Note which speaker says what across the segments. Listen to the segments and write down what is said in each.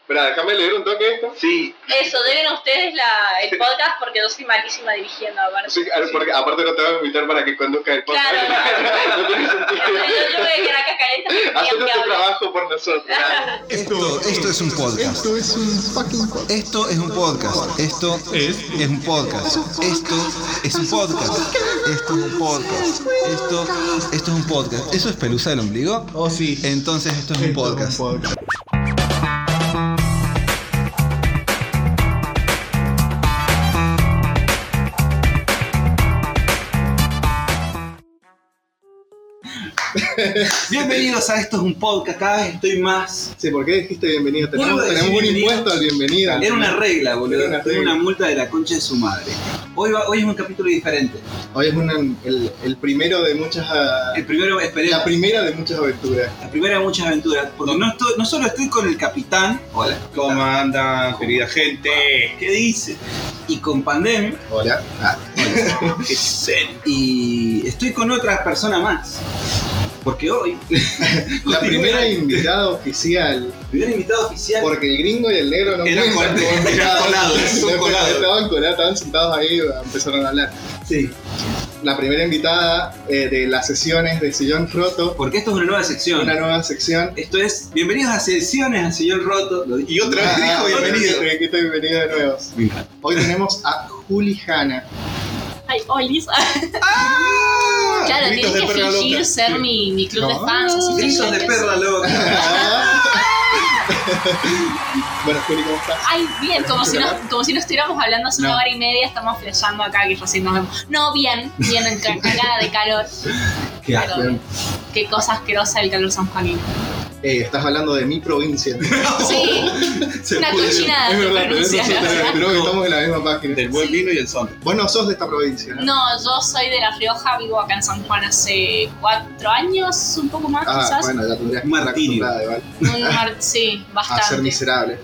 Speaker 1: Espera, déjame leer un toque esto.
Speaker 2: Sí,
Speaker 3: Eso, deben a ustedes la, el podcast porque yo soy malísima dirigiendo, aparte.
Speaker 1: Sí, a- porque aparte no te van a invitar para que conduzca el podcast.
Speaker 3: Claro,
Speaker 1: no tiene sentido.
Speaker 3: Entonces, yo, yo voy a quedar acá caliente porque
Speaker 1: Hacer
Speaker 3: tenía que
Speaker 1: tu
Speaker 3: hablar.
Speaker 1: este trabajo por nosotros.
Speaker 4: Esto, esto es un podcast.
Speaker 5: Esto es un fucking podcast.
Speaker 4: Esto es un podcast. Esto es, un podcast. Esto es un podcast. Esto es un podcast. Esto, esto es un podcast. ¿Eso es pelusa del ombligo?
Speaker 5: Oh, sí.
Speaker 4: Entonces esto es un podcast. Bienvenidos a Esto es un podcast. Cada vez estoy más.
Speaker 5: Sí, ¿por qué dijiste bienvenido? Tenemos,
Speaker 4: Vuelvo a decir
Speaker 5: tenemos un
Speaker 4: bienvenido.
Speaker 5: impuesto al bienvenido.
Speaker 4: Era una regla, boludo.
Speaker 5: Era una
Speaker 4: Era
Speaker 5: regla.
Speaker 4: una multa de la concha de su madre. Hoy, va- hoy es un capítulo diferente.
Speaker 5: Hoy es una- el, el primero de muchas. ah,
Speaker 4: El primero, esperemos.
Speaker 5: la primera de muchas aventuras.
Speaker 4: La primera de muchas aventuras, porque no, estoy, no solo estoy con el capitán, hola,
Speaker 6: ¿Cómo andan, querida gente?
Speaker 4: ¿qué dice? Y con Pandem,
Speaker 5: Hola. Ah,
Speaker 6: ¿Qué serio?
Speaker 4: y estoy con otra persona más. Porque hoy,
Speaker 5: la primera invitada oficial.
Speaker 4: el primer invitado oficial,
Speaker 5: Porque el gringo y el negro no
Speaker 6: Eran
Speaker 5: cuentan
Speaker 6: col-
Speaker 5: como
Speaker 6: eran
Speaker 5: invitados.
Speaker 6: colados, son
Speaker 5: No,
Speaker 6: colados.
Speaker 5: Estaban colados, estaban sentados ahí ah, empezaron a hablar.
Speaker 4: sí,
Speaker 5: La primera invitada eh, de las sesiones de Sillón Roto.
Speaker 4: porque esto es una nueva sección.
Speaker 5: Una nueva sección.
Speaker 4: Esto es, bienvenidos a Sesiones a Señor Roto. Lo-
Speaker 6: Y otra vez
Speaker 5: Ah,
Speaker 6: dijo bienvenido.
Speaker 5: otro chiquito, bienvenido de nuevo.
Speaker 4: Mira.
Speaker 5: Hoy tenemos a Juli Hanna.
Speaker 3: Ay, oh, Lisa.
Speaker 1: Ah.
Speaker 3: Claro, tienes
Speaker 6: Gritos de
Speaker 3: que
Speaker 6: perra loca.
Speaker 3: fingir ser mi, mi club de fans. así que
Speaker 4: Gritos de
Speaker 3: yo-
Speaker 4: perra loca.
Speaker 5: bueno, Juli, ¿cómo estás?
Speaker 3: Ay, bien, como si, no,
Speaker 5: Chocolate.
Speaker 3: como si no estuviéramos hablando hace
Speaker 5: No.
Speaker 3: una hora y media, estamos flechando acá que recién nos vemos. No, bien, bien, en ca- cagada de calor.
Speaker 4: Qué
Speaker 3: Pero, qué cosa asquerosa el calor sanjuanino.
Speaker 5: Eh, estás hablando de mi provincia.
Speaker 3: Sí, una cochinada
Speaker 5: es
Speaker 3: Ah, de
Speaker 5: verdad, pero eso
Speaker 3: pronunciar,
Speaker 5: sí,
Speaker 3: o sea.
Speaker 5: creo que estamos en la misma página.
Speaker 6: Del buen vino y el son.
Speaker 5: Vos no sos de esta provincia, ¿no?
Speaker 3: No, yo soy de La Rioja, vivo acá en San Juan hace cuatro años, un poco más
Speaker 5: Ah,
Speaker 3: quizás.
Speaker 5: bueno, ya tendrías que
Speaker 4: Un
Speaker 5: estar
Speaker 4: martirio.
Speaker 5: acostumbrada, ¿vale?
Speaker 3: Un mar- sí,
Speaker 5: A ser
Speaker 3: bastante.
Speaker 5: miserable.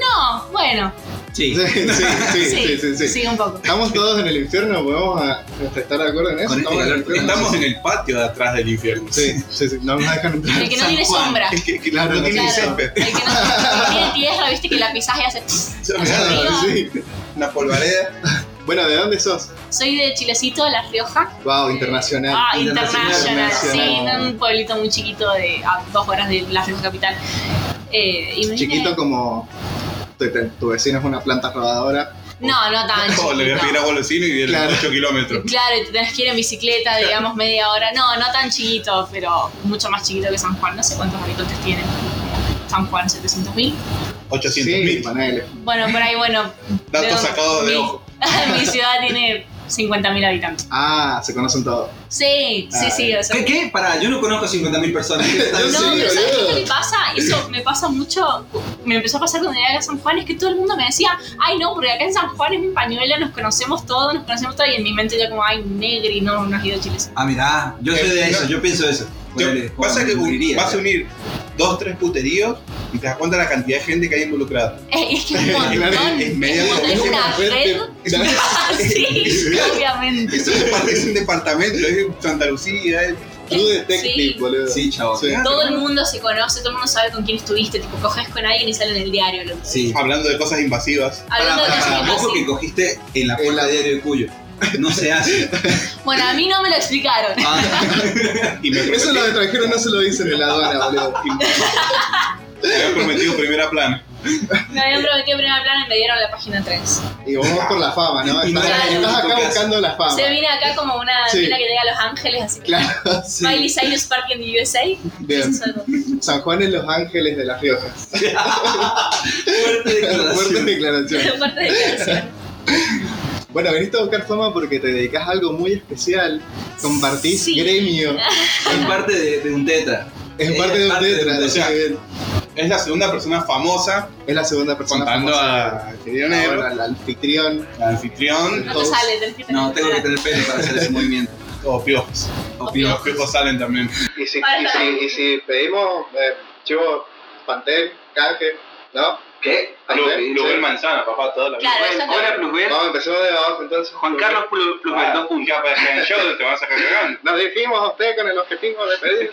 Speaker 3: No, bueno,
Speaker 4: Sí,
Speaker 6: este,
Speaker 5: Sí, sí, sí,
Speaker 3: sí,
Speaker 5: sí, sí, sí.
Speaker 3: un poco.
Speaker 5: Estamos todos en el infierno, podemos a- estar de acuerdo en eso.
Speaker 4: Con este
Speaker 5: estamos en el
Speaker 4: calor,
Speaker 5: infierno.
Speaker 6: Estamos en el patio de atrás del infierno.
Speaker 5: Sí, sí, sí, no nos dejan entrar.
Speaker 3: El que no
Speaker 4: San
Speaker 3: tiene
Speaker 4: Juan.
Speaker 3: sombra.
Speaker 6: Es que, que
Speaker 5: Claro,
Speaker 6: no tiene
Speaker 3: claro.
Speaker 6: césped.
Speaker 3: El que no, no tiene tierra, viste que la pisás y hace.
Speaker 5: Ah, sí.
Speaker 6: Una polvareda.
Speaker 5: Bueno, ¿de dónde sos?
Speaker 3: Soy de Chilecito, de La Rioja.
Speaker 5: Wow, internacional.
Speaker 3: ah, internacional. Sí,
Speaker 5: Internacional.
Speaker 3: en un pueblito muy chiquito de a dos horas de La Rioja capital. Eh, y me vine-
Speaker 5: Chiquito como tu, te- tu vecino es una planta rodadora.
Speaker 3: No, no tan
Speaker 6: No, le voy a pedir a
Speaker 3: chiquito.
Speaker 6: Golosino y viene
Speaker 5: Claro.
Speaker 6: 8 kilómetros.
Speaker 3: Claro, y te tenés que ir en bicicleta, digamos, media hora. No, no tan chiquito, pero mucho más chiquito que San Juan. No sé cuántos habitantes tiene. San Juan, 700.000.
Speaker 6: 800
Speaker 5: Sí,
Speaker 6: mil.
Speaker 5: panel.
Speaker 3: Bueno, por ahí, bueno.
Speaker 6: Datos
Speaker 3: donde-
Speaker 6: sacados de
Speaker 3: mi-
Speaker 6: ojo.
Speaker 3: mi ciudad tiene 50.000 habitantes.
Speaker 5: Ah, se conocen todos.
Speaker 3: Sí, sí,
Speaker 5: Ah,
Speaker 3: sí. O sea,
Speaker 4: ¿Qué, qué? Pará, yo no conozco 50.000 personas. ¿Qué estás
Speaker 5: Yo
Speaker 3: No,
Speaker 5: sí,
Speaker 4: diciendo?
Speaker 3: pero ¿sabes
Speaker 5: boludo.
Speaker 3: qué me pasa? Eso me pasa mucho. Me empezó a pasar cuando llegué acá a San Juan. Es que todo el mundo me decía, ay, no, porque acá en San Juan es mi pañuelo, nos conocemos todos, nos conocemos todos. Y en mi mente, yo como, ay, negri, no, no has ido a Chile.
Speaker 4: Ah, mirá, yo soy de eso, yo pienso eso.
Speaker 6: Eh, Yo-
Speaker 4: Ponele,
Speaker 6: pasa que un-
Speaker 4: moriría.
Speaker 6: vas a unir dos, tres puteríos y te das cuenta de la cantidad de gente que hay involucrada.
Speaker 3: Es que es un montón.
Speaker 6: Claro, es medio-
Speaker 3: un montón, es una red. sí, obviamente.
Speaker 6: Eso es parte- es un departamento, es Santa Lucía. es-
Speaker 5: Tú detective,
Speaker 3: Sí.
Speaker 5: boludo.
Speaker 4: Sí, chavo.
Speaker 5: Sí.
Speaker 3: Todo el mundo se conoce, todo el mundo sabe con quién estuviste. Tipo, coges con alguien y sale en el diario. loco.
Speaker 4: Sí.
Speaker 6: Hablando de cosas invasivas.
Speaker 3: Hablando de
Speaker 4: Pará,
Speaker 3: cosas
Speaker 4: pará,
Speaker 3: que
Speaker 4: Ojo
Speaker 3: pasan.
Speaker 4: que cogiste en la puerta de diario de Cuyo. No se hace.
Speaker 3: Bueno, a mí no me lo explicaron.
Speaker 4: Ah,
Speaker 6: Y me
Speaker 5: Eso los extranjeros no se lo dicen en la aduana, boludo.
Speaker 6: Me habían prometido primera plana.
Speaker 3: Me habían prometido primera plana y me dieron la página 3.
Speaker 5: Y vos vas por la fama, ¿no?
Speaker 4: Y no
Speaker 5: Estás,
Speaker 3: hay
Speaker 5: estás
Speaker 4: ningún
Speaker 5: acá
Speaker 4: caso.
Speaker 5: buscando la fama.
Speaker 3: Se vine acá como una
Speaker 5: Ah, Sí.
Speaker 3: mina que llega a Los Ángeles, así que.
Speaker 5: Claro,
Speaker 3: Miley
Speaker 5: sí.
Speaker 3: Cyrus Park en the USA.
Speaker 5: Bien.
Speaker 3: Eso es algo.
Speaker 5: San Juan es Los Ángeles de las Riojas.
Speaker 4: fuerte declaración.
Speaker 5: Fuerte declaración.
Speaker 3: Fuerte declaración.
Speaker 5: Bueno, viniste a buscar fama porque te dedicas a algo muy especial. Compartís
Speaker 3: Sí.
Speaker 5: gremio.
Speaker 4: En parte de, de un tetra.
Speaker 5: Es
Speaker 4: Es
Speaker 5: parte de un
Speaker 4: parte de-
Speaker 5: tetra.
Speaker 6: o sea,
Speaker 5: así que
Speaker 6: Es la segunda persona famosa
Speaker 5: Es la segunda persona
Speaker 6: contando
Speaker 5: famosa. Ah,
Speaker 6: a querido Negro,
Speaker 5: Ahora, al anfitrión.
Speaker 6: al
Speaker 3: No
Speaker 6: anfitrión
Speaker 3: te
Speaker 5: Todos-
Speaker 3: sale, tenés que tener.
Speaker 4: No, tengo que tener pelo para hacer ese movimiento.
Speaker 6: o piojos.
Speaker 4: Opino.
Speaker 6: Los piojos salen también.
Speaker 5: Y si,
Speaker 3: Ahora
Speaker 5: y
Speaker 3: está
Speaker 5: si, y si pedimos eh, chivo, pantel, canje, ¿no?
Speaker 2: ¿Qué?
Speaker 1: Ahí está,
Speaker 6: Plu- Plubel
Speaker 1: sí.
Speaker 6: Manzana, papá, toda la vida.
Speaker 3: Claro, eso
Speaker 2: Bueno, hola,
Speaker 3: es lo-
Speaker 2: Plusbel.
Speaker 1: Vamos, empecemos de abajo entonces.
Speaker 2: Juan Carlos Plu- Plusbel, dos puntos.
Speaker 6: Ah, Ya, para el show te vas a sacar cagando.
Speaker 1: Nos dirigimos a usted con el objetivo de pedir.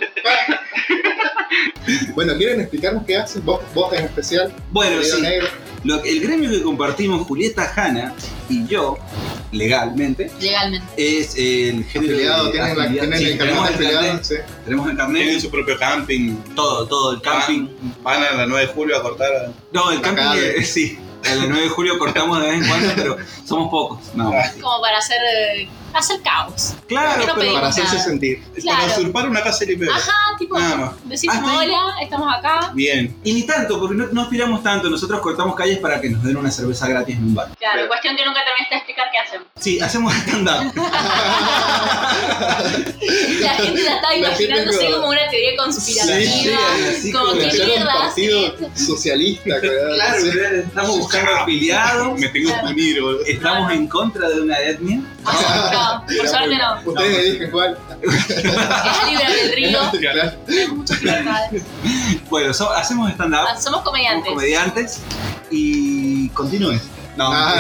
Speaker 5: Bueno, ¿quieren explicarnos qué hacen? Vos, vos en especial,
Speaker 7: Bueno,
Speaker 5: querido
Speaker 7: sí,
Speaker 5: negro.
Speaker 7: lo- el gremio que compartimos Julieta Hanna y yo, legalmente,
Speaker 3: Legalmente.
Speaker 7: es el género
Speaker 5: Afiliado,
Speaker 7: de-
Speaker 5: tienen, la,
Speaker 7: afiliado.
Speaker 5: tienen
Speaker 7: Sí,
Speaker 5: el
Speaker 7: tenemos
Speaker 5: canal
Speaker 7: el
Speaker 5: afiliado.
Speaker 7: carnet,
Speaker 5: Sí.
Speaker 3: Oh,
Speaker 7: tenemos el
Speaker 6: Tienen
Speaker 7: carnet,
Speaker 6: su propio camping.
Speaker 7: todo, todo, el camping.
Speaker 6: Van a la 9 de julio a cortar. a-
Speaker 7: No, el camping,
Speaker 5: Cabe.
Speaker 7: eh, sí. El 9 de julio cortamos de vez en cuando, pero somos pocos. No.
Speaker 6: Ah.
Speaker 3: Como para hacer, eh, hacer caos.
Speaker 7: Claro,
Speaker 3: Quiero
Speaker 7: pero
Speaker 3: pedir-
Speaker 5: Para hacerse
Speaker 3: nada.
Speaker 5: sentir.
Speaker 3: Claro.
Speaker 6: Para usurpar una casa LP.
Speaker 3: Ajá, tipo,
Speaker 6: Nada más.
Speaker 3: decimos
Speaker 7: Hasta ahí.
Speaker 3: hola, estamos acá.
Speaker 6: Bien.
Speaker 7: Y ni tanto, porque no, no aspiramos tanto. Nosotros cortamos calles para que nos den una cerveza gratis en un bar.
Speaker 3: Claro,
Speaker 1: Claro.
Speaker 3: cuestión que nunca terminaste de explicar qué hacen.
Speaker 7: Sí, hacemos stand-up.
Speaker 3: La gente la está
Speaker 5: La gente
Speaker 3: imaginándose
Speaker 5: como-
Speaker 3: como una teoría conspirativa.
Speaker 7: Sí, llegan así
Speaker 3: como
Speaker 7: como
Speaker 3: que
Speaker 5: Como si fuera un
Speaker 3: mierda hace
Speaker 5: partido
Speaker 3: esto?
Speaker 5: socialista, ¿verdad? Sí.
Speaker 7: estamos buscando afiliados,
Speaker 6: Me tengo que unir, boludo.
Speaker 7: estamos en contra de una etnia.
Speaker 3: No, por suerte no.
Speaker 5: Ustedes me dicen cuál. este
Speaker 3: Es libre del río.
Speaker 5: Claro.
Speaker 3: Tenemos muchas libertades.
Speaker 7: Bueno, so- hacemos stand-up,
Speaker 3: Ah, Somos
Speaker 7: somos
Speaker 3: comediantes.
Speaker 7: comediantes y continúes. No,
Speaker 5: Ah,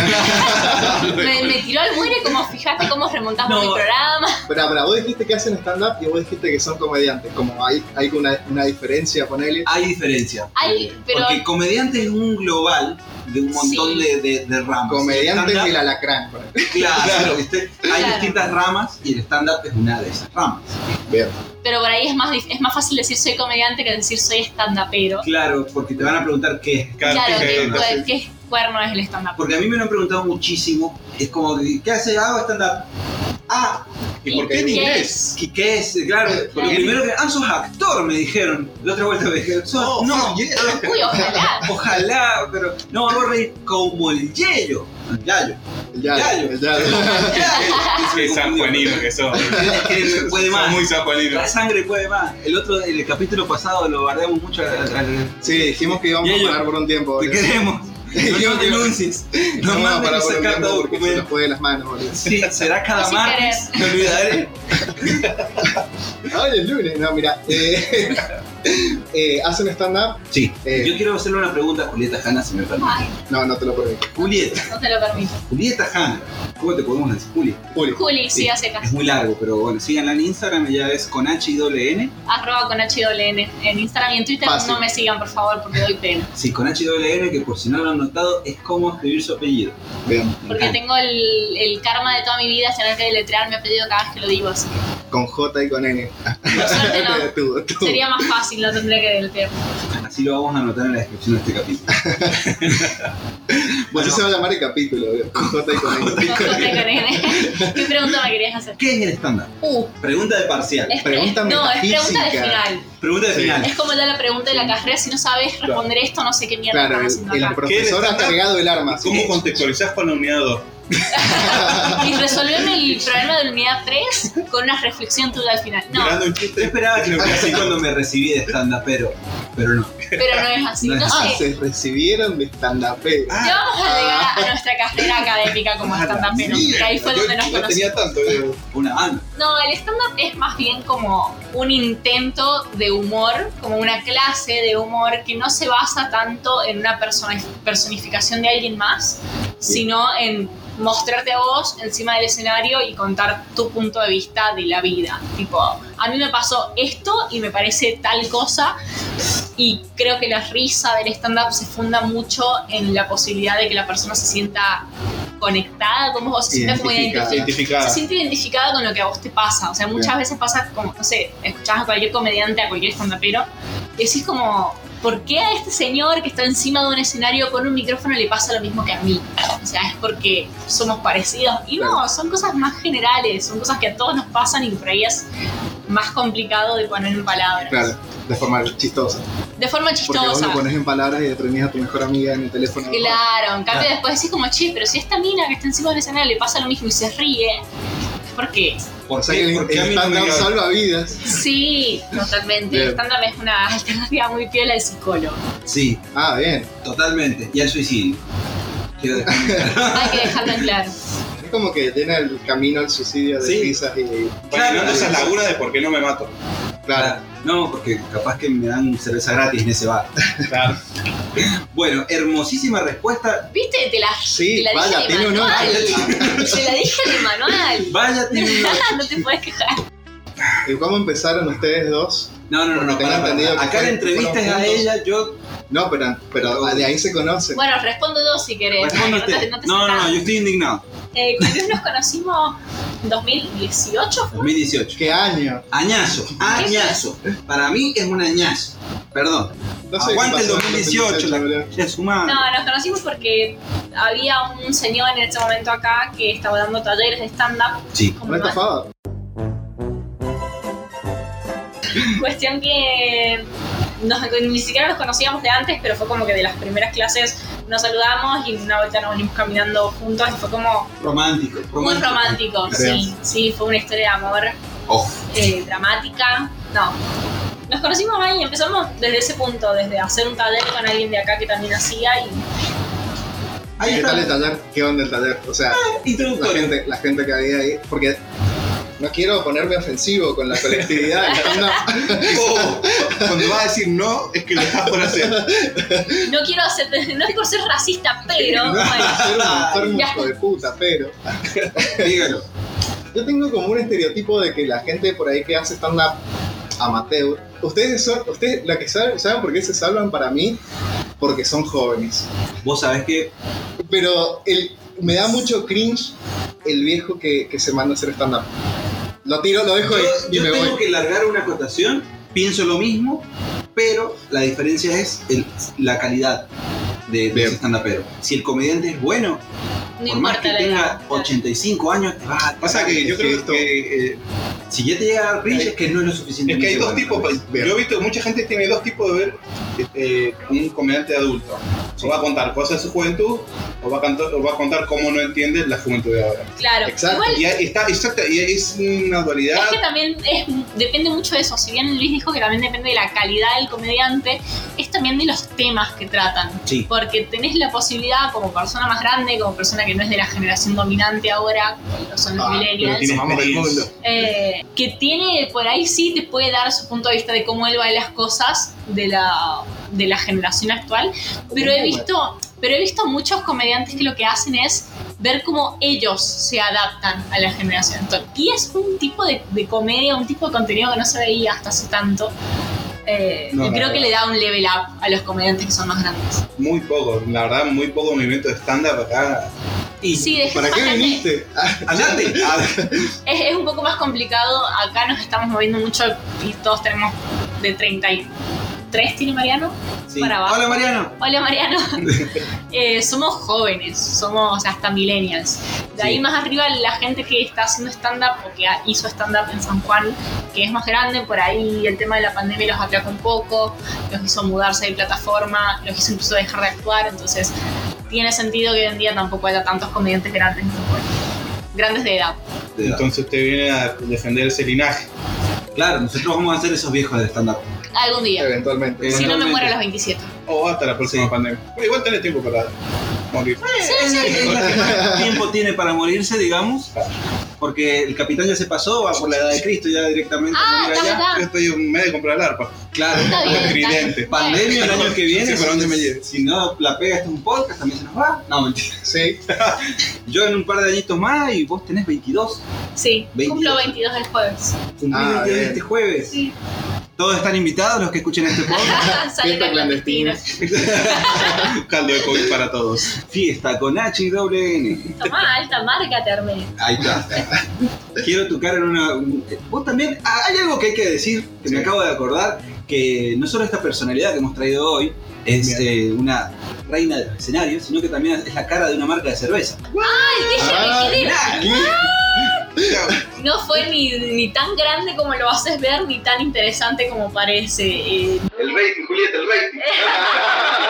Speaker 3: Me, me tiró al muere como fíjate cómo remontamos
Speaker 7: No.
Speaker 3: mi programa.
Speaker 5: pero, pero vos dijiste que hacen stand-up y vos dijiste que son comediantes. Como hay, hay una, una diferencia, ponele.
Speaker 7: hay diferencia.
Speaker 3: Ay, pero
Speaker 7: Porque comediante es un global de un montón
Speaker 3: Sí.
Speaker 7: de, de- de ramas.
Speaker 5: Comediantes
Speaker 7: Ah, Stand-up,
Speaker 5: y el alacrán. ponele.
Speaker 7: Claro, ¿viste? hay
Speaker 3: Claro.
Speaker 7: distintas ramas y el stand-up es una de esas ramas.
Speaker 3: Pero por ahí es más, dif- es más fácil decir soy comediante que decir soy stand-upero.
Speaker 7: Claro, porque te van a preguntar qué es.
Speaker 6: Claro,
Speaker 3: Claro,
Speaker 6: que-
Speaker 3: que,
Speaker 6: entonces-
Speaker 3: que cuerno es el stand-up.
Speaker 7: Porque a mí me lo han preguntado muchísimo. Es como, ¿qué hace? Hago stand-up. Ah,
Speaker 6: ¿Y por qué en
Speaker 3: ¿Qué
Speaker 6: inglés?
Speaker 3: es?
Speaker 7: ¿qué, qué es? Claro, porque
Speaker 3: Claro.
Speaker 7: primero que, ah, sos actor, me dijeron. La otra vuelta me dijeron, sos,
Speaker 6: Oh,
Speaker 7: no,
Speaker 3: Uy, ojalá.
Speaker 7: ojalá, pero no, no reí como el yello. El yayo.
Speaker 5: El yayo.
Speaker 7: Yayo.
Speaker 5: El yayo.
Speaker 6: Qué sanjuanino que son.
Speaker 7: Es que puede
Speaker 6: Son
Speaker 7: más.
Speaker 6: muy sanjuaninos.
Speaker 7: La sangre puede más. El otro, en el capítulo pasado lo bardeamos mucho al. al-
Speaker 5: Sí, dijimos que íbamos
Speaker 7: Y ellos-
Speaker 5: a parar por un tiempo.
Speaker 7: Te
Speaker 5: boludo.
Speaker 7: queremos. No nos denuncies. No
Speaker 5: vamos a
Speaker 7: mandes
Speaker 5: parar por
Speaker 7: esa
Speaker 5: un
Speaker 7: carta
Speaker 5: tiempo porque se
Speaker 7: de
Speaker 5: nos
Speaker 7: documento.
Speaker 5: fue de las manos. boludo.
Speaker 7: Sí, será cada
Speaker 3: Sin
Speaker 7: martes. Me olvidaré.
Speaker 5: Ah, hoy es lunes. No, mira. eh, eh, hacen stand-up.
Speaker 7: Sí.
Speaker 5: Eh.
Speaker 7: Yo quiero hacerle una pregunta a Julieta Hanna, si me permite.
Speaker 3: Ay,
Speaker 5: No, no te lo permito.
Speaker 7: Julieta,
Speaker 3: no te lo permito.
Speaker 7: Julieta Hanna. ¿Cómo te podemos decir? Juli.
Speaker 5: Julio.
Speaker 3: Juli, sí,
Speaker 7: Sí.
Speaker 3: hace caso.
Speaker 7: Es muy largo, pero bueno, síganla en Instagram, ella es con H y doble N.
Speaker 3: Arroba con HWN en Instagram y en Twitter.
Speaker 5: Fácil.
Speaker 3: No me sigan, por favor, porque doy pena.
Speaker 7: Sí, con H y doble N, que por si no lo han notado, es como escribir su apellido.
Speaker 5: Vean,
Speaker 7: Me
Speaker 3: Porque
Speaker 7: encanta.
Speaker 3: tengo el, el karma de toda mi vida es tener que deletrear mi apellido cada vez que lo digo. Así que,
Speaker 5: con J y con N.
Speaker 3: por suerte no.
Speaker 5: Tú, tú.
Speaker 3: Sería más fácil, no tendría que deletrear.
Speaker 7: Así lo vamos a anotar en la descripción de este capítulo.
Speaker 5: Así
Speaker 7: bueno,
Speaker 5: se va a llamar el capítulo, boludo, con J y con N.
Speaker 3: No, no te conectes. ¿Qué pregunta me querías hacer?
Speaker 7: ¿qué es el estándar?
Speaker 3: Uh,
Speaker 7: Pregunta de parcial.
Speaker 3: es
Speaker 5: Pregunta
Speaker 3: no, es pregunta de
Speaker 5: metafísica.
Speaker 3: final.
Speaker 7: Pregunta de
Speaker 5: Sí.
Speaker 7: final.
Speaker 3: Es como ya la pregunta de la carrera, si no sabes responder esto, no sé qué mierda están
Speaker 5: Claro, el,
Speaker 3: haciendo
Speaker 5: el
Speaker 3: acá.
Speaker 5: profesor ha
Speaker 6: ¿Quieren
Speaker 5: cargado el arma. sí.
Speaker 6: ¿Cómo contextualizás con la unidad 2?
Speaker 3: Y resolvieron el problema de la unidad 3 con una reflexión tuya al final. No,
Speaker 6: Mirando un
Speaker 7: Yo
Speaker 6: chiste.
Speaker 7: esperaba que me fuera así cuando me recibí de estándar, pero, pero no.
Speaker 3: pero no es así.
Speaker 7: No es
Speaker 3: No
Speaker 5: Ah,
Speaker 3: sé.
Speaker 5: se recibieron de stand-up. eh.
Speaker 6: Ah,
Speaker 3: Ya
Speaker 7: Ah,
Speaker 3: vamos a llegar a nuestra carrera académica como stand-upero, que ahí fue donde nos
Speaker 6: no tenía
Speaker 3: conocimos.
Speaker 6: tanto. eh. yo-
Speaker 7: Una ah, banda.
Speaker 3: No, el stand-up es más bien como un intento de humor, como una clase de humor que no se basa tanto en una persona- personificación de alguien más, sino en mostrarte a vos encima del escenario y contar tu punto de vista de la vida. Tipo, a mí me pasó esto y me parece tal cosa y creo que la risa del stand-up se funda mucho en la posibilidad de que la persona se sienta conectada con vos, se sienta como identificada se
Speaker 5: Identificada.
Speaker 6: Identificada.
Speaker 3: siente identificada con lo que a vos te pasa. O sea, muchas
Speaker 5: Bien.
Speaker 3: veces pasa como, no sé, escuchás a cualquier comediante, a cualquier estandapero, y decís como, ¿por qué a este señor que está encima de un escenario con un micrófono le pasa lo mismo que a mí? O sea, es porque somos parecidos. Y no, son cosas más generales, son cosas que a todos nos pasan y que por ahí es más complicado de poner en palabras.
Speaker 5: Claro, de forma chistosa.
Speaker 3: De forma
Speaker 5: Porque vos
Speaker 3: chistosa.
Speaker 5: lo pones en palabras y detenías a tu mejor amiga en el teléfono.
Speaker 3: Claro, en cambio después decís como, che, pero si a esta mina que está encima del escenario le pasa lo mismo y se ríe, es porque
Speaker 5: O sea que el,
Speaker 7: ¿Por qué
Speaker 5: el
Speaker 7: a mí no me
Speaker 5: stand-up
Speaker 7: llegaron?
Speaker 5: salva vidas.
Speaker 3: Sí, totalmente.
Speaker 5: Bien.
Speaker 3: El stand-up es una alternativa muy piola al psicólogo.
Speaker 7: Sí,
Speaker 5: Ah, bien.
Speaker 7: totalmente. Y al suicidio. Quiero dejar en claro.
Speaker 3: Hay que dejarlo en claro.
Speaker 5: Es como que llena el camino al suicidio de
Speaker 7: Sí.
Speaker 5: risas y.
Speaker 6: Claro,
Speaker 7: Claro.
Speaker 6: esas lagunas de por qué no me mato.
Speaker 5: Claro,
Speaker 7: No, porque capaz que me dan cerveza gratis en ese bar.
Speaker 5: claro.
Speaker 7: Bueno, hermosísima respuesta.
Speaker 3: ¿Viste? Te la,
Speaker 5: Sí,
Speaker 3: te la
Speaker 5: vaya,
Speaker 3: dije
Speaker 5: tiene
Speaker 3: de
Speaker 5: un
Speaker 3: manual.
Speaker 5: honor.
Speaker 3: Te la dije de manual.
Speaker 7: Vaya, tiene un ocho.
Speaker 3: no te puedes quejar.
Speaker 7: Ah.
Speaker 5: ¿Y cómo empezaron ustedes dos?
Speaker 7: No, no, no, no,
Speaker 5: Tengo
Speaker 7: pará, pará.
Speaker 5: entendido que
Speaker 7: Acá la
Speaker 5: fueron-
Speaker 7: entrevista es
Speaker 5: fueron
Speaker 7: a
Speaker 5: juntos.
Speaker 7: ella,
Speaker 3: Eh,
Speaker 7: yo
Speaker 5: No, pero, pero de ahí se conocen.
Speaker 3: Bueno, respondo dos si querés.
Speaker 7: respondo a
Speaker 3: no, te,
Speaker 7: usted.
Speaker 3: no te
Speaker 7: No, no,
Speaker 3: sacás.
Speaker 7: no, yo estoy indignado.
Speaker 3: Eh, con Luis nos conocimos 2018.
Speaker 7: 2018.
Speaker 5: ¿Qué año?
Speaker 7: Añazo, añazo. Para mí es un añazo. Perdón.
Speaker 5: No sé qué
Speaker 7: Aguante el
Speaker 5: pasó en
Speaker 7: 2018, la-
Speaker 5: boludo.
Speaker 7: Ya
Speaker 5: Ah.
Speaker 7: sumado.
Speaker 3: No, nos conocimos porque había un señor en ese momento acá que estaba dando talleres de stand-up.
Speaker 7: Sí.
Speaker 3: Como
Speaker 5: Un estafador.
Speaker 3: Cuestión que nos- ni siquiera nos conocíamos de antes, pero fue como que de las primeras clases nos saludamos y una vuelta nos venimos caminando juntos y fue como
Speaker 7: Romántico, romántico. Oh.
Speaker 3: muy romántico. Sí, sí, fue una historia de amor
Speaker 7: Ojo.
Speaker 3: eh, dramática. No. Nos conocimos ahí, empezamos desde ese punto, desde hacer un taller con alguien de acá que también hacía y
Speaker 7: Ahí
Speaker 5: ¿Qué tal el
Speaker 7: está.
Speaker 5: taller? ¿Qué onda el taller? O sea, la
Speaker 7: Introductorio.
Speaker 5: gente, la gente que había ahí. Porque no quiero ponerme ofensivo con la colectividad. no,
Speaker 6: Oh, cuando va a decir no, es que lo estás por hacer.
Speaker 3: no quiero hacer, no es por ser racista, pero bueno.
Speaker 5: ser un enfermo hijo de puta, pero.
Speaker 7: Dígalo.
Speaker 5: Yo tengo como un estereotipo de que la gente por ahí que hace stand-up amateur, ustedes son, ustedes, la que saben, ¿saben por qué se salvan para mí? Porque son jóvenes.
Speaker 7: Vos sabés que
Speaker 5: Pero el, me da mucho cringe el viejo que, que se manda a hacer stand-up. Lo tiro, lo dejo ahí y
Speaker 7: yo
Speaker 5: me
Speaker 7: tengo
Speaker 5: voy.
Speaker 7: que largar una acotación, pienso lo mismo, pero la diferencia es el- la calidad de, de
Speaker 5: Bien.
Speaker 7: ese stand-upero. Si el comediante es bueno,
Speaker 3: No
Speaker 7: por más
Speaker 3: importa
Speaker 7: que
Speaker 3: la
Speaker 7: tenga
Speaker 3: edad.
Speaker 7: 85 años, te vas a...
Speaker 6: Pasa que yo
Speaker 5: Es
Speaker 6: creo
Speaker 5: esto-
Speaker 6: que eh,
Speaker 7: Si ya te llega a dar cringe, es que no es lo suficiente.
Speaker 6: Es que hay dos tipos.
Speaker 5: Bien.
Speaker 6: Yo he visto mucha gente tiene dos tipos de ver eh, un comediante adulto. O va a contar cosas de su juventud, o va a, cantar- o va a contar cómo no entiende la juventud de ahora.
Speaker 3: Claro.
Speaker 5: Exacto.
Speaker 3: Igual
Speaker 6: Y ahí está, exacto, y ahí es una dualidad.
Speaker 3: Es que también es, depende mucho de eso. Si bien Luis dijo que también depende de la calidad del comediante, es también de los temas que tratan.
Speaker 7: Sí.
Speaker 3: Porque tenés la posibilidad, como persona más grande, como persona que no es de la generación dominante ahora, como lo son los
Speaker 5: Ah,
Speaker 3: millennials,
Speaker 6: tiene
Speaker 5: Vamos del
Speaker 6: experiencia.
Speaker 5: mundo.
Speaker 3: eh, que tiene, por ahí sí te puede dar su punto de vista de cómo él va las cosas de la, de la generación actual. Pero he visto, pero he visto muchos comediantes que lo que hacen es ver cómo ellos se adaptan a la generación actual. Y es un tipo de, de comedia, un tipo de contenido que no se veía hasta hace tanto. Eh,
Speaker 6: No,
Speaker 3: y
Speaker 6: no,
Speaker 3: creo
Speaker 6: no.
Speaker 3: que le da un level up a los comediantes que son más grandes.
Speaker 6: Muy poco, la verdad, muy poco movimiento de stand-up acá.
Speaker 7: Y
Speaker 3: Sí, de
Speaker 5: ¿Para qué
Speaker 3: gente-
Speaker 5: viniste? Ah,
Speaker 7: ¡Andate!
Speaker 3: Es, es un poco más complicado. Acá nos estamos moviendo mucho y todos tenemos de 33, tiene Mariano.
Speaker 7: Sí.
Speaker 3: Para abajo.
Speaker 7: Hola Mariano.
Speaker 3: Hola Mariano. Eh, somos jóvenes, somos hasta millennials. De ahí
Speaker 7: Sí.
Speaker 3: más arriba la gente que está haciendo stand-up o que ha- hizo stand-up en San Juan, que es más grande, por ahí el tema de la pandemia los atracó un poco, los hizo mudarse de plataforma, los hizo incluso dejar de actuar, entonces tiene sentido que hoy en día tampoco haya tantos comediantes grandes en San Juan. Grandes de edad.
Speaker 6: Entonces usted viene a defender ese linaje.
Speaker 7: Claro, nosotros vamos a ser esos viejos de stand-up.
Speaker 3: Algún día.
Speaker 5: Eventualmente.
Speaker 3: Si no me
Speaker 7: Eventualmente.
Speaker 3: muero a los 27.
Speaker 6: O hasta la próxima pandemia. Pero igual tenés tiempo para morir.
Speaker 7: Es la- es la que más tiempo tiene para morirse, digamos. Porque el capitán ya se pasó, va por la edad de Cristo ya directamente. a
Speaker 3: Ah,
Speaker 7: morir
Speaker 3: está
Speaker 7: allá.
Speaker 3: acá.
Speaker 6: Yo estoy un mes de comprar el arpa.
Speaker 7: Claro.
Speaker 3: Está bien. está bien.
Speaker 6: Tridente.
Speaker 7: Pandemia el año que viene.
Speaker 6: Sí, ¿para dónde me
Speaker 7: si,
Speaker 6: lleves?
Speaker 7: si no la pega este es un podcast, también se nos va. No, mentira.
Speaker 5: Sí.
Speaker 7: Yo en un par de añitos más y vos tenés 22.
Speaker 3: Sí,
Speaker 7: 22.
Speaker 3: cumplo 22 el jueves.
Speaker 7: Cumplí
Speaker 5: Ah,
Speaker 7: 22
Speaker 5: bien.
Speaker 7: este jueves.
Speaker 3: Sí.
Speaker 7: Todos están invitados los que escuchen este podcast.
Speaker 3: Salen a
Speaker 5: clandestina.
Speaker 3: clandestinos.
Speaker 6: Un caldo de COVID para todos.
Speaker 7: Fiesta con H y doble N.
Speaker 3: Tomá, alta marca te armé.
Speaker 7: Ahí está. Quiero tu cara en una. un- Vos también. ah, Hay algo que hay que decir, que me acabo de acordar, que no solo esta personalidad que hemos traído hoy es eh, una reina de los escenarios, sino que también es la cara de una marca de cerveza.
Speaker 3: Dije,
Speaker 5: Ah,
Speaker 3: me quedé.
Speaker 6: Mira,
Speaker 3: No fue ni, ni tan grande como lo haces ver, ni tan interesante como parece. eh.
Speaker 2: El rating, Julieta, el rating.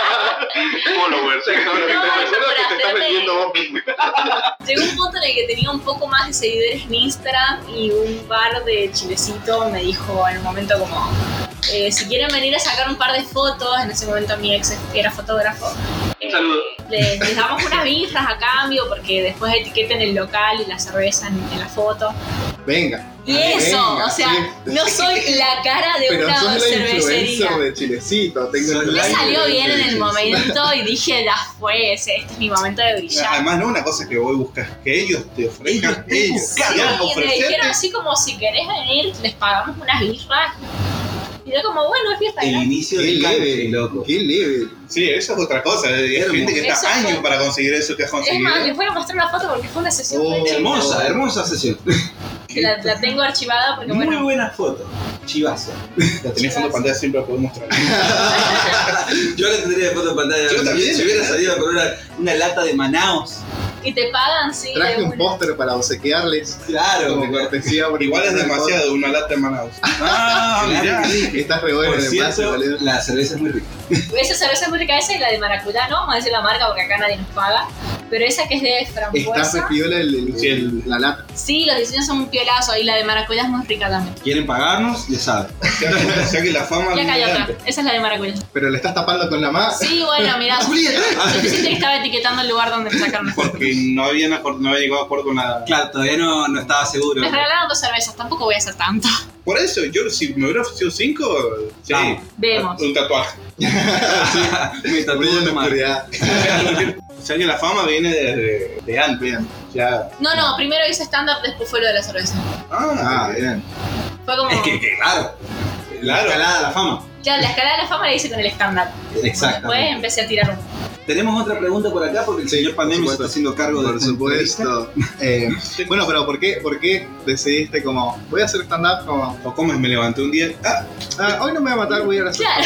Speaker 2: Followers.
Speaker 1: Seguro que te estás vendiendo vos mismo.
Speaker 3: Llegó un punto en el que tenía un poco más de seguidores en Instagram y un par de chilecito me dijo en un momento como... eh, si quieren venir a sacar un par de fotos, en ese momento mi ex era fotógrafo,
Speaker 2: Un saludo.
Speaker 3: Les, les damos unas birras a cambio porque después etiqueten el local y la cerveza en, en la foto.
Speaker 5: Venga.
Speaker 3: Y eso,
Speaker 5: venga,
Speaker 3: o sea,
Speaker 5: Ah, sí.
Speaker 3: no soy la cara de
Speaker 5: Pero
Speaker 3: una
Speaker 5: sos la
Speaker 3: cervecería.
Speaker 5: influencer de Chilecito. Tengo
Speaker 7: Soy
Speaker 5: el
Speaker 3: Me
Speaker 5: like
Speaker 3: salió
Speaker 5: de
Speaker 3: bien en el
Speaker 5: Chilecito.
Speaker 3: momento y dije, ya fue, ese- este es mi momento de brillar.
Speaker 6: Además, no una cosa que vos buscas, que ellos te ofrezcan,
Speaker 7: Ellos te
Speaker 6: ellos,
Speaker 7: buscan,
Speaker 6: quieran
Speaker 3: Sí, me dijeron
Speaker 6: ofrecerte.
Speaker 3: así como, si querés venir, les pagamos unas birras. Y yo como, bueno, es fiesta.
Speaker 7: El
Speaker 3: gratis.
Speaker 7: inicio
Speaker 5: Qué
Speaker 7: del canje,
Speaker 5: leve,
Speaker 7: loco.
Speaker 5: Qué leve.
Speaker 6: Sí, eso es otra cosa. Hay gente que
Speaker 3: Eso
Speaker 6: está
Speaker 3: fue-
Speaker 6: años para conseguir eso que has
Speaker 3: Es
Speaker 6: conseguido.
Speaker 3: más, les voy a mostrar una foto porque fue una sesión
Speaker 5: Oh,
Speaker 3: re linda.
Speaker 7: Hermosa, hermosa sesión.
Speaker 3: Que La, la tengo archivada porque,
Speaker 7: Muy
Speaker 3: bueno,
Speaker 7: buena foto. Chivazo.
Speaker 6: La tenés fondo de pantalla, siempre la podés mostrar.
Speaker 7: Yo la tendría de foto en pantalla.
Speaker 6: Yo también.
Speaker 7: Si hubiera salido con una, una lata de Manaos.
Speaker 3: y te pagan, sí.
Speaker 5: Traje
Speaker 3: de
Speaker 5: un
Speaker 3: una.
Speaker 5: póster para obsequiarles.
Speaker 7: Claro.
Speaker 5: Como cortesía. porque
Speaker 6: Igual es demasiado una lata de Manaus. Ah, mirá.
Speaker 7: Claro que sí.
Speaker 5: Estás re bueno
Speaker 7: Por
Speaker 5: en el envase,
Speaker 7: cierto,
Speaker 5: boludo.
Speaker 7: la cerveza es muy rica.
Speaker 3: Esa cerveza es muy rica, esa y la de maracuyá, no vamos a decir la marca porque acá nadie nos paga. Pero esa que es de
Speaker 5: Estás re
Speaker 3: frambuesa,
Speaker 5: piola el, el-
Speaker 6: Sí,
Speaker 5: el- la lata.
Speaker 3: sí, los diseños son un piolazo y la de maracuyá es muy rica también.
Speaker 7: ¿Quieren pagarnos? Ya saben.
Speaker 6: O sea que la fama
Speaker 3: Y acá hay
Speaker 6: viene
Speaker 3: otra,
Speaker 6: antes.
Speaker 3: esa es la de maracuyá.
Speaker 5: Pero le estás tapando con la mano.
Speaker 3: Sí, bueno, mirá, yo pensé que estaba etiquetando el lugar donde me sacaron las fotos.
Speaker 6: Porque no habían acor- no había llegado a acuerdo con nada.
Speaker 7: Claro, todavía no, no estaba seguro.
Speaker 3: Les regalaron dos cervezas, tampoco voy a hacer tanto.
Speaker 6: Por eso, yo si me hubiera ofrecido cinco, sí,
Speaker 7: Vamos.
Speaker 3: Vemos.
Speaker 7: Ah,
Speaker 6: un tatuaje.
Speaker 7: Me
Speaker 5: Brillo
Speaker 7: tatuó
Speaker 5: en la
Speaker 7: la mano.
Speaker 5: oscuridad.
Speaker 6: O sea que la fama viene desde de antes. Ya.
Speaker 3: No, no, primero hice stand-up, después fue lo de la cerveza.
Speaker 5: Ah,
Speaker 6: Ah,
Speaker 5: bien.
Speaker 3: Fue como.
Speaker 7: Es que, que claro.
Speaker 6: Claro.
Speaker 7: La escalada a la fama.
Speaker 3: Claro, la escalada de la fama la hice con el stand-up.
Speaker 7: Exacto.
Speaker 3: Después empecé a tirar un.
Speaker 7: Tenemos otra pregunta por acá porque el
Speaker 5: Sí,
Speaker 7: señor Pandemia
Speaker 5: por
Speaker 7: se
Speaker 5: supuesto.
Speaker 7: está haciendo cargo de
Speaker 5: Por
Speaker 7: esta entrevista.
Speaker 5: supuesto. Eh, bueno, pero ¿por qué, ¿por qué decidiste como, voy a hacer stand-up como,
Speaker 6: o como es, me levanté un día. Ah,
Speaker 5: ah, hoy no me voy a matar, voy a ir a hacer...
Speaker 3: Claro,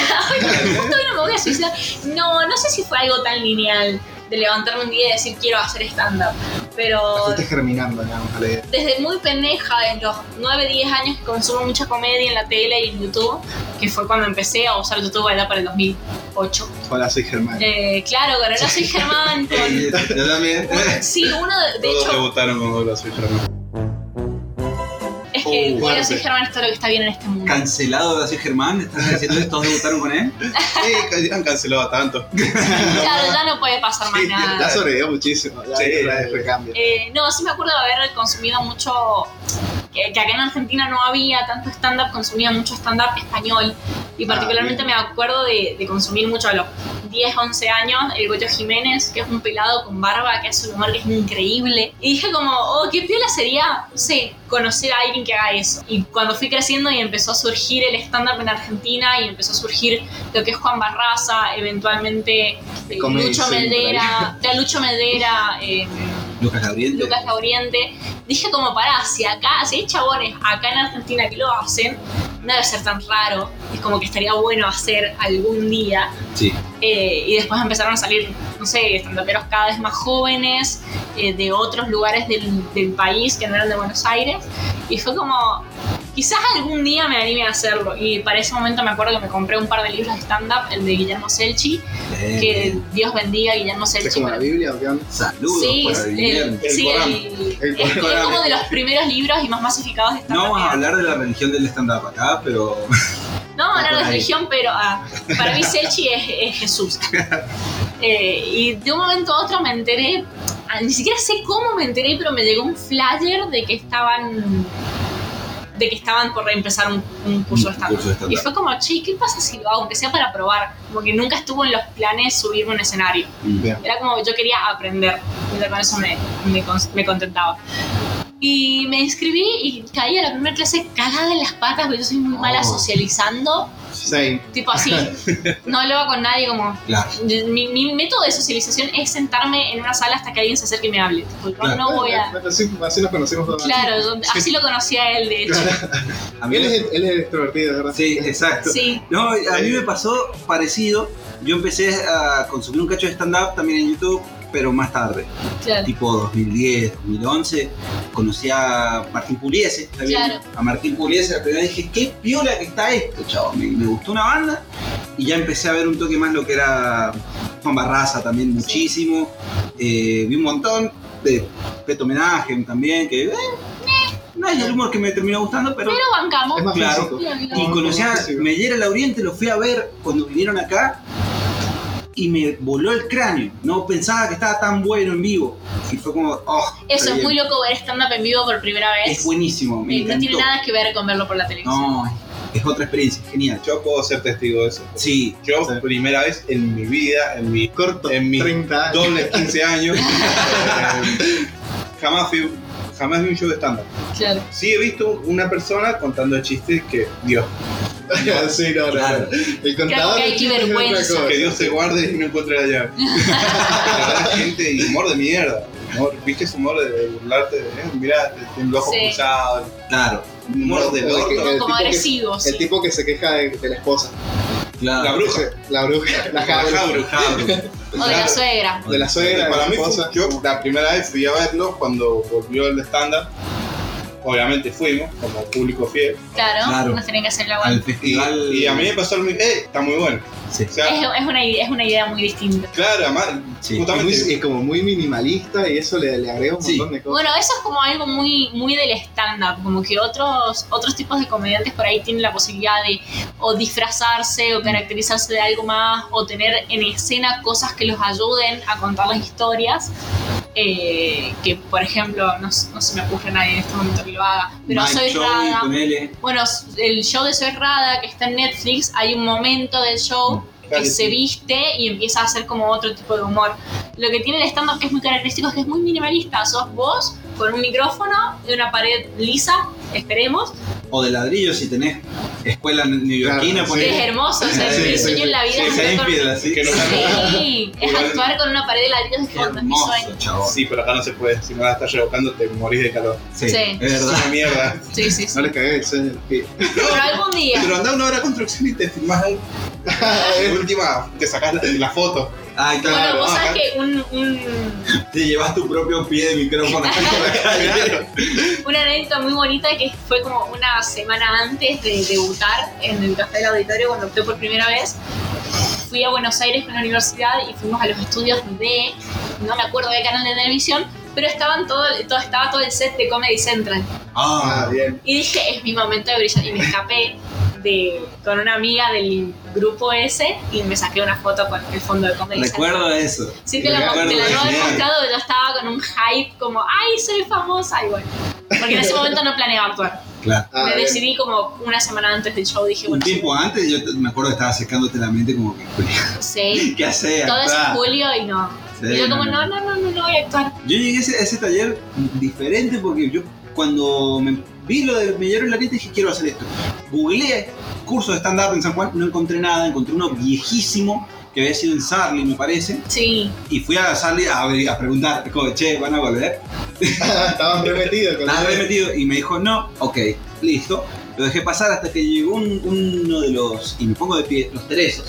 Speaker 3: justo hoy no me voy a suicidar. No, no sé si fue algo tan lineal de levantarme un día y decir quiero hacer stand-up.
Speaker 5: La
Speaker 3: Pero
Speaker 5: fuiste germinando, digamos, a la idea.
Speaker 3: desde muy pendeja, en los 9, 10 años que consumo mucha comedia en la tele y en YouTube, que fue cuando empecé a usar YouTube allá para el 2008.
Speaker 5: Hola, soy Germán.
Speaker 3: Eh, claro, con Hola soy Germán, con...
Speaker 7: Yo también.
Speaker 3: Sí, uno de, de
Speaker 6: todos
Speaker 3: hecho...
Speaker 6: debutaron con Hola, soy Germán.
Speaker 3: Es que
Speaker 5: Oh,
Speaker 3: Hola soy
Speaker 5: fuerte.
Speaker 3: Germán es todo lo que está bien en este mundo.
Speaker 7: Cancelado de así Germán. ¿Estás diciendo que todos debutaron con él?
Speaker 6: Sí, ca- han cancelado a tantos.
Speaker 3: Claro, ya no puede pasar más
Speaker 6: Sí,
Speaker 3: nada.
Speaker 5: La sobrevivió muchísimo. La
Speaker 6: Sí.
Speaker 5: la de recambio.
Speaker 3: Eh, no, sí me acuerdo de haber consumido mucho, que, que acá en Argentina no había tanto stand-up, consumía mucho stand-up español. Y particularmente me acuerdo de, de consumir mucho a los 10, 11 años el Goyo Jiménez, que es un pelado con barba, que hace un humor que es increíble. Y dije como, oh, qué piola sería, no sé, conocer a alguien que haga eso. Y cuando fui creciendo y empezó a surgir el stand-up en Argentina y empezó a surgir lo que es Juan Barraza, eventualmente eh,
Speaker 5: Comedy
Speaker 3: Lucho
Speaker 5: Central.
Speaker 3: Medera, ya Lucho Medera, eh,
Speaker 7: Lucas Gabriel.
Speaker 3: Lucas Lauriente. Dije como, pará, si acá, si hay chabones acá en Argentina que lo hacen, no debe ser tan raro. Es como que estaría bueno hacer algún día.
Speaker 7: Sí.
Speaker 3: Eh, y después empezaron a salir, no sé, estandoperos cada vez más jóvenes, eh, de otros lugares del, del país que no eran de Buenos Aires. Y fue como, quizás algún día me anime a hacerlo. Y para ese momento me acuerdo que me compré un par de libros de stand-up, el de Guillermo Selchi, que
Speaker 7: Bien.
Speaker 3: Dios bendiga a Guillermo
Speaker 5: ¿Es
Speaker 3: Selchi.
Speaker 5: como
Speaker 3: para-
Speaker 5: la Biblia o qué onda?
Speaker 7: Eh, Saludos
Speaker 3: Sí,
Speaker 7: para
Speaker 3: el-
Speaker 7: Guillermo.
Speaker 6: El
Speaker 3: sí,
Speaker 6: Corán.
Speaker 3: el-
Speaker 5: El
Speaker 3: es,
Speaker 5: Corán.
Speaker 3: es como de los primeros libros y más masificados de esta
Speaker 7: No vamos a hablar de la religión del stand-up acá, pero
Speaker 3: No vamos a hablar de
Speaker 7: por ahí.
Speaker 3: religión, pero ah, para mí Selchi es, es Jesús. Eh, y de un momento a otro me enteré, ah, ni siquiera sé cómo me enteré, pero me llegó un flyer de que estaban de que estaban por empezar un, un curso de
Speaker 7: Un
Speaker 3: stand-up.
Speaker 7: curso de
Speaker 3: Y
Speaker 7: stand-up.
Speaker 3: fue como, che, ¿qué pasa si lo hago? Aunque sea para probar. Como que nunca estuvo en los planes subirme a un escenario.
Speaker 7: Mm,
Speaker 5: Bien.
Speaker 3: Era como yo quería aprender. Y ya con eso me, me, cons- me contentaba. Y me inscribí y caí a la primera clase cagada en las patas, porque yo soy muy mala
Speaker 7: Oh.
Speaker 3: socializando.
Speaker 5: Same.
Speaker 3: Tipo así, no hablaba con nadie como...
Speaker 7: claro.
Speaker 3: Mi, mi método de socialización es sentarme en una sala hasta que alguien se acerque y me hable. Tipo, yo no voy a...
Speaker 5: Bueno, Así, así nos conocimos todos.
Speaker 3: Claro, yo- así lo conocí a él, de hecho.
Speaker 7: A mí
Speaker 5: Él es, el- él es el extrovertido, ¿verdad?
Speaker 7: Sí, exacto.
Speaker 3: Sí.
Speaker 7: No, a mí me pasó parecido. Yo empecé a consumir un cacho de stand-up también en YouTube, pero más tarde,
Speaker 3: Claro.
Speaker 7: tipo 2010, 2011. Conocí a Martín Puliese, está bien.
Speaker 3: Claro.
Speaker 7: A Martín Puliese, la primera vez dije, qué piola que está esto, chavo. Me, me gustó una banda y ya empecé a ver un toque más lo que era Juan Barraza también, muchísimo. Eh, vi un montón de Peto Homenaje también, que eh, no es el humor que me terminó gustando, pero
Speaker 3: Pero bancamos.
Speaker 5: Es más
Speaker 7: Claro.
Speaker 5: físico.
Speaker 3: Claro.
Speaker 7: y conocí a
Speaker 5: Sí, sí.
Speaker 7: Mellera Lauriente, lo fui a ver cuando vinieron acá. y me voló el cráneo. No pensaba que estaba tan bueno en vivo. Y fue como, oh,
Speaker 3: Eso
Speaker 7: qué
Speaker 3: es
Speaker 7: bien.
Speaker 3: muy loco ver stand-up en vivo por primera vez.
Speaker 7: Es buenísimo, me
Speaker 3: Eh, no tiene
Speaker 7: encantó.
Speaker 3: nada que ver con verlo por la televisión.
Speaker 7: No, es otra experiencia, genial.
Speaker 6: Yo puedo ser testigo de eso.
Speaker 7: Sí,
Speaker 6: Yo, primera vez en mi vida, en mi
Speaker 5: Corto,
Speaker 6: En mi
Speaker 5: 30 años.
Speaker 6: dobles 15 años, eh, jamás, fui, jamás vi un show de stand-up.
Speaker 3: Claro.
Speaker 6: Sí he visto una persona contando chistes que Dios,
Speaker 5: sí, no, no, no.
Speaker 7: Claro.
Speaker 5: El contador
Speaker 3: que hay
Speaker 5: de chistes es
Speaker 3: vergüenza.
Speaker 5: otra cosa.
Speaker 6: que Dios se guarde y no encuentre la llave. La verdad, gente, y humor de mierda. Humor, ¿Viste ese humor de burlarte? de, Eh, mirá, tiene los ojos
Speaker 3: Sí.
Speaker 6: cruzados.
Speaker 7: claro,
Speaker 6: Humor del
Speaker 5: Como
Speaker 6: orto.
Speaker 5: que-
Speaker 3: Como
Speaker 5: tipo que-
Speaker 3: agresivos.
Speaker 5: El tipo que se queja de, de la esposa.
Speaker 6: La
Speaker 7: claro.
Speaker 6: bruja.
Speaker 5: Ese- La bruja. La jabra.
Speaker 6: jabra.
Speaker 7: Pues
Speaker 3: O de la suegra.
Speaker 5: De la suegra, de
Speaker 6: para
Speaker 5: la
Speaker 6: mí, fue-
Speaker 5: esposa.
Speaker 6: yo la primera vez fui a verlo cuando volvió el estándar. Obviamente fuimos, como público fiel.
Speaker 3: Claro,
Speaker 7: Claro.
Speaker 3: nos tienen que hacer la
Speaker 7: Al
Speaker 3: guardia.
Speaker 6: Y,
Speaker 7: festival.
Speaker 6: y a mí me pasó el mismo. ¡Eh! Está muy bueno.
Speaker 7: Sí.
Speaker 6: O sea,
Speaker 3: Es, es una, idea- es una idea muy distinta.
Speaker 6: claro, además,
Speaker 7: Sí.
Speaker 5: Es,
Speaker 6: justamente.
Speaker 5: muy- es como muy minimalista y eso le, le agrega un
Speaker 7: Sí.
Speaker 5: montón de cosas.
Speaker 3: Bueno, eso es como algo muy, muy del stand-up, como que otros, otros tipos de comediantes por ahí tienen la posibilidad de o disfrazarse o caracterizarse de algo más o tener en escena cosas que los ayuden a contar las historias. eh, que por ejemplo, no, s- no se me ocurre a nadie en este momento que lo haga, pero
Speaker 7: Mike
Speaker 3: soy
Speaker 7: Choi,
Speaker 3: rara.
Speaker 7: ponele.
Speaker 3: Bueno, el show de Soy Rada que está en Netflix, hay un momento del show
Speaker 7: Mm,
Speaker 6: Claro,
Speaker 3: que se
Speaker 6: sí.
Speaker 3: viste y empieza a hacer como otro tipo de humor. Lo que tiene el stand-up que es muy característico es que es muy minimalista. Sos vos con un micrófono y una pared lisa, esperemos.
Speaker 7: O de ladrillo si tenés escuela neoyorquina,
Speaker 5: Claro, sí.
Speaker 3: que es
Speaker 7: ponele.
Speaker 3: hermoso, o sea,
Speaker 7: Sí,
Speaker 3: mi
Speaker 7: sí,
Speaker 3: sueño en la vida es
Speaker 7: Sí,
Speaker 3: actuar con...
Speaker 7: Seinfeld, así.
Speaker 6: que no-
Speaker 3: Sí, es
Speaker 6: Igual-
Speaker 3: actuar con una pared de ladrillos de
Speaker 7: Qué
Speaker 3: fondo, es mi sueño.
Speaker 7: hermoso, chavos.
Speaker 6: Sí, pero acá no se puede. Si me la estás revocando, te morís de calor.
Speaker 7: Sí,
Speaker 3: Sí.
Speaker 7: es verdad.
Speaker 6: Es una mierda.
Speaker 3: Sí, sí, sí.
Speaker 5: No les cagué el sueño. Sí.
Speaker 3: Pero algún día,
Speaker 6: Pero andá una hora de construcción y te filmás ahí. De última, te sacás la, la foto.
Speaker 7: Ay,
Speaker 3: bueno,
Speaker 7: claro.
Speaker 3: vos
Speaker 6: no,
Speaker 3: sabés
Speaker 6: acá-
Speaker 3: que un- un,
Speaker 7: Te llevas tu propio pie de micrófono.
Speaker 3: una anécdota muy bonita que fue como una semana antes de debutar en el Café del Auditorio cuando opté por primera vez. Fui a Buenos Aires con la universidad y fuimos a los estudios de, no me acuerdo qué canal de televisión, pero estaban todo, todo, estaba todo el set de Comedy Central.
Speaker 5: Ah,
Speaker 7: Ah,
Speaker 5: bien.
Speaker 3: Y dije, es mi momento de brillar. Y me escapé de, con una amiga del grupo ese y me saqué una foto con el fondo de Comedy Central.
Speaker 7: recuerdo eso.
Speaker 3: Sí, te la,
Speaker 7: Recuerdo
Speaker 3: te la
Speaker 7: eso,
Speaker 3: no he
Speaker 7: genial.
Speaker 3: mostrado, yo estaba con un hype como, ay, soy famosa, y bueno. Porque en ese momento no planeaba actuar.
Speaker 7: Claro.
Speaker 5: Ah,
Speaker 3: Me
Speaker 5: bien.
Speaker 3: decidí como una semana antes del show, dije,
Speaker 7: Un
Speaker 3: bueno,
Speaker 7: tiempo antes yo te- me acuerdo que estaba secándote la mente como que,
Speaker 3: sí,
Speaker 7: ¿qué haces?
Speaker 3: todo es en
Speaker 7: Acá.
Speaker 3: julio y no.
Speaker 7: Sí,
Speaker 3: y yo
Speaker 7: no,
Speaker 3: como,
Speaker 7: no.
Speaker 3: no, no, no, no, no voy a actuar.
Speaker 7: Yo llegué a ese, a ese taller diferente porque yo cuando me vi lo de Mellero en la neta dije quiero hacer esto. Googleé curso de stand-up en San Juan, no encontré nada, encontré uno viejísimo que había sido en Sarli me parece,
Speaker 3: Sí,
Speaker 7: y fui a Sarli a, ver- a preguntar, como, che, ¿van a volver?
Speaker 5: Ah, Estaban remetidos con
Speaker 7: Estaba remetido y me dijo, no, ok, listo. Lo dejé pasar hasta que llegó un- uno de los, y me pongo de pie, los teresos.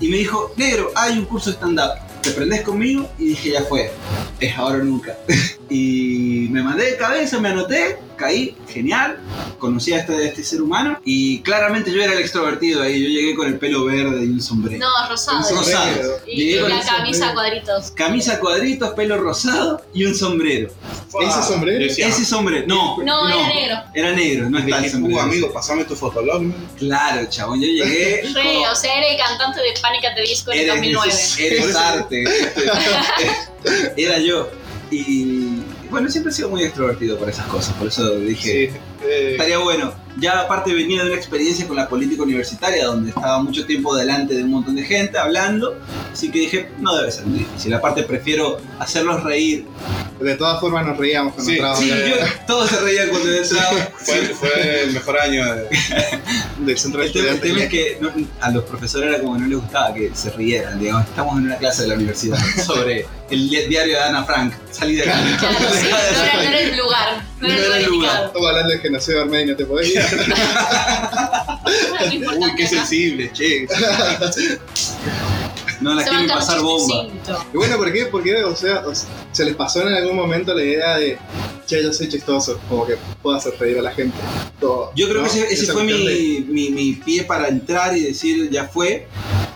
Speaker 7: Y me dijo, negro, hay un curso de stand-up. ¿Te prendés conmigo? Y dije, ya fue. Es ahora o nunca. y me mandé de cabeza, me anoté, caí, genial. Conocí a este, a este ser humano. Y claramente yo era el extrovertido ahí. Yo llegué con el pelo verde y un sombrero.
Speaker 3: no, rosado.
Speaker 7: un rosado.
Speaker 5: sombrero.
Speaker 3: Y, y
Speaker 7: Llegué con
Speaker 3: la
Speaker 7: el
Speaker 3: camisa a
Speaker 7: sombrero.
Speaker 3: cuadritos.
Speaker 7: Camisa a cuadritos, pelo rosado y un sombrero.
Speaker 5: ¿Ese sombrero?
Speaker 6: Yo decía,
Speaker 7: Ese sombrero, no.
Speaker 3: No, era negro.
Speaker 7: Era negro, no está el
Speaker 6: dije, "Uh,
Speaker 7: sombrero.
Speaker 6: amigo, pasame tu fotolog. ¿no?".
Speaker 7: Claro, chabón, yo llegué.
Speaker 3: Re,
Speaker 7: como-
Speaker 3: o sea, era el cantante de Panic at the Disco en el
Speaker 7: Eres,
Speaker 3: 2009.
Speaker 7: neces- eres arte. Era yo. Y bueno, siempre he sido muy extrovertido por esas cosas, por eso dije,
Speaker 6: Sí, eh,
Speaker 7: estaría bueno. Ya aparte venía de una experiencia con la política universitaria, donde estaba mucho tiempo delante de un montón de gente hablando, así que dije, no debe ser muy difícil. Aparte prefiero hacerlos reír.
Speaker 5: De todas formas nos reíamos cuando
Speaker 6: Sí.
Speaker 5: entrábamos.
Speaker 7: Sí,
Speaker 5: de-
Speaker 7: yo, todos se reían cuando yo entraba.
Speaker 6: fue, fue el mejor año de,
Speaker 5: del centro de
Speaker 7: El tema, el tema es
Speaker 5: estudiantes.
Speaker 7: que no- a los profesores era como que no les gustaba que se rieran, digamos, estamos en una clase de la universidad sobre el di- diario de Ana Frank, salí de acá.
Speaker 3: Claro, sí, no era, no era el lugar. No era el lugar indicado.
Speaker 5: Estamos hablando del genocidio armenio, no te podés ir.
Speaker 3: Bueno, no importa,
Speaker 6: Uy, qué
Speaker 3: ¿no?
Speaker 6: sensible, che.
Speaker 7: No la
Speaker 3: Se van
Speaker 7: quieren
Speaker 3: con
Speaker 7: pasar
Speaker 3: los
Speaker 7: bomba.
Speaker 3: instintos.
Speaker 5: Y bueno, ¿por qué? Porque, o sea, o sea, se les pasó en algún momento la idea de, che, yo soy chistoso, como que puedo hacer reír a la gente. Todo,
Speaker 7: Yo creo
Speaker 5: ¿no?
Speaker 7: que ese, ese
Speaker 5: Esa
Speaker 7: fue
Speaker 5: cuestión de-
Speaker 7: mi, mi- mi pie para entrar y decir ya fue.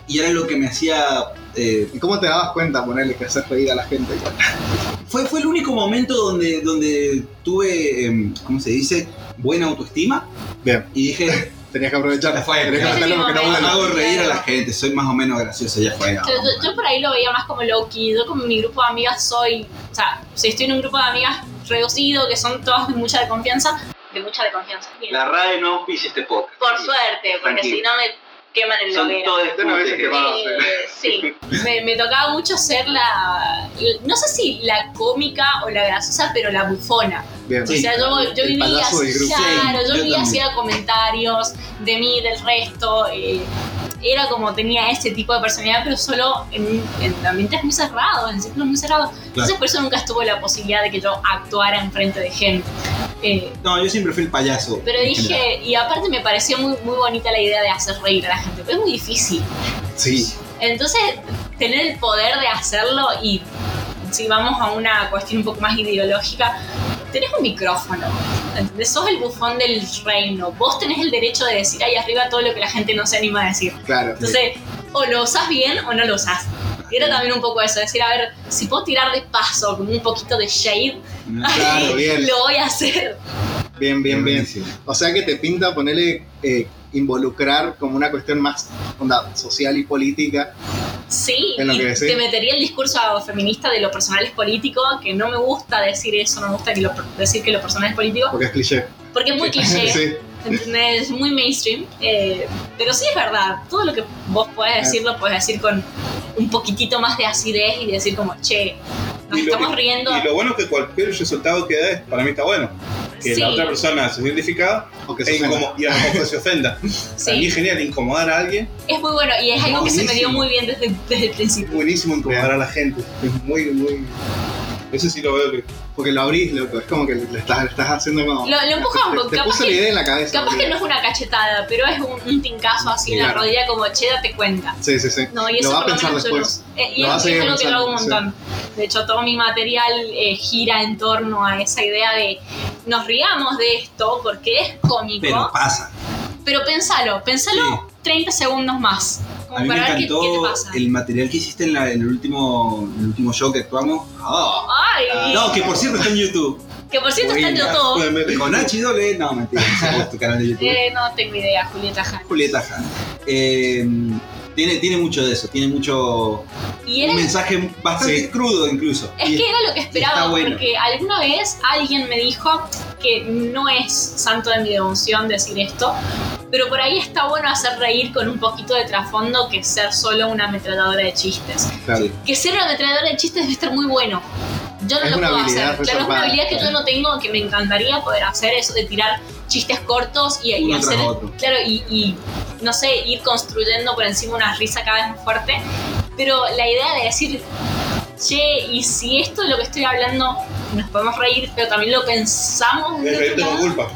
Speaker 7: Y era lo que me hacía. eh,
Speaker 5: ¿Y cómo te dabas cuenta, ponerle que hacer reír a la gente?
Speaker 7: fue, fue el único momento donde, donde tuve, em, ¿cómo se dice? Buena autoestima.
Speaker 5: Bien.
Speaker 7: Y dije,
Speaker 5: Tenías que aprovecharla.
Speaker 7: Ya fue,
Speaker 5: Tenías que
Speaker 7: ese
Speaker 5: meterle porque no
Speaker 3: momento.
Speaker 5: vuela.
Speaker 7: Hago reír a la
Speaker 3: Claro.
Speaker 7: gente, soy más o menos gracioso, ya fue. no,
Speaker 3: Yo, yo- yo por ahí lo veía más como Loki. Yo con mi grupo de amigas soy. O sea, si estoy en un grupo de amigas reducido, que son todas de mucha de confianza, de mucha de confianza. Bien.
Speaker 2: La RAE no auspicia este podcast.
Speaker 8: Por suerte, porque
Speaker 2: Tranquilo.
Speaker 8: si no me queman el
Speaker 2: Son
Speaker 8: loguero.
Speaker 2: todos
Speaker 1: De una vez que va a hacer.
Speaker 8: Eh, sí.
Speaker 3: Me, me tocaba mucho ser la. No sé si la cómica o la graciosa, pero la bufona.
Speaker 5: Bien.
Speaker 3: o sea, yo, yo
Speaker 5: el
Speaker 3: vivía,
Speaker 5: payaso del grupo.
Speaker 3: claro,
Speaker 7: Sí,
Speaker 3: yo
Speaker 7: yo
Speaker 3: vivía
Speaker 7: también.
Speaker 3: haciendo comentarios de mí, del resto. eh, era como tenía ese tipo de personalidad, pero solo en, en ambientes muy cerrados, en círculos muy cerrados. Entonces, por eso nunca estuvo la posibilidad de que yo actuara enfrente de gente. Eh,
Speaker 7: No, yo siempre fui el payaso.
Speaker 3: pero
Speaker 7: en general.
Speaker 3: dije, y aparte me pareció muy, muy bonita la idea de hacer reír a la gente, pero es muy difícil.
Speaker 5: Sí.
Speaker 3: Entonces, tener el poder de hacerlo y si vamos a una cuestión un poco más ideológica, tenés un micrófono, ¿entendés? Sos el bufón del reino. Vos tenés el derecho de decir ahí arriba todo lo que la gente no se anima a decir.
Speaker 5: Claro.
Speaker 3: Entonces, o lo usás bien o no lo usás. Y Era también un poco eso, decir, a ver, si puedo tirar de paso, como un poquito de shade,
Speaker 5: Mm, Claro, bien.
Speaker 3: lo voy a hacer.
Speaker 5: Bien, bien, bien.
Speaker 7: Buenísimo.
Speaker 5: O sea que te pinta ponerle eh, involucrar como una cuestión más onda, social y política.
Speaker 3: Sí,
Speaker 5: En lo
Speaker 3: y
Speaker 5: que decís.
Speaker 3: te metería el discurso feminista de lo personal es político, que no me gusta decir eso, no me gusta que lo- decir que lo personal es político,
Speaker 5: Porque es cliché.
Speaker 3: Porque es muy cliché,
Speaker 5: Sí.
Speaker 3: ¿entendés? es muy mainstream. eh, pero sí es verdad, todo lo que vos podés decir lo podés decir con un poquitito más de acidez y decir como, che, nos
Speaker 6: Y lo
Speaker 3: estamos
Speaker 6: que-
Speaker 3: riendo.
Speaker 6: Y lo bueno es que cualquier resultado que da, para mí está bueno. Que
Speaker 3: Sí,
Speaker 6: la otra persona se identificada
Speaker 5: O que
Speaker 6: e
Speaker 5: se ofenda.
Speaker 6: incomo- y a lo mejor se ofenda. A mí
Speaker 3: sí,
Speaker 6: es genial incomodar a alguien,
Speaker 3: es muy bueno y es algo que se me dio
Speaker 6: Buenísimo.
Speaker 3: muy bien desde, desde el
Speaker 6: es
Speaker 3: principio.
Speaker 6: buenísimo incomodar a la gente. Es muy, muy. Eso sí lo veo que.
Speaker 5: Porque lo abrís, loco. Es como que lo estás, lo estás haciendo como.
Speaker 3: Lo, lo empujamos,
Speaker 5: te, te
Speaker 3: capaz,
Speaker 5: puso la
Speaker 3: que,
Speaker 5: idea en la cabeza.
Speaker 3: capaz que
Speaker 5: boludo.
Speaker 3: no es una cachetada, pero es un, un tincazo así en la
Speaker 5: Claro.
Speaker 3: rodilla como, che, date cuenta.
Speaker 5: Sí, sí, sí.
Speaker 3: No, y eso
Speaker 5: lo va a
Speaker 3: por lo
Speaker 5: pensar
Speaker 3: menos yo
Speaker 5: después.
Speaker 3: lo- eh, y
Speaker 5: Lo va a
Speaker 3: es,
Speaker 5: seguir
Speaker 3: es algo que yo
Speaker 5: pensando,
Speaker 3: hago un
Speaker 5: sí.
Speaker 3: montón. De hecho, todo mi material eh, gira en torno a esa idea de nos riamos de esto porque es cómico,
Speaker 7: Pero
Speaker 3: pero,
Speaker 7: pasa.
Speaker 3: pensalo, pensalo 30 segundos más.
Speaker 7: A
Speaker 3: Como
Speaker 7: mí me
Speaker 3: para ver qué,
Speaker 7: encantó
Speaker 3: qué te pasa.
Speaker 7: el material que hiciste en, la- en el, último, en el último show que actuamos. Ah.
Speaker 3: Ay,
Speaker 7: No, que por cierto está en YouTube.
Speaker 3: que por cierto está en
Speaker 7: Buena.
Speaker 3: YouTube.
Speaker 6: Pueden ver-
Speaker 7: Con H y doble. No, mentira, no sé, tu canal de YouTube.
Speaker 3: Eh, no tengo idea, Julieta Jara.
Speaker 7: Julieta Jara. Eh, tiene, tiene mucho de eso, tiene mucho.
Speaker 3: Y este era
Speaker 7: Un mensaje bastante crudo, incluso.
Speaker 3: Es
Speaker 7: Y-
Speaker 3: que era lo que
Speaker 7: está
Speaker 3: esperaba,
Speaker 7: bueno.
Speaker 3: porque alguna vez alguien me dijo que no es santo de mi devoción decir esto, pero por ahí está bueno hacer reír con un poquito de trasfondo que ser solo una ametralladora de chistes.
Speaker 5: Claro.
Speaker 3: Que ser una ametralladora de chistes debe estar muy bueno. Yo no
Speaker 5: Es
Speaker 3: lo
Speaker 5: una
Speaker 3: puedo hacer.
Speaker 5: habilidad
Speaker 3: Claro, es una
Speaker 5: reservada,
Speaker 3: habilidad que yo no tengo, que me encantaría poder hacer eso de tirar chistes cortos y, y
Speaker 7: Uno tras
Speaker 3: hacer.
Speaker 7: otro.
Speaker 3: Claro, y, y, no sé, ir construyendo por encima una risa cada vez más fuerte. Pero la idea de decir, che, y si esto de lo que estoy hablando nos podemos reír, pero también lo pensamos.
Speaker 6: de
Speaker 3: desde otro
Speaker 6: repente con
Speaker 3: lado".
Speaker 6: culpa.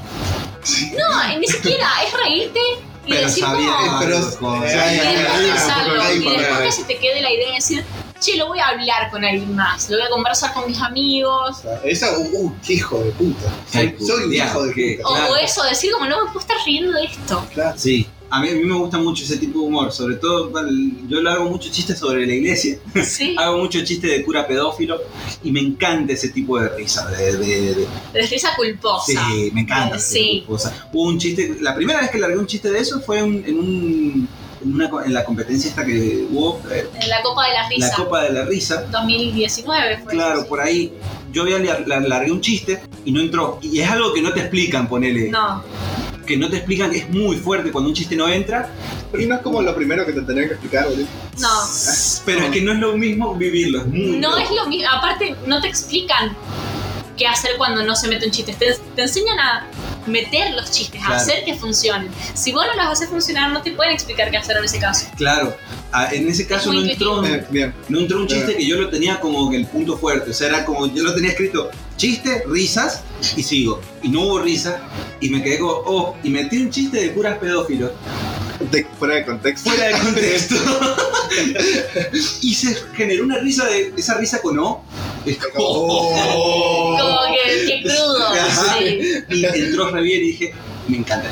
Speaker 3: No, ni siquiera, es reírte y
Speaker 7: Pero
Speaker 3: decir,
Speaker 7: sabía.
Speaker 3: como,
Speaker 7: Pero-
Speaker 5: Con-
Speaker 6: eh,
Speaker 5: ya,
Speaker 3: y
Speaker 5: ya,
Speaker 3: después
Speaker 5: ya, ya,
Speaker 3: pensarlo,
Speaker 5: ya,
Speaker 3: y
Speaker 5: ya,
Speaker 3: después
Speaker 5: ya.
Speaker 3: que se te quede la idea de decir, che, lo voy a hablar con alguien más, lo voy a conversar con mis amigos.
Speaker 6: O sea, Esa, uh, uh, qué hijo de puta. Soy,
Speaker 7: Ay,
Speaker 6: soy un
Speaker 7: puteado,
Speaker 6: hijo de
Speaker 7: qué-
Speaker 6: puta.
Speaker 3: O
Speaker 7: Claro.
Speaker 3: eso, decir como, no me puedo estar riendo de esto.
Speaker 7: Sí, a mí, a mí me gusta mucho ese tipo de humor, sobre todo bueno, yo le hago muchos chistes sobre la iglesia,
Speaker 3: Sí,
Speaker 7: hago muchos chistes de cura pedófilo y me encanta ese tipo de risa. De, de- de-
Speaker 3: de risa culposa.
Speaker 7: sí, me encanta. ese
Speaker 3: Sí.
Speaker 7: tipo de cosa. Hubo un chiste, la primera vez que largué un chiste de eso fue en, en un- en una co- en la competencia esta que hubo, eh,
Speaker 3: En la Copa de la
Speaker 7: la
Speaker 3: Risa,
Speaker 7: Copa de la Risa.
Speaker 3: 2019 fue.
Speaker 7: Claro, por ahí yo había lar- lar- largué un chiste y no entró. Y es algo que no te explican, ponele.
Speaker 3: No,
Speaker 7: Que no te explican, es muy fuerte cuando un chiste no entra.
Speaker 5: Pero no es como lo primero que te tendría que explicar, boludo.
Speaker 3: no.
Speaker 7: Pero es que no es lo mismo vivirlo, es muy
Speaker 3: No es lo mismo. Aparte, no te explican qué hacer cuando no se mete un chiste. Te, te enseñan a meter los chistes,
Speaker 7: Claro.
Speaker 3: a hacer que funcionen. Si vos no los haces funcionar, no te pueden explicar qué hacer en ese caso.
Speaker 7: Claro, Ah, en ese caso
Speaker 3: muy
Speaker 7: no entró,
Speaker 5: Eh, bien.
Speaker 7: no entró un chiste
Speaker 5: Claro.
Speaker 7: que yo lo tenía como que el punto fuerte, o sea, era como yo lo tenía escrito chiste, risas y sigo. Y no hubo risa y me quedé como, oh, y metí un chiste de curas pedófilos
Speaker 5: De- fuera de contexto.
Speaker 7: fuera de contexto. y se generó una risa de esa risa con O. Es como,
Speaker 5: "Oh".
Speaker 3: Como que, qué crudo.
Speaker 7: Oh. Ajá.
Speaker 3: sí.
Speaker 7: Y entró re bien y dije, me encanta.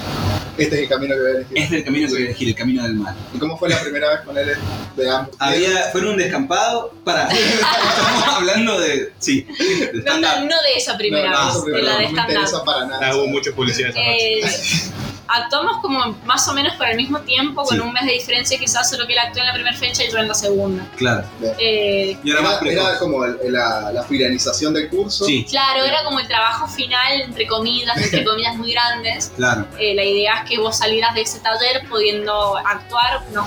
Speaker 5: Este es el camino que voy a elegir.
Speaker 7: Este es el camino que voy a elegir, el camino del mal.
Speaker 5: ¿Y cómo fue la primera vez con él de ambos?
Speaker 7: Había, fueron un descampado para. Estamos hablando de. Sí, de
Speaker 3: No,
Speaker 7: stand-up.
Speaker 3: no de esa primera
Speaker 5: No, no,
Speaker 3: vez,
Speaker 5: no,
Speaker 3: de la de
Speaker 5: no me
Speaker 6: Ah,
Speaker 3: stand-up.
Speaker 5: interesa para nada.
Speaker 2: muchos publicidad
Speaker 3: Eh, actuamos como más o menos por el mismo tiempo, con
Speaker 7: Sí.
Speaker 3: un mes de diferencia quizás, solo que él actuó en la primera fecha y yo en la segunda.
Speaker 7: Claro.
Speaker 3: Eh,
Speaker 7: Y era más
Speaker 5: Era,
Speaker 7: precoz.
Speaker 5: era como el- la, la finalización del curso.
Speaker 7: Sí,
Speaker 3: claro, era como el trabajo final, entre comillas, entre comillas muy grandes.
Speaker 7: claro.
Speaker 3: Eh, la idea es que vos salieras de ese taller pudiendo actuar unos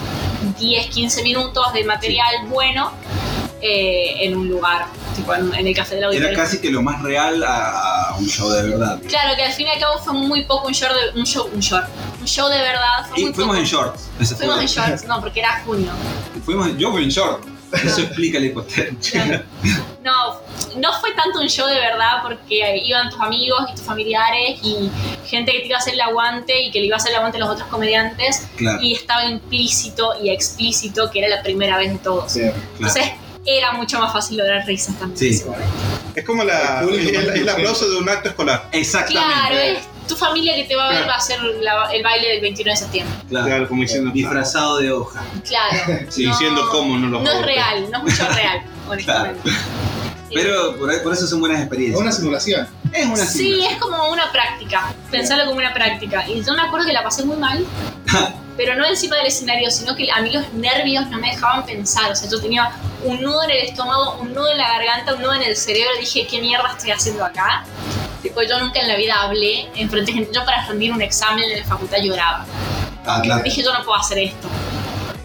Speaker 3: 10, 15 minutos de material bueno eh, en un lugar, tipo en, en el café del auditorio.
Speaker 7: Era casi que lo más real a, a un show de verdad.
Speaker 3: Claro, que al fin y al cabo fue muy poco un show de, un show, un short, un show de verdad. Fue
Speaker 7: Y
Speaker 3: muy
Speaker 7: fuimos
Speaker 3: poco.
Speaker 7: en shorts. Ese fue-
Speaker 3: Fuimos en shorts, no, porque era junio.
Speaker 7: fuimos- yo fui en short. Eso explica la hipoteca.
Speaker 3: No, no fue tanto un show de verdad porque iban tus amigos y tus familiares y gente que te iba a hacer el aguante y que le iba a hacer el aguante a los otros comediantes
Speaker 7: Claro,
Speaker 3: y estaba implícito y explícito que era la primera vez de todos.
Speaker 5: Sí.
Speaker 7: claro.
Speaker 3: Entonces era mucho más fácil lograr risas también.
Speaker 7: Sí,
Speaker 6: Es como la,
Speaker 5: El público
Speaker 6: el,
Speaker 5: más
Speaker 6: el
Speaker 5: que
Speaker 6: aplauso de un acto escolar.
Speaker 3: Claro,
Speaker 7: exactamente.
Speaker 3: es tu familia que te va a ver
Speaker 6: Claro.
Speaker 3: va a hacer la- el baile del 21 de septiembre.
Speaker 7: Claro.
Speaker 6: como
Speaker 7: Disfrazado de hoja.
Speaker 3: Claro.
Speaker 6: Sí,
Speaker 3: no-
Speaker 6: diciendo cómo no los
Speaker 3: No es
Speaker 6: abortes.
Speaker 3: real, no es mucho real, honestamente.
Speaker 7: Pero por, ahí- por eso son buenas
Speaker 5: Es
Speaker 7: experiencias.
Speaker 5: una simulación.
Speaker 7: Es una
Speaker 3: Sí,
Speaker 7: simulación.
Speaker 3: es como una práctica. Pensarlo como una práctica. Y yo me acuerdo que la pasé muy mal. pero no encima del escenario, sino que a mí los nervios no me dejaban pensar. O sea, yo tenía un nudo en el estómago, un nudo en la garganta, un nudo en el cerebro. Dije, ¿qué mierda estoy haciendo acá? Tipo, yo nunca en la vida hablé en frente de gente. Yo para rendir un examen en la facultad lloraba.
Speaker 7: Ah, claro.
Speaker 3: Dije, yo no puedo hacer esto.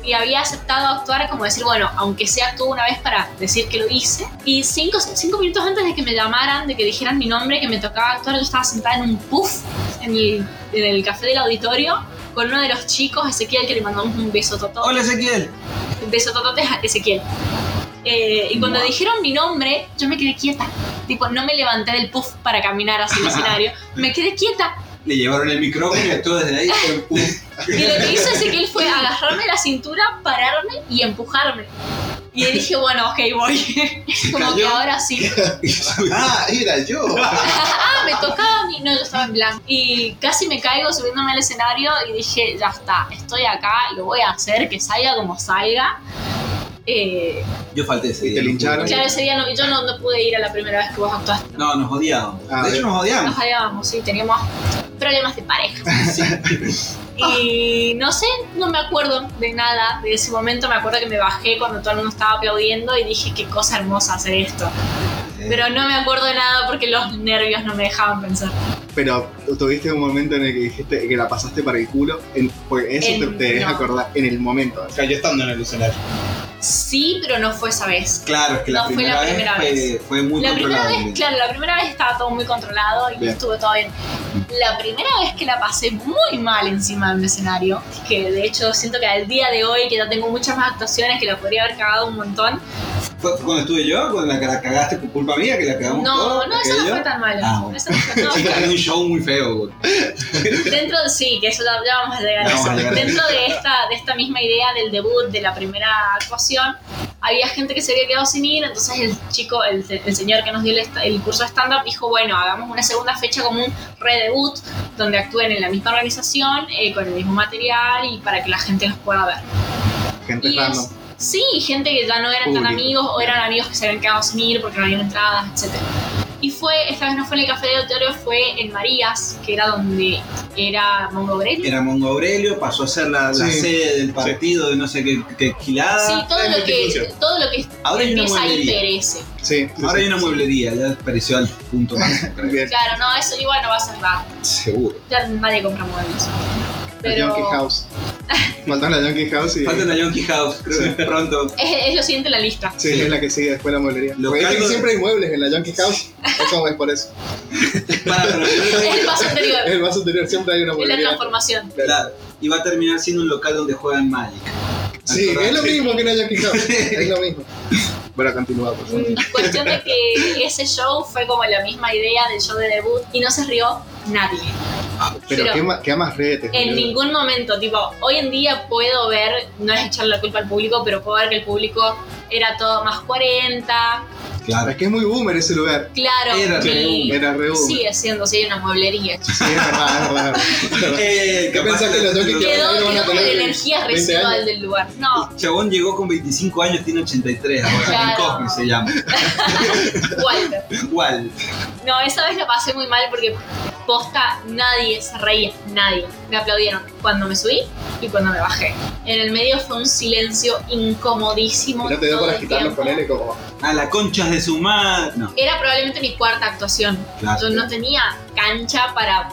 Speaker 3: Y había aceptado actuar como decir, bueno, aunque sea actuó una vez para decir que lo hice. Y cinco, cinco minutos antes de que me llamaran, de que dijeran mi nombre, que me tocaba actuar, yo estaba sentada en un puff en el, en el café del auditorio con uno de los chicos, Ezequiel, que le mandamos un beso totote.
Speaker 7: Hola Ezequiel.
Speaker 3: Un beso totote a Ezequiel. Eh, y cuando dijeron mi nombre, yo me quedé quieta. Tipo, no me levanté del puff para caminar hacia el escenario. Me quedé quieta
Speaker 7: Le llevaron el micrófono y actuó desde ahí. fue un pum.
Speaker 3: Y lo que hizo Ezequiel fue agarrarme la cintura, pararme y empujarme. Y le dije, bueno, ok, voy. Como que ahora sí.
Speaker 5: Ah, era yo.
Speaker 3: Ah, me tocaba a mí. No, yo estaba en blanco. Y casi me caigo subiéndome al escenario y dije, ya está, estoy acá, lo voy a hacer, que salga como salga. Eh,
Speaker 7: Yo falté ese
Speaker 5: Y
Speaker 7: día.
Speaker 5: te lincharon.
Speaker 3: claro, ese día no- yo no, no pude ir a la primera vez que vos actuaste.
Speaker 7: No, nos odiábamos.
Speaker 5: Ah,
Speaker 7: de hecho, nos odiamos.
Speaker 3: Nos hallábamos, sí, teníamos problemas de pareja. Y no sé, no me acuerdo de nada de ese momento. Me acuerdo que me bajé cuando todo el mundo estaba aplaudiendo y dije, qué cosa hermosa hacer esto. Pero no me acuerdo de nada porque los nervios no me dejaban pensar.
Speaker 5: Pero tuviste un momento en el que dijiste que la pasaste para el culo. En, porque eso
Speaker 3: En-
Speaker 5: te, te deja
Speaker 3: no.
Speaker 5: acordar en el momento. así.
Speaker 6: Cayó estando en el escenario.
Speaker 3: Sí, pero no fue esa vez.
Speaker 7: Claro, es que la,
Speaker 3: No, fue
Speaker 7: primera,
Speaker 3: la primera
Speaker 7: vez,
Speaker 3: vez.
Speaker 7: Fue, fue muy
Speaker 3: La primera
Speaker 7: controlada.
Speaker 3: vez, claro, la primera vez estaba todo muy controlado y
Speaker 5: Bien.
Speaker 3: estuvo todo bien. La primera vez que la pasé muy mal encima del escenario, que de hecho siento que al día de hoy, que ya tengo muchas más actuaciones, que la podría haber cagado un montón.
Speaker 7: ¿Fue fue cuando estuve yo? ¿Cuando la, la cagaste por culpa mía? ¿Que la
Speaker 3: No,
Speaker 7: cagamos
Speaker 3: no,
Speaker 7: todos?
Speaker 3: eso no
Speaker 7: aquello?
Speaker 3: fue tan malo.
Speaker 7: Ah, bueno.
Speaker 3: Eso no fue- no,
Speaker 7: Sí,
Speaker 3: fue-
Speaker 7: era un show muy feo, güey.
Speaker 3: dentro de sí, que eso ya, ya vamos a llegar a
Speaker 7: Ya
Speaker 3: eso.
Speaker 7: vamos a llegar a
Speaker 3: Dentro de esta, de esta misma idea del debut, de la primera actuación, había gente que se había quedado sin ir, entonces el chico, el, el señor que nos dio el, esta- el curso de stand-up dijo, bueno, hagamos una segunda fecha como un redebut, donde actúen en la misma organización, eh, con el mismo material y para que la gente los pueda ver.
Speaker 5: Gente
Speaker 3: Y
Speaker 5: random.
Speaker 3: es- sí, gente que ya no eran tan
Speaker 5: Público.
Speaker 3: amigos o eran amigos que se habían quedado sin ir porque no habían entradas, etc. Y fue, esta vez no fue en el Café de Oteorio, fue en Marías, que era donde era Mongo Grelli.
Speaker 7: Era Mongo Aurelio, pasó a ser la, la
Speaker 5: Sí.
Speaker 7: sede del partido de no sé qué, qué
Speaker 3: Sí,
Speaker 7: gilada.
Speaker 3: todo
Speaker 6: en
Speaker 3: lo, que,
Speaker 6: multifunción.
Speaker 3: todo lo que
Speaker 7: Ahora hay una
Speaker 3: empieza a
Speaker 7: mueblería.
Speaker 3: interese.
Speaker 5: Sí, sí,
Speaker 7: Ahora
Speaker 5: sí.
Speaker 7: hay una mueblería, ya pareció al punto máximo, creo.
Speaker 5: Bien.
Speaker 3: Claro, no, eso igual no va a cerrar.
Speaker 7: Seguro.
Speaker 3: Ya nadie compra muebles.
Speaker 5: La Yankee
Speaker 3: Pero
Speaker 5: House. Faltó la Yankee House y.
Speaker 7: Falta una Yankee House, creo que pronto.
Speaker 3: es, es lo siguiente en la lista.
Speaker 5: Sí,
Speaker 7: Sí.
Speaker 5: es la que sigue después la mueblería.
Speaker 7: Los
Speaker 5: Porque viste que
Speaker 7: cargos-
Speaker 5: siempre hay muebles en la Yankee House. Es como es por eso.
Speaker 7: Para, pero-
Speaker 3: Es el paso
Speaker 5: Es
Speaker 3: anterior,
Speaker 5: el más anterior, siempre hay una
Speaker 3: es la
Speaker 5: mueblería.
Speaker 3: transformación.
Speaker 7: Claro. Y va a terminar siendo un local donde juegan Magic.
Speaker 5: Sí, es lo mismo que la Yankee House.
Speaker 7: Sí.
Speaker 5: Es lo mismo. Bueno, continúa, por
Speaker 3: Mm,
Speaker 5: favor.
Speaker 3: Cuestión de que ese show fue como la misma idea del show de debut y no se rió nadie.
Speaker 5: Pero,
Speaker 3: Pero-
Speaker 5: qué, ma- qué más redes.
Speaker 3: En ningún momento, tipo, hoy en día puedo ver, no es echarle la culpa al público, pero puedo ver que el público era todo más 40,
Speaker 7: Claro.
Speaker 5: Es que es muy boomer ese lugar.
Speaker 3: claro,
Speaker 7: Era re
Speaker 3: y
Speaker 5: Era re boomer. Sí,
Speaker 3: sigue siendo, sí, hay una mueblería.
Speaker 5: es verdad, es verdad. Es verdad.
Speaker 7: Eh,
Speaker 5: ¿Qué pensás que los Yankees que
Speaker 3: Quedó,
Speaker 5: van a
Speaker 3: quedó
Speaker 5: tener-
Speaker 3: con
Speaker 5: van a
Speaker 3: la
Speaker 5: tener
Speaker 3: energía
Speaker 5: 20
Speaker 3: residual
Speaker 5: años?
Speaker 3: del lugar. No,
Speaker 7: El Chabón llegó con 25 años, tiene 83 ahora.
Speaker 3: Claro.
Speaker 7: Ken Cosme se llama.
Speaker 3: Walter.
Speaker 7: Igual.
Speaker 3: No, esa vez la pasé muy mal porque posta nadie se reía, nadie. Me aplaudieron cuando me subí y cuando me bajé. En el medio fue un silencio incomodísimo.
Speaker 5: No te dio
Speaker 3: todo
Speaker 5: para
Speaker 3: el
Speaker 5: quitarlo
Speaker 3: tiempo.
Speaker 5: con él como.
Speaker 7: A la conchas de su madre. No,
Speaker 3: Era probablemente mi cuarta actuación.
Speaker 7: claro.
Speaker 3: Yo no tenía cancha para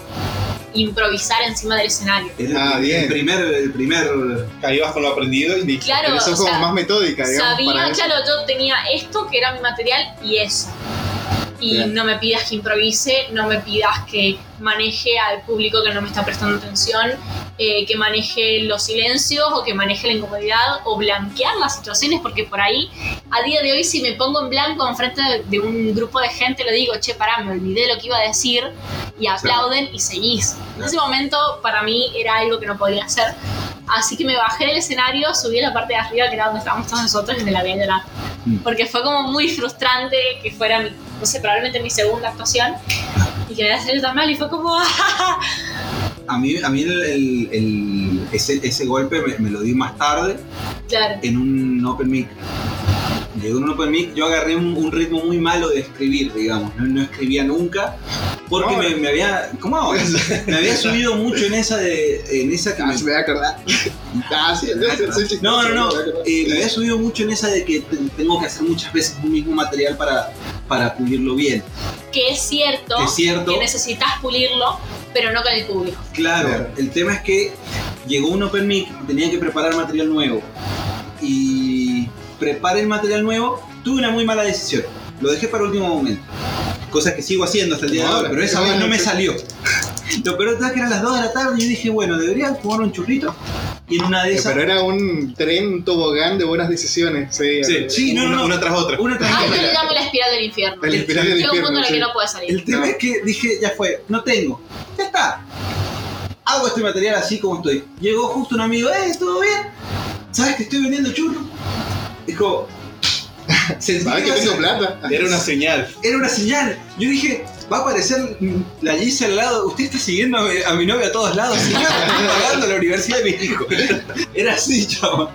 Speaker 3: improvisar encima del escenario.
Speaker 7: El,
Speaker 5: Ah, bien.
Speaker 7: el primer, el primer
Speaker 6: Caíbas con lo aprendido y listo.
Speaker 3: Claro,
Speaker 5: Pero eso
Speaker 3: o
Speaker 5: es como
Speaker 3: sea,
Speaker 5: más metódica, digamos. para
Speaker 3: sabía,
Speaker 5: eso.
Speaker 3: claro, yo tenía esto que era mi material y eso. Y
Speaker 5: Bien.
Speaker 3: no me pidas que improvise, no me pidas que maneje al público que no me está prestando atención, eh, que maneje los silencios o que maneje la incomodidad o blanquear las situaciones, porque por ahí, a día de hoy, si me pongo en blanco enfrente de- de un grupo de gente, le digo, che, pará, me olvidé lo que iba a decir, y aplauden y seguís. En ese momento, para mí, era algo que no podía hacer. Así que me bajé del escenario, subí a la parte de arriba, que era donde estábamos todos nosotros, y me la voy a llorar.
Speaker 7: Mm.
Speaker 3: Porque fue como muy frustrante que fuera, mi, no sé, probablemente mi segunda actuación, y que me haya salido tan mal, y fue como, "Ah".
Speaker 7: A mí, a mí el, el- el- ese, ese golpe me, me lo di más tarde
Speaker 3: claro,
Speaker 7: en un open mic. Me dio un open mic, yo agarré un, un ritmo muy malo de escribir, digamos. No, no escribía nunca. Porque
Speaker 5: Ahora.
Speaker 7: me, me había. ¿Cómo ahora? Me había subido mucho en esa de. en esa que
Speaker 5: Ah,
Speaker 7: me-
Speaker 5: se me va a acordar. Ah, sí, no, soy chistoso,
Speaker 7: No, no, no.
Speaker 5: me voy a acordar.
Speaker 7: eh, me había subido mucho en esa de que te- tengo que hacer muchas veces un mismo material para, para pulirlo bien.
Speaker 3: que es cierto
Speaker 7: Es cierto.
Speaker 3: que necesitas pulirlo, pero no con el público.
Speaker 7: Claro,
Speaker 5: Claro.
Speaker 7: el tema es que llegó un Open Mic, tenía que preparar material nuevo. Y preparé el material nuevo, tuve una muy mala decisión. Lo dejé para último momento. Cosa que sigo haciendo hasta el día de hoy,
Speaker 5: Ahora,
Speaker 7: pero esa
Speaker 5: qué
Speaker 7: vez no
Speaker 5: bueno.
Speaker 7: me salió. Lo peor de todo es que eran las 2 de la tarde y yo dije, bueno, debería jugar un churrito. Y en una de
Speaker 5: Eh,
Speaker 7: esas.
Speaker 5: Pero era un tren un tobogán de buenas decisiones. Sí,
Speaker 6: Sí, sí, no, no, no, una tras otra.
Speaker 7: una tras
Speaker 3: Ah, yo
Speaker 7: otra.
Speaker 3: le llamo la espiral del infierno.
Speaker 5: El espiral del
Speaker 3: Llega un punto en
Speaker 5: infierno.
Speaker 3: el
Speaker 5: sí.
Speaker 3: que no puedes salir.
Speaker 7: El tema es que dije, ya fue, no tengo. Ya está. Hago este material así como estoy. Llegó justo un amigo, eh, ¿todo bien? ¿Sabes que estoy vendiendo churro? Dijo,
Speaker 5: ¿Sabes
Speaker 7: sentí que
Speaker 5: Ah, que
Speaker 7: iba a
Speaker 5: tengo
Speaker 7: ser-
Speaker 5: plata?
Speaker 6: Era una señal.
Speaker 7: era una señal. Yo dije, va a aparecer mm, la Gise al lado. Usted está siguiendo a mi, a mi novia a todos lados. Señor, estoy pagando la universidad de mis hijos. Era así, chaval.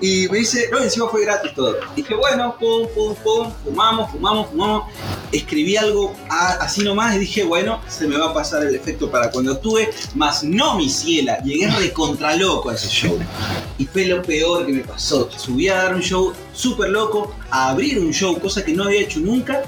Speaker 7: Y me dice, no, encima fue gratis todo. Dije, bueno, pum, pum, pum, fumamos, fumamos, fumamos. Escribí algo a- así nomás y dije, bueno, se me va a pasar el efecto para cuando actúe. Mas no, mi ciela, llegué recontra loco a ese show. Y fue lo peor que me pasó. Subí a dar un show súper loco, a abrir un show, cosa que no había hecho nunca.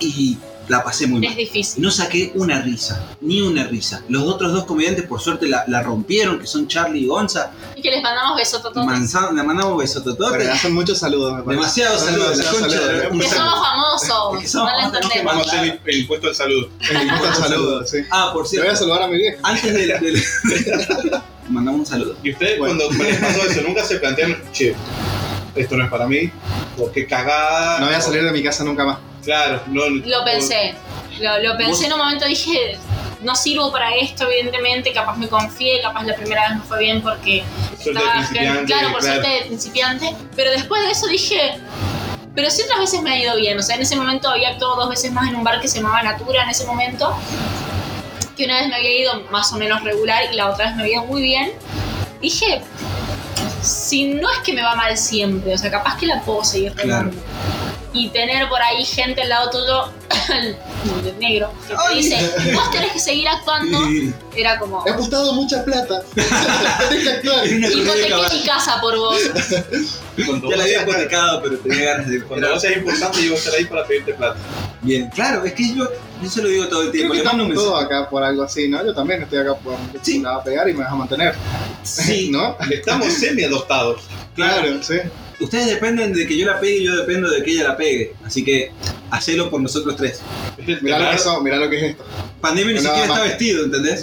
Speaker 7: Y la pasé muy
Speaker 3: Es
Speaker 7: mal.
Speaker 3: difícil.
Speaker 7: No saqué una risa, ni una risa. Los otros dos comediantes, por suerte, la, la rompieron, que son Charlie y Gonza.
Speaker 3: Y que les mandamos besos a todos.
Speaker 7: Manza- le mandamos
Speaker 5: Pero
Speaker 7: besotototes.
Speaker 5: hacen muchos saludos, me parece.
Speaker 7: Demasiados
Speaker 5: Son
Speaker 7: saludos, la
Speaker 5: demasiados
Speaker 7: concha de la
Speaker 5: saludos.
Speaker 3: Que
Speaker 7: puta.
Speaker 3: somos famosos,
Speaker 7: Es que somos
Speaker 3: no lo
Speaker 7: famosos, tenemos que
Speaker 3: entendemos.
Speaker 6: Vamos a hacer el, el impuesto al saludo.
Speaker 5: El impuesto al saludo, sí.
Speaker 7: Ah, por
Speaker 5: Le voy a
Speaker 7: cierto,
Speaker 5: saludar a mi vieja.
Speaker 7: antes del. del- mandamos un saludo.
Speaker 6: Y ustedes
Speaker 5: Bueno.
Speaker 6: cuando les pasó eso, nunca se plantean, che, esto no es para mí. O qué cagada.
Speaker 5: No voy a
Speaker 6: o-
Speaker 5: salir de mi casa nunca más.
Speaker 6: Claro, no.
Speaker 3: Lo pensé, lo, lo pensé en un momento, dije, no sirvo para esto, evidentemente, capaz me confié, capaz la primera vez no fue bien porque
Speaker 6: Suerte de
Speaker 3: estaba-
Speaker 6: principiante.
Speaker 3: claro, por suerte de principiante, pero después de eso dije, pero sí otras veces me ha ido bien, o sea, en ese momento había actuado dos veces más en un bar que se llamaba Natura en ese momento, que una vez me había ido más o menos regular y la otra vez me había ido muy bien, dije, si no es que me va mal siempre, o sea, capaz que la puedo seguir
Speaker 7: Claro.
Speaker 3: remando. Y tener por ahí gente al lado tuyo, de negro, que te dice, vos tenés que seguir actuando,
Speaker 7: Y-
Speaker 3: era como,
Speaker 5: He apostado mucha plata. Tenés que actuar.
Speaker 7: y una correa de
Speaker 3: hipotequé
Speaker 7: caballo.
Speaker 3: mi casa por vos.
Speaker 6: Cuando
Speaker 7: Ya la
Speaker 6: vos
Speaker 7: había
Speaker 6: seas-
Speaker 7: hipotecado, pero tenía ganas de.
Speaker 6: Cuando vos seas importante, yo voy a estar ahí para pedirte plata.
Speaker 7: Bien, claro, es que yo, yo se lo digo todo el
Speaker 5: Creo
Speaker 7: tiempo.
Speaker 5: que
Speaker 7: Le mando
Speaker 5: estamos
Speaker 7: un mensaje.
Speaker 5: todos acá por algo así, ¿no? Yo también estoy acá por
Speaker 7: Sí.
Speaker 5: me va a pegar y me vas a mantener,
Speaker 7: Sí,
Speaker 5: ¿no?
Speaker 6: Estamos semi-adoptados.
Speaker 5: Claro, sí.
Speaker 7: Ustedes dependen de que yo la pegue y yo dependo de que ella la pegue. Así que hacelo por nosotros tres.
Speaker 6: Es el
Speaker 5: Mirá lo, que
Speaker 6: telar,
Speaker 5: son, mirá lo que es esto.
Speaker 7: Pandemia ni
Speaker 5: No,
Speaker 7: siquiera está
Speaker 5: más.
Speaker 7: vestido, ¿entendés?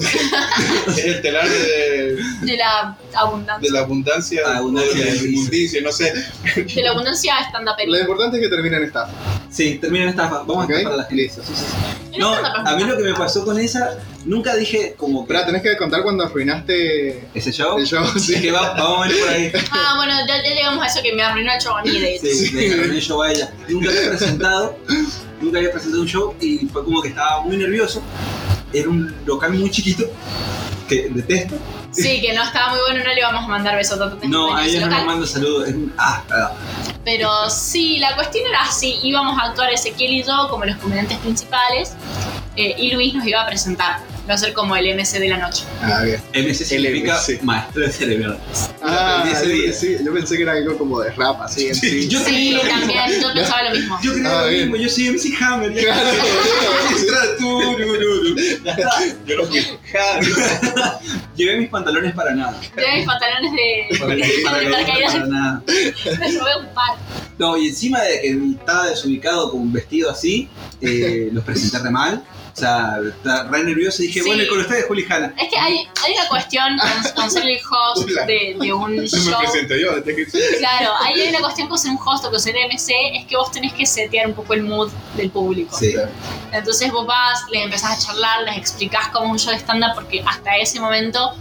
Speaker 6: es el telar de,
Speaker 3: de la
Speaker 6: de
Speaker 3: abundancia,
Speaker 6: la abundancia,
Speaker 7: Ah, abundancia
Speaker 6: o
Speaker 7: de
Speaker 6: de la
Speaker 7: risa.
Speaker 6: inmundicia, no sé.
Speaker 3: de la abundancia stand up
Speaker 5: Lo importante es que terminen esta.
Speaker 7: Sí, termina la estafa. Vamos
Speaker 5: Ok,
Speaker 7: a estafar a la gente.
Speaker 5: listo.
Speaker 7: Sí, sí, sí. No, a mí lo que me pasó con esa, nunca dije como
Speaker 5: Pero
Speaker 7: que
Speaker 5: tenés que contar cuando arruinaste
Speaker 7: ese show.
Speaker 5: el show.
Speaker 7: Sí,
Speaker 5: Sí.
Speaker 7: que va, vamos a ver por ahí.
Speaker 3: Ah, bueno, ya, ya llegamos a eso que me arruinó el Giovanni de hecho.
Speaker 7: Sí, le gané yo a ella. Nunca había presentado, nunca había presentado un show y fue como que estaba muy nervioso. Era un local muy chiquito que detesto.
Speaker 3: Sí, que no estaba muy bueno, no le vamos a mandar besos a todos
Speaker 7: No, a
Speaker 3: en ese
Speaker 7: ella no le
Speaker 3: local.
Speaker 7: mando saludos. Es un, ah, ah,
Speaker 3: Pero sí, la cuestión era así, íbamos a actuar Ezequiel y yo como los comediantes principales. eh, y Luis nos iba a presentar. Va a ser como el MC de la noche.
Speaker 5: Ah, bien.
Speaker 7: MC significa
Speaker 5: LMC.
Speaker 7: maestro de cerebro.
Speaker 5: Ah,
Speaker 7: aprendí ese
Speaker 5: yo,
Speaker 7: día.
Speaker 5: sí, yo pensé que era algo como de rap, así en sí.
Speaker 7: Yo
Speaker 3: Sí,
Speaker 7: creí lo
Speaker 3: también, yo pensaba lo mismo.
Speaker 7: Yo creo
Speaker 5: Ah,
Speaker 7: lo
Speaker 5: bien.
Speaker 7: mismo, yo soy MC Hammer. ya.
Speaker 5: Claro, sí.
Speaker 7: Turururu. Ya está.
Speaker 6: Yo lo fui.
Speaker 7: Llevé mis pantalones para nada.
Speaker 3: Yo mis pantalones de,
Speaker 7: Para,
Speaker 3: de
Speaker 7: para- para
Speaker 3: paracaídas
Speaker 7: nada.
Speaker 3: me robé un par.
Speaker 7: No, y encima de que estaba desubicado con un vestido así, eh, los presenté re mal. O sea, estaba re nervioso y dije,
Speaker 3: Sí.
Speaker 7: bueno, con ustedes, Juli y Hanna.
Speaker 3: Es que hay, hay una cuestión con, con ser el host de, de un
Speaker 6: Me
Speaker 3: show.
Speaker 6: presento yo, antes que-
Speaker 3: Claro, ahí hay una cuestión con ser un host o con ser MC, es que vos tenés que setear un poco el mood del público.
Speaker 7: Sí.
Speaker 3: Entonces vos vas, les empezás a charlar, les explicás cómo es un show de stand-up, porque hasta ese momento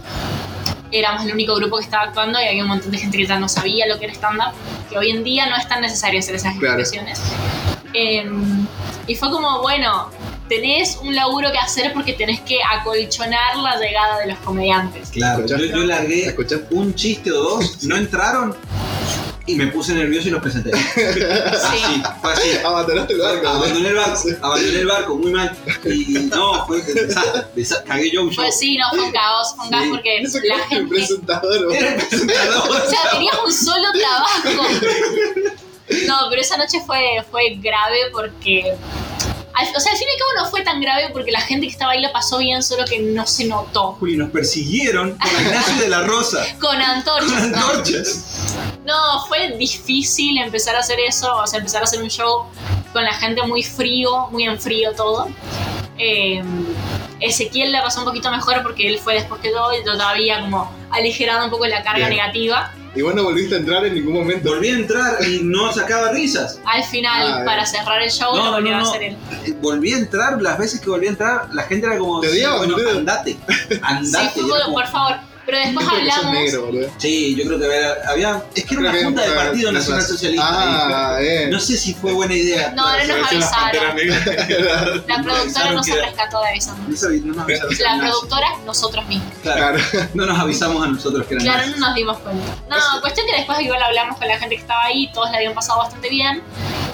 Speaker 3: éramos el único grupo que estaba actuando y había un montón de gente que ya no sabía lo que era stand-up, que hoy en día no es tan necesario hacer esas
Speaker 5: Claro.
Speaker 3: explicaciones. Em, y fue como, bueno, tenés un laburo que hacer porque tenés que acolchonar la llegada de los comediantes.
Speaker 7: Claro, yo,
Speaker 5: ¿Escuchaste?
Speaker 7: yo largué
Speaker 5: ¿Escuchaste?
Speaker 7: un chiste o dos, no entraron y me puse nervioso y los presenté. Así, fue así.
Speaker 5: Abandonaste el barco.
Speaker 3: Eh,
Speaker 5: ¿no?
Speaker 7: Abandoné el barco, abandoné el barco, muy mal. Y no, fue desastre, desastre. Cagué yo un show.
Speaker 3: Pues sí, no, fue un caos, fue un caos
Speaker 7: Sí.
Speaker 3: porque
Speaker 5: Eso que
Speaker 3: la
Speaker 5: es el
Speaker 3: gente...
Speaker 5: presentador.
Speaker 7: Era el presentador.
Speaker 3: O sea, tenías un solo trabajo. No, pero esa noche fue, fue grave porque. al- o sea, al fin y al cabo no fue tan grave porque la gente que estaba ahí la pasó bien, solo que no se notó.
Speaker 7: Juli, nos persiguieron por Ignacio de la Rosa.
Speaker 3: Con
Speaker 7: Con
Speaker 3: antorchas. No,
Speaker 7: antorchas.
Speaker 3: No, fue difícil empezar a hacer eso, o sea, empezar a hacer un show con la gente muy frío, muy en frío todo. Eh, Ezequiel la pasó un poquito mejor porque él fue después que yo y yo todavía como aligerado un poco la carga
Speaker 5: Bien.
Speaker 3: negativa.
Speaker 5: Y vos no volviste a entrar en ningún momento.
Speaker 7: Volví a entrar y no sacaba risas.
Speaker 3: Al final,
Speaker 5: Ah, bien.
Speaker 3: para cerrar el show,
Speaker 7: No,
Speaker 3: lo
Speaker 7: no,
Speaker 3: volvieron
Speaker 7: no.
Speaker 3: a hacer él.
Speaker 7: Volví a entrar, las veces que volví a entrar, la gente era como,
Speaker 5: Te odiaba,
Speaker 7: bueno,
Speaker 5: boludo.
Speaker 7: andate, andate.
Speaker 3: Sí,
Speaker 7: Y
Speaker 3: fue
Speaker 7: era
Speaker 3: como,
Speaker 7: como,
Speaker 3: por favor. Pero después
Speaker 5: Siempre que sos
Speaker 3: hablamos.
Speaker 5: negro, boludo.
Speaker 7: sí, yo creo que había, había- es que era
Speaker 5: Creo
Speaker 7: una
Speaker 5: que-
Speaker 7: junta del
Speaker 5: ah,
Speaker 7: Partido
Speaker 5: tenés
Speaker 7: Nacional
Speaker 5: razón.
Speaker 7: Socialista.
Speaker 5: Ah,
Speaker 7: ahí.
Speaker 5: bien.
Speaker 7: No sé si fue buena idea.
Speaker 3: No, ahora nos
Speaker 6: Aparecieron las panteras
Speaker 3: avisaron.
Speaker 6: negras.
Speaker 3: La productora
Speaker 7: avisaron
Speaker 3: no se
Speaker 7: que-
Speaker 3: rescató de eso.
Speaker 7: No sabía- no nos avisaron que
Speaker 3: La
Speaker 7: eran nazis.
Speaker 3: productora, nosotros mismos.
Speaker 7: Claro,
Speaker 5: Claro.
Speaker 7: no nos avisamos a nosotros que eran
Speaker 3: Claro,
Speaker 7: nazis.
Speaker 3: no nos dimos cuenta. No, cuestión que después igual hablamos con la gente que estaba ahí, todos la habían pasado bastante bien.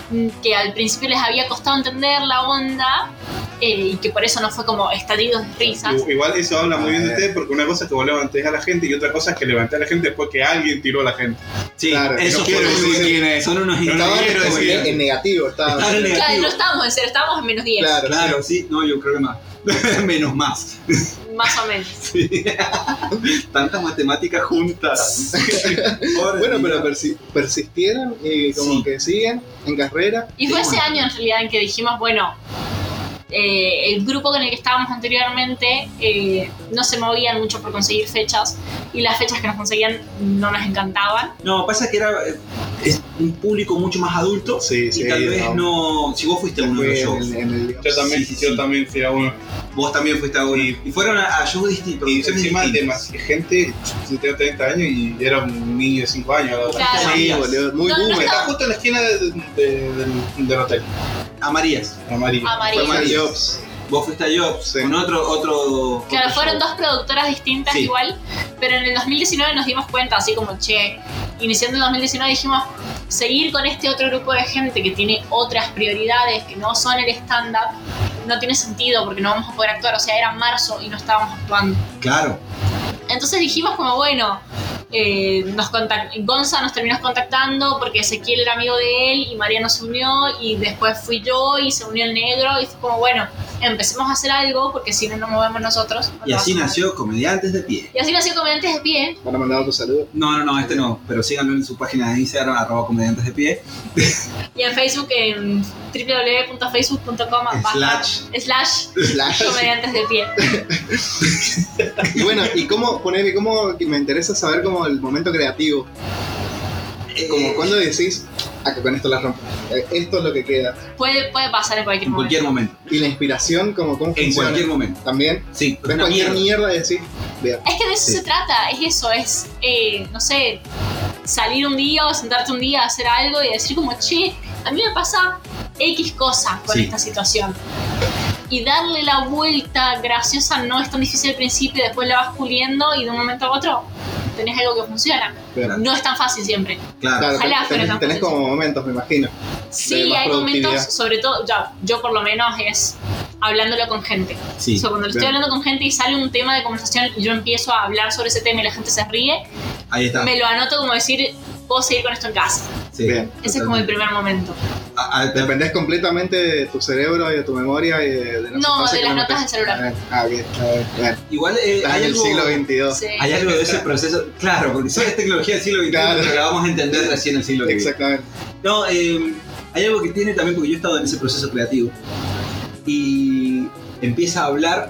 Speaker 3: mm, Que al principio les había costado entender la onda eh, y que por eso no fue como estallidos de risas.
Speaker 6: Igual eso habla muy bien de
Speaker 5: Ah,
Speaker 6: ustedes porque una cosa es que vos levantéis a la gente y otra cosa es que levanté a la gente después que alguien tiró a la gente.
Speaker 7: Sí,
Speaker 5: Claro,
Speaker 7: eso
Speaker 5: no
Speaker 7: fue
Speaker 5: quiero
Speaker 7: muy-
Speaker 5: decir
Speaker 6: quién es.
Speaker 7: Son unos
Speaker 5: Estaba
Speaker 7: ignorantes,
Speaker 6: quiero
Speaker 5: como
Speaker 7: güey.
Speaker 6: decir-
Speaker 5: en, en negativo, estaba.
Speaker 7: Estaban en
Speaker 3: Claro,
Speaker 7: negativo.
Speaker 3: no estábamos en cero, estábamos en menos 10,
Speaker 5: Claro.
Speaker 7: Claro, sí, no, yo creo que más. Menos más.
Speaker 3: más o menos.
Speaker 7: Sí. Tantas matemáticas juntas. Pobre
Speaker 5: Bueno,
Speaker 7: tía.
Speaker 5: pero persi- persistieron y como
Speaker 7: Sí.
Speaker 5: que siguen en carrera.
Speaker 3: Y fue
Speaker 7: Sí,
Speaker 3: ese
Speaker 7: bueno.
Speaker 3: año en realidad en que dijimos, bueno, eh, el grupo con el que estábamos anteriormente eh, no se movían mucho por conseguir fechas y las fechas que nos conseguían no nos encantaban.
Speaker 7: No, pasa que era eh, es un público mucho más adulto.
Speaker 5: Sí,
Speaker 7: Y tal vez no. Si vos fuiste a uno de los
Speaker 5: Fue
Speaker 7: shows,
Speaker 5: en, en el-
Speaker 6: Yo también,
Speaker 7: Sí, sí,
Speaker 6: yo
Speaker 7: sí.
Speaker 6: también fui a uno.
Speaker 7: vos también fuiste a uno.
Speaker 6: Sí.
Speaker 7: Y fueron a, a shows distintos.
Speaker 6: Y
Speaker 7: producciones
Speaker 6: encima
Speaker 7: distintas.
Speaker 6: demasiada gente, yo tenía 30 años y era un niño de 5 años. la verdad.
Speaker 3: Claro.
Speaker 5: Sí, boludo, muy
Speaker 3: No, no,
Speaker 5: boomer.
Speaker 6: Está justo en la esquina de- de- del, del hotel,
Speaker 7: A Marías.
Speaker 6: amarillo.
Speaker 3: Amarillo.
Speaker 7: Fue Marías.
Speaker 5: Jobs.
Speaker 7: Vos fuiste a Jobs.
Speaker 5: Sí.
Speaker 7: Con otro. otro
Speaker 3: Claro,
Speaker 7: otro
Speaker 3: fueron
Speaker 7: show.
Speaker 3: dos productoras distintas
Speaker 7: Sí.
Speaker 3: igual, pero en el 2019 nos dimos cuenta, así como, che, iniciando el 2019 dijimos, seguir con este otro grupo de gente que tiene otras prioridades, que no son el stand-up, no tiene sentido porque no vamos a poder actuar, o sea, era marzo y no estábamos actuando.
Speaker 7: Claro.
Speaker 3: Entonces dijimos como, bueno, eh, nos contact- Gonza nos terminó contactando porque Ezequiel era amigo de él y Mariano se unió y después fui yo y se unió el negro y fue como, bueno, empecemos a hacer algo porque si no nos movemos nosotros. no
Speaker 7: Y
Speaker 3: lo
Speaker 7: así
Speaker 3: hacemos.
Speaker 7: nació Comediantes de Pie.
Speaker 3: Y así nació Comediantes de Pie.
Speaker 5: Van a mandar otro saludo.
Speaker 7: No, no, no, este no, pero síganlo en su página de Instagram, arroba comediantes de pie.
Speaker 3: Y en Facebook en www.facebook.com barra-
Speaker 7: Slash.
Speaker 3: slash
Speaker 5: Slash.
Speaker 3: Comediantes de Pie.
Speaker 5: y bueno, y cómo, poneme, cómo, que me interesa saber como el momento creativo. Como
Speaker 7: Eh,
Speaker 5: cuando decís, acá con esto la rompo. Eh, Esto es lo que queda.
Speaker 3: Puede, puede pasar en cualquier
Speaker 7: En
Speaker 3: momento.
Speaker 7: cualquier momento.
Speaker 5: Y la inspiración, como cómo
Speaker 7: En
Speaker 5: funciona.
Speaker 7: cualquier momento.
Speaker 5: También.
Speaker 7: Sí,
Speaker 5: Ves
Speaker 7: una
Speaker 5: cualquier
Speaker 7: mierda.
Speaker 5: mierda y decís, bien.
Speaker 3: Es que de eso
Speaker 7: Sí.
Speaker 3: se trata, es eso, es, eh, no sé, salir un día o sentarte un día a hacer algo y decir como, che, a mí me pasa X cosa con
Speaker 7: Sí.
Speaker 3: esta situación. Y darle la vuelta graciosa no es tan difícil al principio, después la vas puliendo y de un momento a otro tenés algo que funciona.
Speaker 5: Claro.
Speaker 3: No es tan fácil siempre.
Speaker 7: Claro.
Speaker 5: Claro,
Speaker 3: Ojalá fuera
Speaker 5: tenés,
Speaker 3: tan
Speaker 5: tenés
Speaker 3: fácil.
Speaker 5: como momentos, me imagino.
Speaker 3: Sí,
Speaker 5: más
Speaker 3: hay
Speaker 5: productividad.
Speaker 3: momentos, sobre todo, ya, yo por lo menos es hablándolo con gente.
Speaker 7: Sí.
Speaker 3: O sea, cuando lo estoy
Speaker 7: Bien.
Speaker 3: hablando con gente y sale un tema de conversación y yo empiezo a hablar sobre ese tema y la gente se ríe,
Speaker 7: Ahí está.
Speaker 3: me lo anoto como decir, puedo seguir con esto en casa.
Speaker 7: Sí.
Speaker 5: Bien.
Speaker 3: Ese es como el
Speaker 7: Totalmente.
Speaker 3: primer momento.
Speaker 7: Ah, ah, te-
Speaker 5: Dependés completamente de tu cerebro y de tu memoria y de, de las
Speaker 3: No,
Speaker 5: cosas
Speaker 3: de
Speaker 5: que
Speaker 3: las
Speaker 5: le
Speaker 3: notas
Speaker 5: metes.
Speaker 3: del celular.
Speaker 5: A ver, Ah, bien, a ver, bien.
Speaker 7: Igual eh,
Speaker 5: Estás
Speaker 7: hay
Speaker 5: en el
Speaker 7: algo.
Speaker 5: siglo XXII.
Speaker 3: Sí.
Speaker 7: Hay algo de ese proceso, claro, porque eso es tecnología del siglo XXI,
Speaker 5: Claro.
Speaker 7: pero la vamos a entender recién en el siglo XXI.
Speaker 5: Exactamente.
Speaker 7: No, eh, hay algo que tiene también, porque yo he estado en ese proceso creativo, y empieza a hablar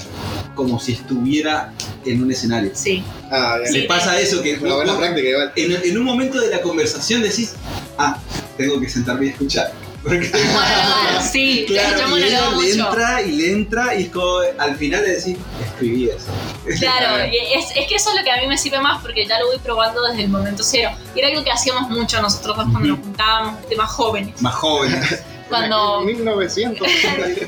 Speaker 7: como si estuviera en un escenario.
Speaker 3: Sí.
Speaker 5: Ah, bien.
Speaker 3: Sí.
Speaker 7: Le pasa eso que
Speaker 5: Una buena
Speaker 7: vos-
Speaker 5: práctica igual.
Speaker 7: en, en un momento de la conversación decís, ah, tengo que sentarme y escuchar. Porque-
Speaker 3: Monologar, sí. yo
Speaker 7: y ella
Speaker 3: monologo
Speaker 7: le
Speaker 3: mucho.
Speaker 7: entra y le entra y es como, al final le decís, escribí eso.
Speaker 3: Claro, y es, es que eso es lo que a mí me sirve más porque ya lo voy probando desde el momento cero. Y era algo que hacíamos mucho nosotros dos cuando nos juntábamos, temas jóvenes.
Speaker 7: Más jóvenes,
Speaker 3: Cuando-
Speaker 5: 1900.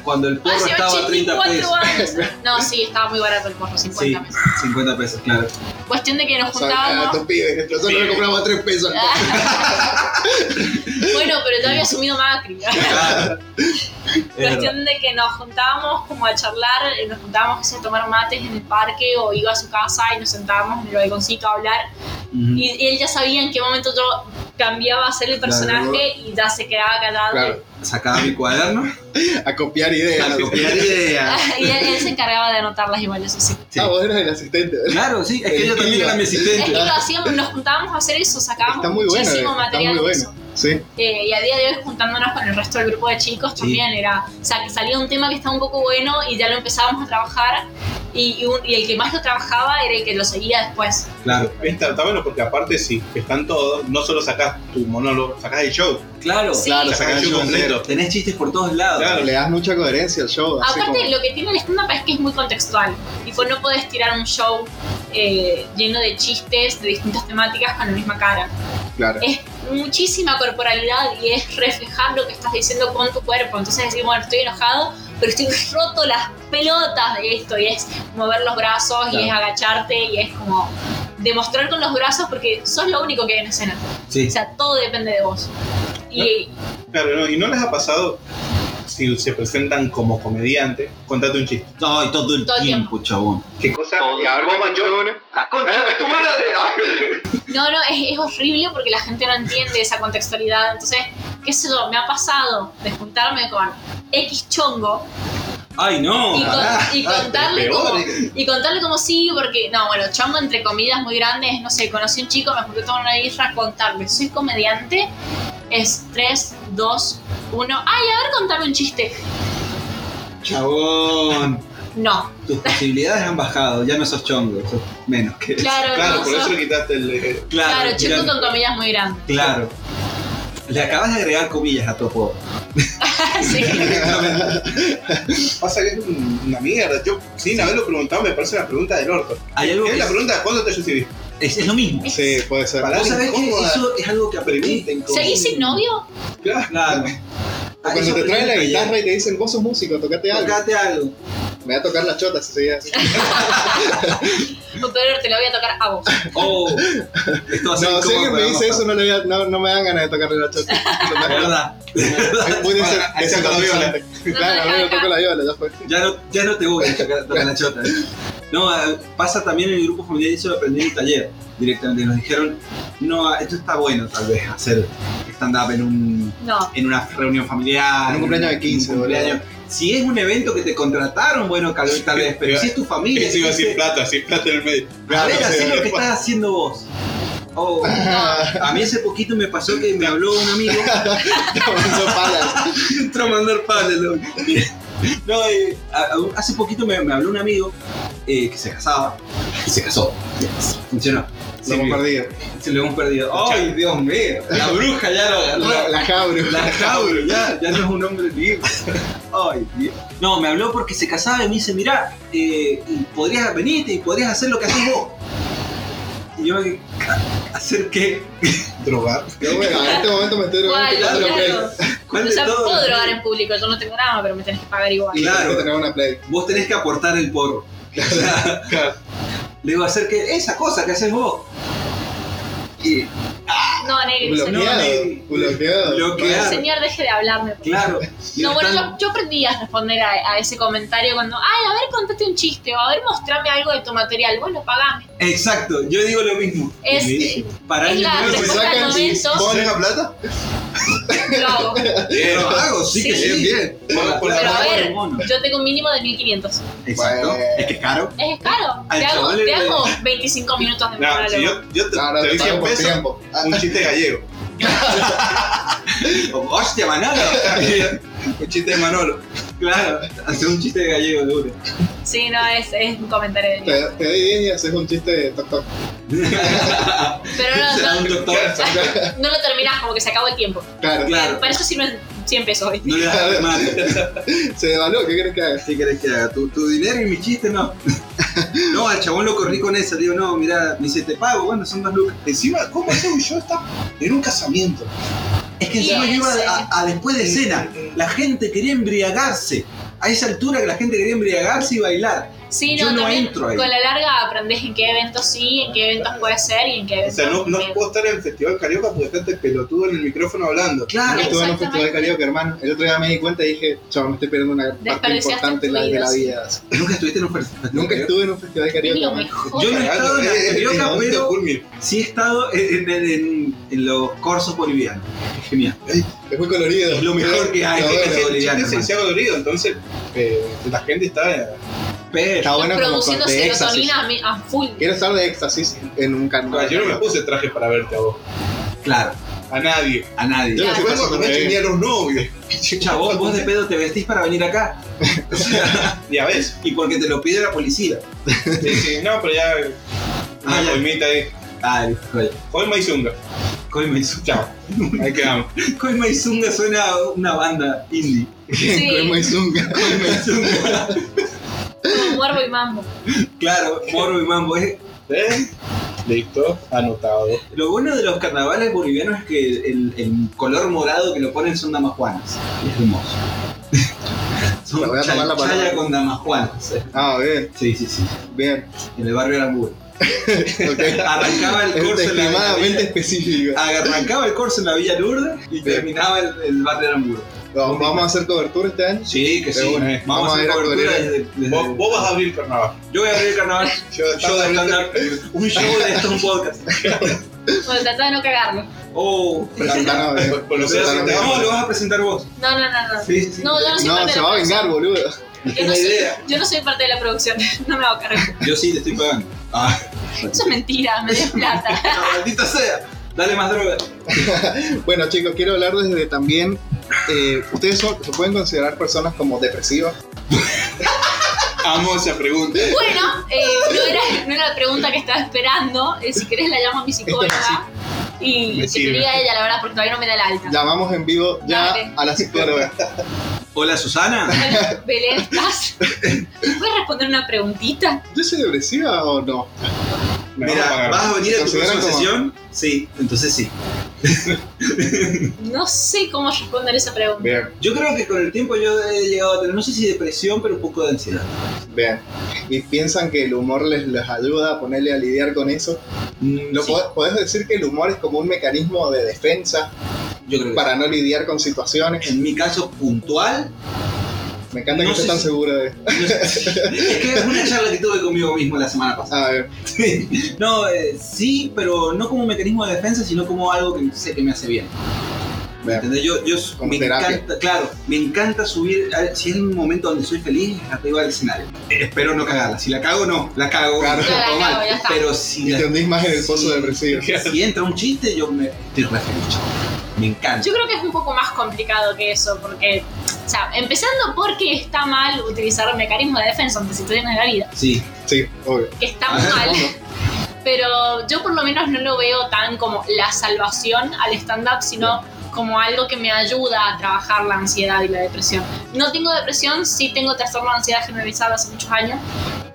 Speaker 7: cuando el porro
Speaker 3: Hace
Speaker 7: estaba a 30 pesos.
Speaker 3: 84 años. No, sí, estaba muy barato el porro, 50
Speaker 7: Sí,
Speaker 3: pesos.
Speaker 7: 50 pesos, claro.
Speaker 3: Cuestión de que nos
Speaker 5: a
Speaker 3: juntábamos.
Speaker 5: estos pibes. Nosotros le compramos a 3 pesos.
Speaker 3: bueno, pero ya había asumido Macri.
Speaker 7: Claro. Es verdad.
Speaker 3: Cuestión de que nos juntábamos como a charlar, eh, nos juntábamos que sea, a tomar mates en el parque o iba a su casa y nos sentábamos en el balconcito a hablar.
Speaker 5: Mm.
Speaker 7: Ujú.
Speaker 3: Y, y él ya sabía en qué momento yo cambiaba a ser el personaje y ya se quedaba callado.
Speaker 5: Claro,
Speaker 7: Sacaba mi cuaderno,
Speaker 5: a copiar ideas.
Speaker 7: a copiar ideas.
Speaker 3: y él, él se encargaba de anotarlas igual, eso sí.
Speaker 5: Ah, vos eras el asistente. ¿verdad?
Speaker 7: Claro, sí, es que yo también era mi
Speaker 3: Es que
Speaker 7: asistente.
Speaker 3: lo hacíamos, nos juntábamos a hacer eso, sacábamos
Speaker 5: Está muy bueno.
Speaker 3: muchísimo
Speaker 5: eh, Está
Speaker 3: material
Speaker 5: muy
Speaker 3: de eso.
Speaker 5: bueno. Sí.
Speaker 3: Eh, y a día de hoy juntándonos con el resto del grupo de chicos también era, o sea, que salía un tema que estaba un poco bueno y ya lo empezábamos a trabajar y, y un- y el que más lo trabajaba era el que lo seguía después.
Speaker 7: Claro,
Speaker 6: Está, está bueno porque aparte si están todos, no solo sacás tu monólogo, sacás el show.
Speaker 7: claro,
Speaker 3: Sí.
Speaker 5: Claro,
Speaker 6: Sacás
Speaker 5: sacás
Speaker 6: el show
Speaker 5: show
Speaker 6: completo.
Speaker 7: tenés chistes por todos lados.
Speaker 6: Claro.
Speaker 5: Le das mucha coherencia al show. así
Speaker 3: Aparte
Speaker 5: como-
Speaker 3: lo que tiene el stand-up es que es muy contextual, tipo no podés tirar un show eh, lleno de chistes de distintas temáticas con la misma cara.
Speaker 5: Claro.
Speaker 3: Es muchísima corporalidad y es reflejar lo que estás diciendo con tu cuerpo, entonces decir, bueno, estoy enojado. Pero estoy roto las pelotas de esto y es mover los brazos y
Speaker 7: Claro.
Speaker 3: es agacharte y es como demostrar con los brazos porque sos lo único que hay en escena.
Speaker 7: Sí.
Speaker 3: O sea, todo depende de vos. Y
Speaker 6: Claro, ¿no? ¿y no les ha pasado si se presentan como comediante? Contate un chiste.
Speaker 7: No, y todo el
Speaker 3: Todo el
Speaker 7: tiempo, chabón.
Speaker 1: ¿Qué cosa?
Speaker 2: Todo.
Speaker 1: Y ahora vamos yo una.
Speaker 2: La concha de tu madre.
Speaker 3: no, no, es, es horrible porque la gente no entiende esa contextualidad. Entonces, qué sé yo, me ha pasado de juntarme con X chongo
Speaker 7: Ay, no.
Speaker 3: y, con-
Speaker 7: pará.
Speaker 3: y contarle
Speaker 6: peor,
Speaker 3: como,
Speaker 6: eh.
Speaker 3: y contarle como sí, porque, no, bueno, chongo entre comidas muy grandes, no sé, conocí a un chico, me junté a tomar una birra, contarle, soy comediante, es 3, 2, 1, ay, a ver, contame un chiste.
Speaker 7: Chabón.
Speaker 3: No,
Speaker 7: Tus posibilidades han bajado, ya no sos chongo, sos menos que
Speaker 3: claro,
Speaker 6: Claro,
Speaker 3: no,
Speaker 6: por eso
Speaker 3: sos-
Speaker 6: le quitaste el... eh,
Speaker 3: claro,
Speaker 7: mirá,
Speaker 3: chongo con comidas muy grandes.
Speaker 7: claro. Le acabas de agregar comillas a tu apodo.
Speaker 3: Sí.
Speaker 6: Pasa que es un- una mierda. Yo, sin haberlo preguntado, me parece una pregunta del orto.
Speaker 7: Hay algo
Speaker 6: Es
Speaker 7: que
Speaker 6: la
Speaker 7: es,
Speaker 6: pregunta, ¿cuándo te recibiste?
Speaker 7: es- es lo mismo.
Speaker 5: Sí, puede ser.
Speaker 6: Para-
Speaker 7: Vos sabés que
Speaker 6: incómoda.
Speaker 7: eso es algo que aprendí.
Speaker 6: Pregunten cómo-
Speaker 3: ¿Seguís sin novio?
Speaker 7: Claro.
Speaker 5: O Ah, Cuando te traen la guitarra y te dicen, vos sos músico, tocate algo.
Speaker 7: Tocate algo.
Speaker 5: Me va a tocar la chota si seguía así.
Speaker 3: O peor, te lo voy a tocar a vos.
Speaker 7: Oh, esto va a ser
Speaker 5: No, si
Speaker 7: incómodo,
Speaker 5: alguien me
Speaker 7: pero
Speaker 5: dice eso,
Speaker 7: vamos a-
Speaker 5: no, le voy a- no, no me dan ganas de tocarle la chota.
Speaker 7: De verdad, de verdad.
Speaker 5: Muy desen-
Speaker 6: Ahí está con la viola.
Speaker 5: desentonizante.
Speaker 3: No,
Speaker 5: Claro,
Speaker 3: no,
Speaker 5: a mí me
Speaker 3: acá.
Speaker 5: toco la viola, ya fue.
Speaker 7: Ya no, ya no te voy a tocar tocar la chota. No, ah, pasa también en el grupo familiar y eso lo aprendí en el taller directamente. Nos dijeron, no, ah, esto está bueno tal vez, hacer stand-up en, un,
Speaker 3: No.
Speaker 7: en una reunión familiar.
Speaker 5: En un cumpleaños de
Speaker 7: en
Speaker 5: 15,
Speaker 7: un cumpleañños. Si es un evento que te contrataron, bueno, tal vez, tal vez, pero si es tu familia.
Speaker 6: Eso iba
Speaker 7: dice,
Speaker 6: sin plata, sin plata en el medio.
Speaker 7: a ver,
Speaker 5: Claro,
Speaker 7: hacé
Speaker 5: sí,
Speaker 7: lo que
Speaker 6: después.
Speaker 7: estás haciendo vos. Oh,
Speaker 5: Ah,
Speaker 7: a mí hace poquito me pasó que me habló un amigo
Speaker 5: Son palas.
Speaker 7: Entró a mandar panes, loco. No, eh, a- a- hace poquito me, me habló un amigo eh, que se casaba. Y se casó. Funcionó.
Speaker 5: Lo
Speaker 7: Sí,
Speaker 5: hemos perdido.
Speaker 7: se lo hemos perdido. ¡Ay, Dios mío! La bruja ya lo
Speaker 5: La,
Speaker 7: agarró.
Speaker 5: la jabru.
Speaker 7: La cabro, ya, ya no es un hombre libre. Ay, Dios. No, me habló porque se casaba y me dice, mirá, eh, y podrías venirte y podrías hacer lo que haces vos. Y yo, ¿hacer qué?
Speaker 6: Drogar.
Speaker 5: Yo, bueno, en este momento me estoy drogando.
Speaker 3: Igual,
Speaker 5: que tengo una
Speaker 3: claro.
Speaker 5: play.
Speaker 7: ¿Cuál
Speaker 3: O
Speaker 7: de
Speaker 3: sea,
Speaker 7: todo?
Speaker 3: puedo drogar en público, yo no tengo nada, pero me tenés que pagar igual.
Speaker 5: Y
Speaker 7: Claro.
Speaker 5: tengo que tener una play.
Speaker 7: vos tenés que aportar el porro. O sea, le digo, hacer que esa cosa que haces vos. Y
Speaker 3: No, negro, señor.
Speaker 5: Bloqueado. Bloqueado.
Speaker 7: Bloqueado.
Speaker 3: Señor, deje de hablarme. por
Speaker 7: Claro.
Speaker 3: No, bueno,
Speaker 7: Están-
Speaker 3: lo- yo aprendí a responder a, a ese comentario cuando, ay, a ver, contate un chiste o a ver, mostrame algo de tu material. Bueno, pagame.
Speaker 7: Exacto, yo digo lo mismo.
Speaker 3: Es-
Speaker 7: Buenísimo. Para
Speaker 3: es
Speaker 7: ello
Speaker 3: la-
Speaker 5: Si
Speaker 3: Respuesta al
Speaker 5: sacan, si
Speaker 3: momento.
Speaker 5: ponen la plata,
Speaker 3: Lo hago.
Speaker 7: lo hago, sí, que
Speaker 3: Sí.
Speaker 7: sí.
Speaker 5: bien, bien.
Speaker 7: Por- por la
Speaker 3: Pero a
Speaker 7: barba
Speaker 3: ver.
Speaker 7: del mono.
Speaker 3: Yo tengo un mínimo de 1500.
Speaker 7: Exacto.
Speaker 5: Bueno.
Speaker 7: Es que es caro.
Speaker 3: Es caro.
Speaker 7: Al
Speaker 3: Te hago,
Speaker 7: Ah, chaval le-
Speaker 3: te hago 25 minutos de
Speaker 6: No, si
Speaker 3: monólogo.
Speaker 6: yo, yo te,
Speaker 5: Claro,
Speaker 6: te doy 100
Speaker 5: pago por
Speaker 6: pesos,
Speaker 5: tiempo.
Speaker 6: un chiste gallego.
Speaker 7: Hostia, Manolo.
Speaker 6: Un chiste de Manolo.
Speaker 7: claro, hacer un chiste de gallego de una.
Speaker 3: Sí, no, es, es un comentario de
Speaker 5: Te, te doy 10 y haces un chiste de toc toc.
Speaker 3: Pero
Speaker 7: Será
Speaker 3: no,
Speaker 7: un
Speaker 3: no,
Speaker 7: doctor.
Speaker 3: no lo terminás, como que se acabó el tiempo.
Speaker 5: Claro,
Speaker 7: Claro,
Speaker 3: Para eso sirven 100 pesos hoy.
Speaker 7: no le das de mal.
Speaker 5: se devaluó, ¿qué quieres que haga?
Speaker 7: ¿Qué querés que haga? ¿Tu, tu dinero y mi chiste? No. No, al chabón lo corrí con esa. Digo, no, mira, me dice, te pago. Bueno, son dos lucas.
Speaker 6: Encima, ¿cómo hago yo esta? En un casamiento.
Speaker 7: Es que encima yo iba a, a después de cena. La gente quería embriagarse. A esa altura que la gente quería embriagarse y bailar.
Speaker 3: Sí,
Speaker 7: Yo
Speaker 3: no,
Speaker 7: no
Speaker 3: también
Speaker 7: entro ahí.
Speaker 3: con la larga aprendés en qué eventos sí, en qué eventos puede ser y en qué
Speaker 6: O
Speaker 3: eventos
Speaker 6: sea, no, no
Speaker 3: no.
Speaker 6: puedo estar en el Festival Carioca porque está este pelotudo en el micrófono hablando.
Speaker 7: Claro.
Speaker 5: Yo estuve en un
Speaker 3: Exactamente.
Speaker 5: festival carioca, hermano. El otro día me di cuenta y dije, chaval, me estoy perdiendo una parte
Speaker 3: Desperdiciaste
Speaker 5: importante de
Speaker 3: tu
Speaker 5: la, de
Speaker 3: vida,
Speaker 5: la
Speaker 3: sí.
Speaker 5: vida.
Speaker 7: Nunca estuviste en un festival.
Speaker 5: Nunca estuve en un festival
Speaker 3: Es
Speaker 5: carioca.
Speaker 3: lo
Speaker 5: man.
Speaker 3: mejor.
Speaker 7: Yo no he
Speaker 6: Cagando,
Speaker 7: estado en
Speaker 6: eh, eh,
Speaker 7: la
Speaker 6: el
Speaker 7: Carioca,
Speaker 6: momento
Speaker 7: pero
Speaker 6: culmin.
Speaker 7: sí he estado en, en- en- en los corsos bolivianos. Genial.
Speaker 5: Es muy colorido.
Speaker 7: Es lo mejor que hay.
Speaker 5: Está
Speaker 7: que
Speaker 5: bueno,
Speaker 7: hacer
Speaker 6: El
Speaker 7: boliviano,
Speaker 6: chiste se
Speaker 7: hermano.
Speaker 6: se ha dolorido, entonces eh, la gente está. eh,
Speaker 7: Pero,
Speaker 5: Está Ah, bueno como con,
Speaker 3: produciendo
Speaker 5: de éxtasis.
Speaker 3: serotonina a mi- a, full.
Speaker 5: Quiero estar de éxtasis en un carnaval.
Speaker 6: Ah, Yo no me puse traje para verte a vos.
Speaker 7: claro,
Speaker 6: A nadie.
Speaker 7: a nadie.
Speaker 5: Yo
Speaker 3: Claro.
Speaker 5: no sé
Speaker 6: Yo
Speaker 5: cuál
Speaker 6: vengo a comer ni a los novios.
Speaker 7: Chabón, vos de pedo te vestís para venir acá. O sea,
Speaker 6: Ya ves.
Speaker 7: y porque te lo pide la policía.
Speaker 6: Sí, sí, no, pero ya. eh, Una
Speaker 7: Ah, ya.
Speaker 6: coimita ahí.
Speaker 7: Dale, joder.
Speaker 6: Joder, Zunga.
Speaker 7: Coima y Zunga.
Speaker 6: Chao. Ahí quedamos.
Speaker 7: Coima y Zunga suena a una banda indie.
Speaker 3: Sí,
Speaker 5: Coima y zunga.
Speaker 7: Coima y Zunga.
Speaker 3: como muervo y mambo.
Speaker 7: claro, Moro y Mambo. Es-
Speaker 6: ¿Eh? Listo, anotado.
Speaker 7: Lo bueno de los carnavales bolivianos es que el, el color morado que lo ponen son damajuanas. Y Es hermoso. son
Speaker 5: Pero voy a
Speaker 7: chay-
Speaker 5: tomar la palabra.
Speaker 7: chaya con damajuanas. eh.
Speaker 5: Ah, bien,
Speaker 7: Sí, sí, sí.
Speaker 5: bien.
Speaker 7: En el barrio Aramburu.
Speaker 5: Ok.
Speaker 7: Arrancaba el
Speaker 5: Es
Speaker 7: corso en la
Speaker 5: extremadamente
Speaker 7: Villa-
Speaker 5: específico.
Speaker 7: Arrancaba el corso en la Villa Lourdes y terminaba el, el barrio Aramburu.
Speaker 5: Vamos, vamos a hacer cobertura este año.
Speaker 7: Sí, que
Speaker 5: De
Speaker 7: sí.
Speaker 5: una,
Speaker 7: eh, Vamos, a hacer
Speaker 5: ir a
Speaker 7: cobertura
Speaker 5: cubrir.
Speaker 7: desde- desde-
Speaker 6: Vos, vos vas a abrir el carnaval.
Speaker 7: Yo voy a abrir el carnaval.
Speaker 6: Yo,
Speaker 7: show de
Speaker 6: stand-up.
Speaker 7: stand-up. Un show de estos podcast.
Speaker 3: Bueno, tratá de no cagarlo.
Speaker 7: Oh.
Speaker 5: Presentanos, bien.
Speaker 6: Con los
Speaker 5: Presentanos bien.
Speaker 7: ¿Cómo lo vas a presentar vos?
Speaker 3: No, no, no, no.
Speaker 7: Sí, sí, sí.
Speaker 3: No, yo no soy
Speaker 5: No,
Speaker 3: parte de
Speaker 5: se
Speaker 3: la
Speaker 5: va a
Speaker 3: producción.
Speaker 5: vengar, boludo.
Speaker 3: Yo no,
Speaker 7: Es la
Speaker 3: soy,
Speaker 7: idea.
Speaker 3: yo no soy parte de la producción, no me hago cargo.
Speaker 7: Yo sí, te estoy pagando. Ah.
Speaker 3: Eso es mentira, me des plata.
Speaker 7: Maldita sea. Dale más droga.
Speaker 5: Bueno, chicos, quiero hablar desde también. eh, ¿Ustedes son- se pueden considerar personas como depresivas?
Speaker 6: Amo esa pregunta.
Speaker 3: Bueno, eh, no, era, no era la pregunta que estaba esperando. Eh, si querés la llamo a mi psicóloga y
Speaker 6: Me
Speaker 3: que te
Speaker 6: sirve.
Speaker 3: diga ella, la verdad, porque todavía no me da la alta.
Speaker 5: Llamamos en vivo ya
Speaker 3: Dale.
Speaker 5: a la psicóloga.
Speaker 7: Hola, Susana.
Speaker 3: Bueno, Belén, ¿estás? ¿Me ¿Puedes responder una preguntita?
Speaker 5: ¿Yo soy depresiva o no?
Speaker 6: Me van a
Speaker 7: Mira,
Speaker 6: pagar.
Speaker 7: ¿vas a venir a tu
Speaker 5: ¿Consideran
Speaker 7: próxima
Speaker 5: como-
Speaker 7: sesión? Sí, entonces sí.
Speaker 3: No sé cómo responder esa pregunta.
Speaker 5: Bien,
Speaker 7: Yo creo que con el tiempo yo he llegado a tener, no sé si depresión, pero un poco de ansiedad.
Speaker 5: bien. ¿Y piensan que el humor les, les ayuda a ponerle a lidiar con eso?
Speaker 7: Mm,
Speaker 5: ¿Lo
Speaker 7: sí,
Speaker 5: pod- ¿Podés decir que el humor es como un mecanismo de defensa
Speaker 7: Yo creo que
Speaker 5: para no lidiar con situaciones?
Speaker 7: sí. En mi caso puntual,
Speaker 5: Me encanta
Speaker 7: No
Speaker 5: que
Speaker 7: sé
Speaker 5: estés tan
Speaker 7: si-
Speaker 5: seguro de...
Speaker 7: no sé- es que es una charla que tuve conmigo mismo la semana pasada.
Speaker 5: A ver,
Speaker 7: No, eh, sí, pero no como un mecanismo de defensa, sino como algo que sé que me hace bien. ¿Me
Speaker 5: Bien.
Speaker 7: entendés? Yo, yo
Speaker 5: Como
Speaker 7: me
Speaker 5: terapia.
Speaker 7: encanta, claro, me encanta subir, a- si es un momento donde soy feliz, arriba del escenario. Eh, espero no cagarla, si la cago no, la cago,
Speaker 5: Claro.
Speaker 7: no,
Speaker 3: Ya la
Speaker 7: todo
Speaker 3: cago,
Speaker 7: mal.
Speaker 3: ya está.
Speaker 7: pero si,
Speaker 5: y
Speaker 7: la-
Speaker 5: te hundís más en el pozo
Speaker 7: Sí.
Speaker 5: depresivo.
Speaker 7: si entra un chiste, yo me estoy re feliz, chavo. Me encanta.
Speaker 3: Yo creo que es un poco más complicado que eso, porque, o sea, empezando porque está mal utilizar mecanismos de defensa ante situaciones de la vida,
Speaker 7: Sí,
Speaker 5: Sí, obvio.
Speaker 3: que está
Speaker 7: Ah,
Speaker 3: mal, pero yo por lo menos no lo veo tan como la salvación al stand-up, sino como algo que me ayuda a trabajar la ansiedad y la depresión. No tengo depresión, sí tengo trastorno de ansiedad generalizado hace muchos años.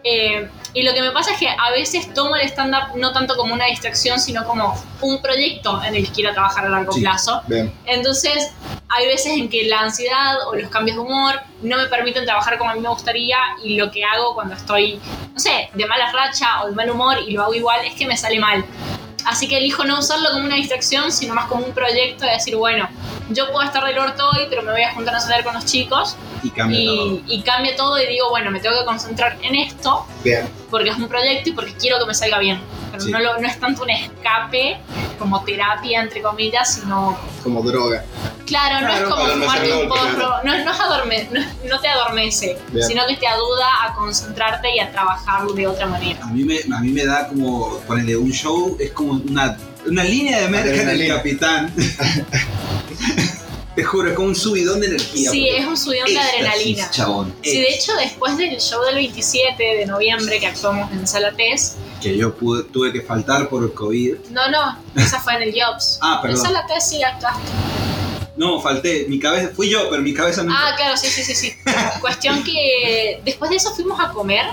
Speaker 3: eh, y lo que me pasa es que a veces tomo el stand-up no tanto como una distracción, sino como un proyecto en el que quiero trabajar a largo
Speaker 7: Sí.
Speaker 3: plazo.
Speaker 5: Bien.
Speaker 3: Entonces, hay veces en que la ansiedad o los cambios de humor no me permiten trabajar como a mí me gustaría y lo que hago cuando estoy, no sé, de mala racha o de mal humor y lo hago igual es que me sale mal. Así que elijo no usarlo como una distracción, sino más como un proyecto de decir, bueno, yo puedo estar del orto hoy, pero me voy a juntar a cenar con los chicos
Speaker 7: Y cambia todo.
Speaker 3: y, y cambio todo y digo, bueno, me tengo que concentrar en esto
Speaker 5: Bien.
Speaker 3: porque es un proyecto y porque quiero que me salga bien. Pero
Speaker 7: Sí.
Speaker 3: no, lo- no es tanto un escape como terapia, entre comillas, sino
Speaker 5: Como droga.
Speaker 3: Claro, no es
Speaker 6: Claro,
Speaker 3: como
Speaker 6: para
Speaker 3: fumarte un
Speaker 6: almacenar
Speaker 3: porro, no,
Speaker 6: el
Speaker 3: no, es adorme- no, no te adormece,
Speaker 5: Bien.
Speaker 3: sino que te ayuda a concentrarte y a trabajar de otra manera.
Speaker 7: A mí me, a mí me da como, ponerle un show, es como una, una línea de merca del
Speaker 5: Adrenalina.
Speaker 7: capitán. Te juro, es como un subidón de energía.
Speaker 3: Sí,
Speaker 7: porque
Speaker 3: es un subidón de
Speaker 7: éxtasis,
Speaker 3: adrenalina.
Speaker 7: Chabón,
Speaker 3: Sí,
Speaker 7: Eh,
Speaker 3: de
Speaker 7: éxtasis.
Speaker 3: hecho, después del show del 27 de noviembre que actuamos en Sala Tess,
Speaker 7: que yo pude- tuve que faltar por COVID.
Speaker 3: no, no, esa fue en el Jobs.
Speaker 7: Ah,
Speaker 3: en
Speaker 7: perdón.
Speaker 3: Sala Tess sí actuaste.
Speaker 7: No, falté. Mi cabeza, fui yo, pero mi cabeza nunca.
Speaker 3: Ah, claro, sí, sí, sí, sí. Cuestión que después de eso fuimos a comer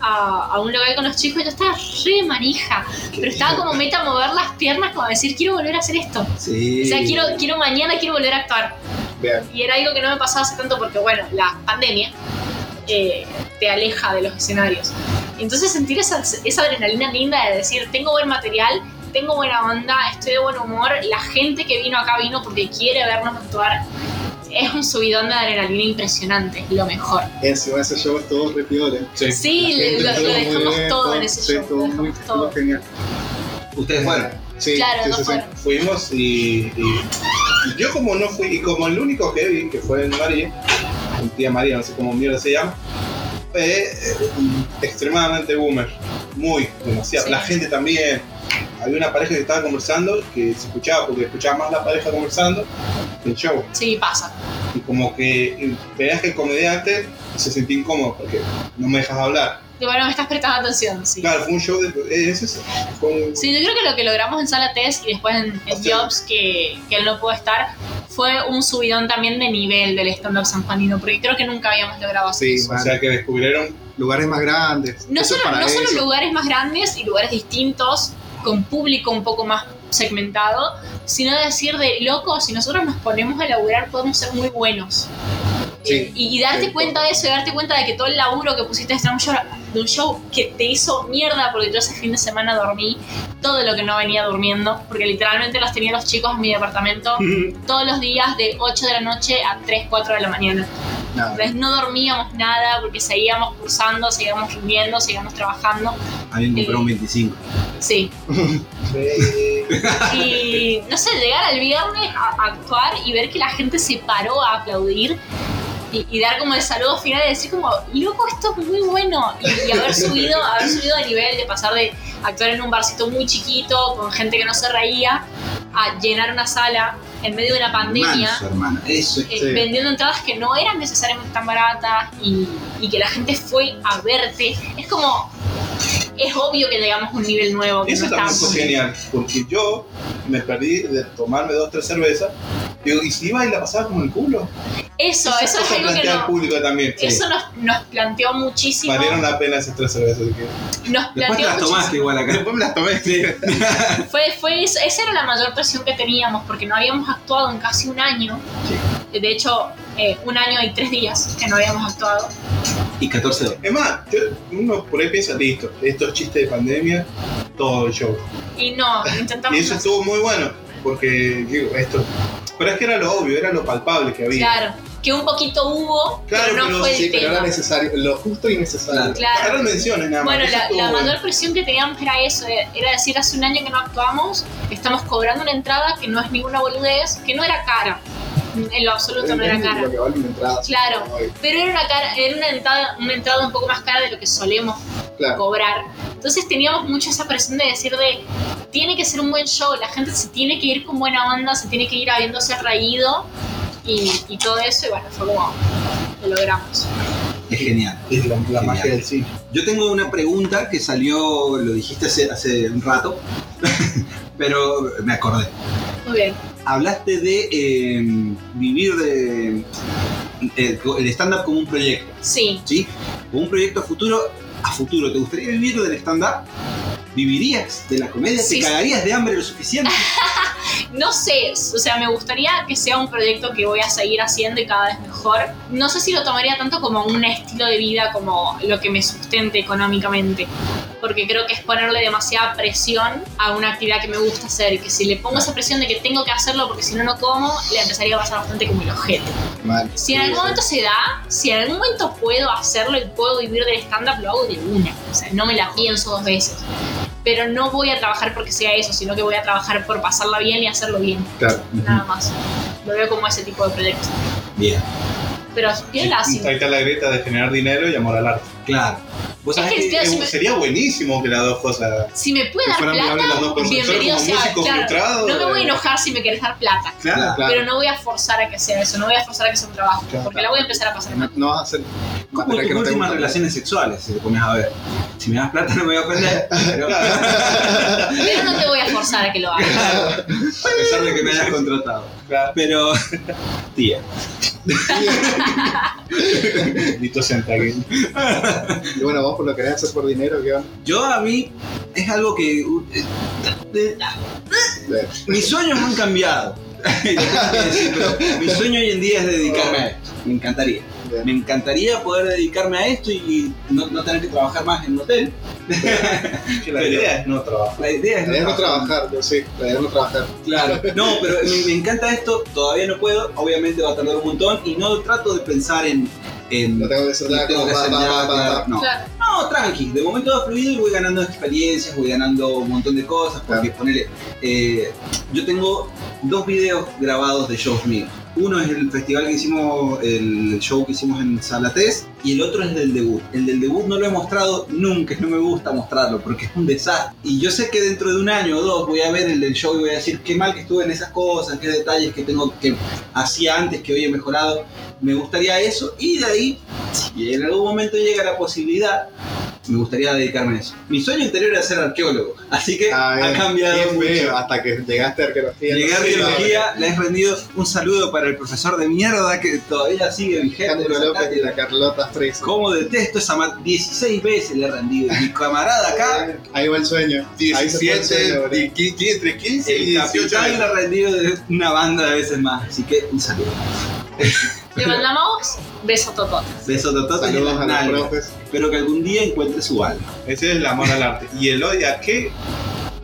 Speaker 3: a, a un lugar con los chicos y yo estaba re manija, pero estaba como meta mover las piernas como decir, quiero volver a hacer esto.
Speaker 7: sí.
Speaker 3: O sea, quiero, quiero mañana, quiero volver a actuar.
Speaker 5: Bien.
Speaker 3: Y era algo que no me pasaba hace tanto porque, bueno, la pandemia eh, te aleja de los escenarios. Entonces sentir esa, esa adrenalina linda de decir, tengo buen material, tengo buena onda, estoy de buen humor, la gente que vino acá vino porque quiere vernos actuar. Es un subidón de adrenalina impresionante, es lo mejor.
Speaker 5: Encima ese show estuvo re piola.
Speaker 6: Sí.
Speaker 3: Sí,
Speaker 5: La gente
Speaker 3: lo, lo
Speaker 5: estuvo muy
Speaker 3: dejamos
Speaker 5: bien,
Speaker 3: todo en ese
Speaker 5: sí,
Speaker 3: show.
Speaker 5: estuvo
Speaker 3: lo
Speaker 5: muy,
Speaker 3: dejamos todo.
Speaker 5: estuvo genial.
Speaker 7: Ustedes fueron.
Speaker 5: Sí,
Speaker 3: Claro,
Speaker 5: sí,
Speaker 3: no
Speaker 5: sí, sí.
Speaker 3: fueron.
Speaker 6: Fuimos y, y- y yo como no fui, y como el único que vi, que fue el María, mi tía María, no sé cómo mierda se llama, fue eh, extremadamente boomer, muy, demasiado.
Speaker 3: Sí.
Speaker 6: La gente también, había una pareja que estaba conversando, que se escuchaba, porque escuchaba más la pareja conversando que el show.
Speaker 3: Sí, pasa.
Speaker 6: Y como que eh, veías que el comediante se sentía incómodo, porque no me dejas hablar.
Speaker 3: Y bueno, me estás prestando atención, sí.
Speaker 6: Claro, fue un show de... eh, ese es- fue un-
Speaker 3: Sí, yo creo que lo que logramos en Sala Test y después en, en
Speaker 6: Sí.
Speaker 3: Jobs, que, que él no pudo estar, fue un subidón también de nivel del stand-up sanjuanino, porque creo que nunca habíamos logrado así.
Speaker 5: Sí,
Speaker 6: O
Speaker 5: man.
Speaker 6: sea, que descubrieron
Speaker 5: lugares más grandes.
Speaker 3: No
Speaker 5: Eso
Speaker 3: solo,
Speaker 5: para
Speaker 3: no solo
Speaker 5: eso.
Speaker 3: lugares más grandes y lugares distintos, con público un poco más segmentado, sino decir de, loco, si nosotros nos ponemos a laburar podemos ser muy buenos. Eh,
Speaker 5: Sí,
Speaker 3: y, y darte
Speaker 5: sí.
Speaker 3: cuenta de eso, y darte cuenta de que todo el laburo que pusiste detrás de un show, de un show que te hizo mierda porque yo ese fin de semana dormí todo lo que no venía durmiendo, porque literalmente los tenía los chicos en mi departamento todos los días de 8 de la noche a 3, 4 de la mañana.
Speaker 5: Nada.
Speaker 3: Entonces no dormíamos nada porque seguíamos cursando, seguíamos rindiendo, seguíamos trabajando.
Speaker 7: Alguien compró un 25.
Speaker 3: Sí. y no sé, llegar al viernes a, a actuar y ver que la gente se paró a aplaudir y, y dar como el saludo final y decir como, loco, esto es muy bueno. Y, y haber subido, haber subido de nivel, de pasar de actuar en un barcito muy chiquito, con gente que no se reía, a llenar una sala en medio de una pandemia.
Speaker 7: Manso, hermana. Eso es.
Speaker 3: eh,
Speaker 5: Sí.
Speaker 3: vendiendo entradas que no eran necesariamente tan baratas y, y que la gente fue a verte. Es como. Es obvio que llegamos a un nivel nuevo. Que
Speaker 6: Eso
Speaker 3: no
Speaker 6: también
Speaker 3: estábamos
Speaker 6: fue genial, porque yo me perdí de tomarme dos o tres cervezas. Digo, y si iba y la pasaba como el culo.
Speaker 3: Eso,
Speaker 6: Esas
Speaker 3: eso es
Speaker 6: cosas
Speaker 3: algo que
Speaker 6: plantea
Speaker 3: no-
Speaker 6: al público también.
Speaker 3: Eso nos, nos planteó muchísimo.
Speaker 6: Valieron la pena esas tres cervezas. así que-
Speaker 3: Nos
Speaker 7: Después te
Speaker 3: planteó
Speaker 7: las tomaste
Speaker 3: muchísimo.
Speaker 7: igual acá.
Speaker 6: Después me las tomé. sí.
Speaker 3: Fue, fue, eso- esa era la mayor presión que teníamos porque no habíamos actuado en casi un año. De hecho, eh, un año y tres días que no habíamos actuado.
Speaker 7: Y 14 dólares.
Speaker 6: Es más, yo- uno por ahí piensa, listo, esto es chiste de pandemia, todo el show.
Speaker 3: Y no, intentamos.
Speaker 6: Y eso estuvo muy bueno, porque digo, esto. Pero es que era lo obvio, era lo palpable que había.
Speaker 3: Claro, que un poquito hubo,
Speaker 6: Claro,
Speaker 3: pero no
Speaker 6: pero
Speaker 3: fue
Speaker 5: Sí,
Speaker 3: el
Speaker 5: pero
Speaker 3: tema.
Speaker 5: era necesario, lo justo y necesario.
Speaker 3: Claro.
Speaker 6: Eran menciones nada más.
Speaker 3: Bueno,
Speaker 6: eso
Speaker 3: la,
Speaker 6: estuvo
Speaker 3: la
Speaker 6: bueno.
Speaker 3: mayor presión que teníamos era eso, eh, era decir hace un año que no actuamos, estamos cobrando una entrada que no es ninguna boludez, que no era cara, en lo absoluto no era
Speaker 5: Es
Speaker 3: cara.
Speaker 5: Lo que vale una entrada.
Speaker 3: Claro.
Speaker 5: Ay,
Speaker 3: Pero era una, cara, era una entrada, una entrada un poco más cara de lo que solemos
Speaker 5: Claro.
Speaker 3: cobrar. Entonces teníamos mucho esa presión de decir de, tiene que ser un buen show, la gente se tiene que ir con buena onda, se tiene que ir habiéndose reído y, y todo eso, y bueno, fue como, lo logramos.
Speaker 7: Es genial.
Speaker 6: Es la, la magia
Speaker 7: Genial.
Speaker 6: del cine.
Speaker 7: Yo tengo una pregunta que salió, lo dijiste hace, hace un rato, pero me acordé.
Speaker 3: Muy bien.
Speaker 7: Hablaste de eh, vivir de, el, el stand-up como un proyecto.
Speaker 3: Sí,
Speaker 7: ¿sí? O un proyecto a futuro, a futuro, ¿te gustaría vivir del stand-up? ¿Vivirías de la comedia?
Speaker 3: Sí, sí.
Speaker 7: ¿Te cagarías de hambre lo suficiente?
Speaker 3: No sé, o sea, me gustaría que sea un proyecto que voy a seguir haciendo y cada vez mejor. No sé si lo tomaría tanto como un estilo de vida, como lo que me sustente económicamente. porque creo que es ponerle demasiada presión a una actividad que me gusta hacer y que si le pongo esa presión de que tengo que hacerlo porque si no no como, le empezaría a pasar bastante como el ojete.
Speaker 5: Mal.
Speaker 3: Si en algún momento se da, si en algún momento puedo hacerlo y puedo vivir del stand-up, lo hago de una. O sea, no me la pienso dos veces. Pero no voy a trabajar porque sea eso, sino que voy a trabajar por pasarla bien y hacerlo bien.
Speaker 5: Claro.
Speaker 3: Nada más. Lo veo como ese tipo de proyectos.
Speaker 7: Bien.
Speaker 3: Pero piola, si
Speaker 6: Ahí está la grieta de generar dinero y amor al arte.
Speaker 7: Claro. Vos
Speaker 3: Es
Speaker 7: sabés
Speaker 3: que
Speaker 7: que,
Speaker 3: estoy-
Speaker 6: Eh,
Speaker 3: si me-
Speaker 6: Sería buenísimo que las dos cosas
Speaker 3: Si me puede
Speaker 6: que
Speaker 3: dar
Speaker 6: fueran viables las
Speaker 3: plata,
Speaker 6: dos cosas.
Speaker 3: bienvenido
Speaker 6: Ser como
Speaker 3: sea.
Speaker 6: músico
Speaker 3: Claro,
Speaker 6: frustrado,
Speaker 3: no me voy a
Speaker 6: eh.
Speaker 3: enojar si me querés dar plata,
Speaker 5: Claro, claro.
Speaker 3: pero no voy a forzar a que sea eso, no voy a forzar a que sea un trabajo,
Speaker 5: Claro,
Speaker 3: porque
Speaker 5: claro.
Speaker 3: la voy a empezar a pasar
Speaker 5: No,
Speaker 3: mal.
Speaker 5: no vas a hacer. vas a
Speaker 7: como
Speaker 5: tener
Speaker 7: tus
Speaker 5: que no te
Speaker 7: últimas
Speaker 5: gusta.
Speaker 7: relaciones sexuales, si te pones a ver. Si me das plata no me voy a ofender, pero a
Speaker 3: Pero no te voy a forzar a que lo hagas.
Speaker 7: pesar de que me hayas contratado.
Speaker 6: Claro.
Speaker 7: Pero, tía,
Speaker 6: Dito Senta que-
Speaker 5: Y bueno, vos por lo que querés hacer por dinero, ¿qué va?
Speaker 7: yo a mí es algo que... uh, eh, de- Mis sueños no han cambiado. Mi sueño hoy en día es dedicarme a esto. Me encantaría.
Speaker 5: Bien.
Speaker 7: Me encantaría poder dedicarme a esto y no, no tener que trabajar más en un hotel.
Speaker 6: que La idea es no trabajar.
Speaker 7: La idea es
Speaker 5: La idea es no trabajar, yo sí, la idea es no trabajar.
Speaker 7: Claro, no, pero me, me encanta esto, todavía no puedo, obviamente va a tardar un montón y no trato de pensar en... en
Speaker 5: No tengo que hacer nada
Speaker 7: tengo
Speaker 5: como
Speaker 7: que
Speaker 5: pa,
Speaker 7: hacer
Speaker 5: pa,
Speaker 7: nada,
Speaker 5: pa, pa,
Speaker 7: claro, no.
Speaker 3: Claro.
Speaker 7: No, tranqui, de momento va fluido y voy ganando experiencias, voy ganando un montón de cosas, porque ponele, eh, yo tengo dos videos grabados de shows míos. Uno es el festival que hicimos, el show que hicimos en Salatés, y el otro es el del debut. El del debut no lo he mostrado nunca, no me gusta mostrarlo porque es un desastre. Y yo sé que dentro de un año o dos voy a ver el del show y voy a decir qué mal que estuve en esas cosas, qué detalles que tengo que hacía antes que hoy he mejorado. Me gustaría eso, y de ahí y en algún momento llega la posibilidad, me gustaría dedicarme a eso. Mi sueño anterior era ser arqueólogo, así que
Speaker 5: A ver,
Speaker 7: ha cambiado
Speaker 5: Ah, qué
Speaker 7: mucho.
Speaker 5: feo, hasta que llegaste a arqueología.
Speaker 7: Llegué a
Speaker 5: no sé,
Speaker 7: arqueología, le he rendido un saludo para el profesor de mierda que todavía sigue
Speaker 5: la-
Speaker 7: vigente.
Speaker 5: Cándido
Speaker 7: lo
Speaker 5: López
Speaker 7: sacaste.
Speaker 5: y la Carlota Fries.
Speaker 7: Cómo detesto esa ma- 16 veces le he rendido. Mi camarada acá,
Speaker 5: Ahí va el sueño. Ahí se fue el sueño,
Speaker 6: 17,
Speaker 5: bro.
Speaker 6: di- qui- qui- entre 15 y
Speaker 7: el
Speaker 6: 18
Speaker 7: capitán le
Speaker 6: años.
Speaker 7: ha rendido de una banda de veces más. Así que un saludo.
Speaker 3: Le mandamos beso totón.
Speaker 7: Beso tototes en
Speaker 5: Saludos
Speaker 7: las
Speaker 5: a los
Speaker 7: nalgas.
Speaker 5: profes.
Speaker 7: Espero que algún día encuentre su alma.
Speaker 6: Ese es el amor al arte. Y el odio a qué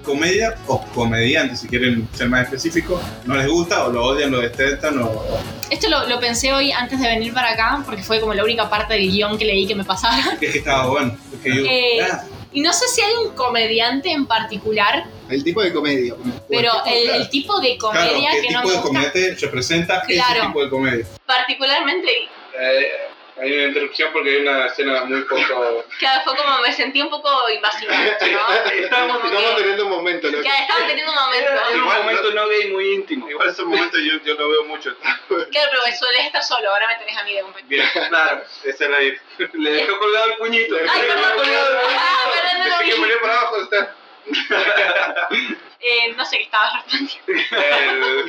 Speaker 6: comedia o comediantes, si quieren ser más específicos, no les gusta o lo odian, lo detestan o...
Speaker 3: Esto lo, lo pensé hoy antes de venir para acá, porque fue como la única parte del guión que leí que me pasaba.
Speaker 6: Es que estaba bueno. Es que yo-
Speaker 3: Ah. Eh,
Speaker 6: Ah,
Speaker 3: Y no sé si hay un comediante en particular,
Speaker 5: El tipo de comedia.
Speaker 3: pero
Speaker 6: tipo,
Speaker 3: el,
Speaker 6: claro.
Speaker 3: el tipo de
Speaker 6: claro,
Speaker 3: comedia
Speaker 6: ¿qué
Speaker 3: que
Speaker 6: tipo
Speaker 3: no me
Speaker 6: de
Speaker 3: gusta.
Speaker 6: comediante representa ese
Speaker 3: Claro.
Speaker 6: tipo de comedia?
Speaker 8: Particularmente,
Speaker 1: hay una interrupción porque hay una escena muy poco.
Speaker 8: claro, fue como me sentí un poco invasiva, ¿no?
Speaker 1: Estamos,
Speaker 8: Como
Speaker 1: estamos
Speaker 8: que-
Speaker 1: teniendo un momento, ¿no?
Speaker 8: Claro, estaba teniendo un momento.
Speaker 2: Era un
Speaker 1: Igual,
Speaker 2: momento no gay muy íntimo.
Speaker 1: Igual esos momentos yo, yo no veo mucho.
Speaker 8: Claro, pero suele estar solo, ahora me tenés a mí de compañía.
Speaker 1: Bien,
Speaker 2: Claro.
Speaker 1: esa es la idea.
Speaker 2: Le dejó colgado el puñito.
Speaker 1: Ay,
Speaker 8: Ay, perdón, perdón. Ah, perdón, no lo
Speaker 1: Pensé que
Speaker 8: vi.
Speaker 1: murió para abajo, está.
Speaker 8: Eh, no sé qué estaba respondiendo.
Speaker 1: Eh,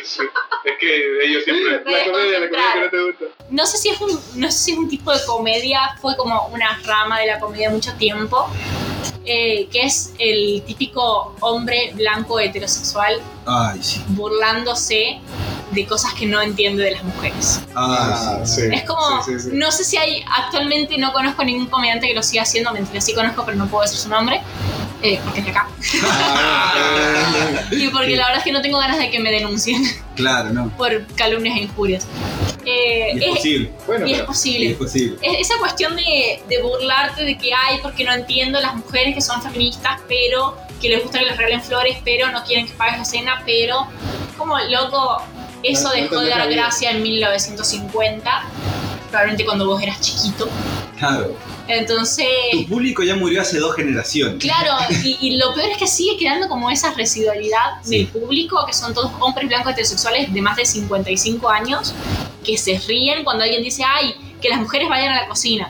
Speaker 1: es que ellos siempre.
Speaker 8: Voy a
Speaker 1: La comedia, la comedia que no te gusta.
Speaker 3: No sé si es un, no sé si es un tipo de comedia, fue como una rama de la comedia mucho tiempo, eh, que es el típico hombre blanco heterosexual
Speaker 7: Ay, sí.
Speaker 3: burlándose de cosas que no entiende de las mujeres.
Speaker 7: Ay, Ah, sí.
Speaker 5: Ah, sí.
Speaker 3: Es como,
Speaker 5: Sí, sí, sí.
Speaker 3: no sé si hay, actualmente no conozco ningún comediante que lo siga haciendo, mentira, sí conozco, pero no puedo decir su nombre, eh, porque es de acá.
Speaker 5: Ah.
Speaker 3: Y porque la verdad es que no tengo ganas de que me denuncien
Speaker 7: Claro, no.
Speaker 3: por calumnias e injurias. Eh,
Speaker 7: Y es
Speaker 3: es-
Speaker 7: posible.
Speaker 5: Bueno,
Speaker 3: y es
Speaker 5: pero
Speaker 7: y
Speaker 3: posible.
Speaker 7: es posible.
Speaker 3: Es- esa cuestión de, de burlarte de que hay, porque no entiendo las mujeres que son feministas, pero que les gusta que les regalen flores, pero no quieren que pagues la cena, pero como loco, eso
Speaker 5: No,
Speaker 3: dejó
Speaker 5: no
Speaker 3: de
Speaker 5: entendés la
Speaker 3: dar
Speaker 5: vida.
Speaker 3: gracia en 1950, probablemente cuando vos eras chiquito.
Speaker 7: Claro. Tu
Speaker 3: Entonces,
Speaker 7: público ya murió hace dos generaciones.
Speaker 3: claro, y, y lo peor es que sigue quedando como esa residualidad
Speaker 7: Sí.
Speaker 3: del público, que son todos hombres blancos heterosexuales de más de 55 años, que se ríen cuando alguien dice, ay, que las mujeres vayan a la cocina.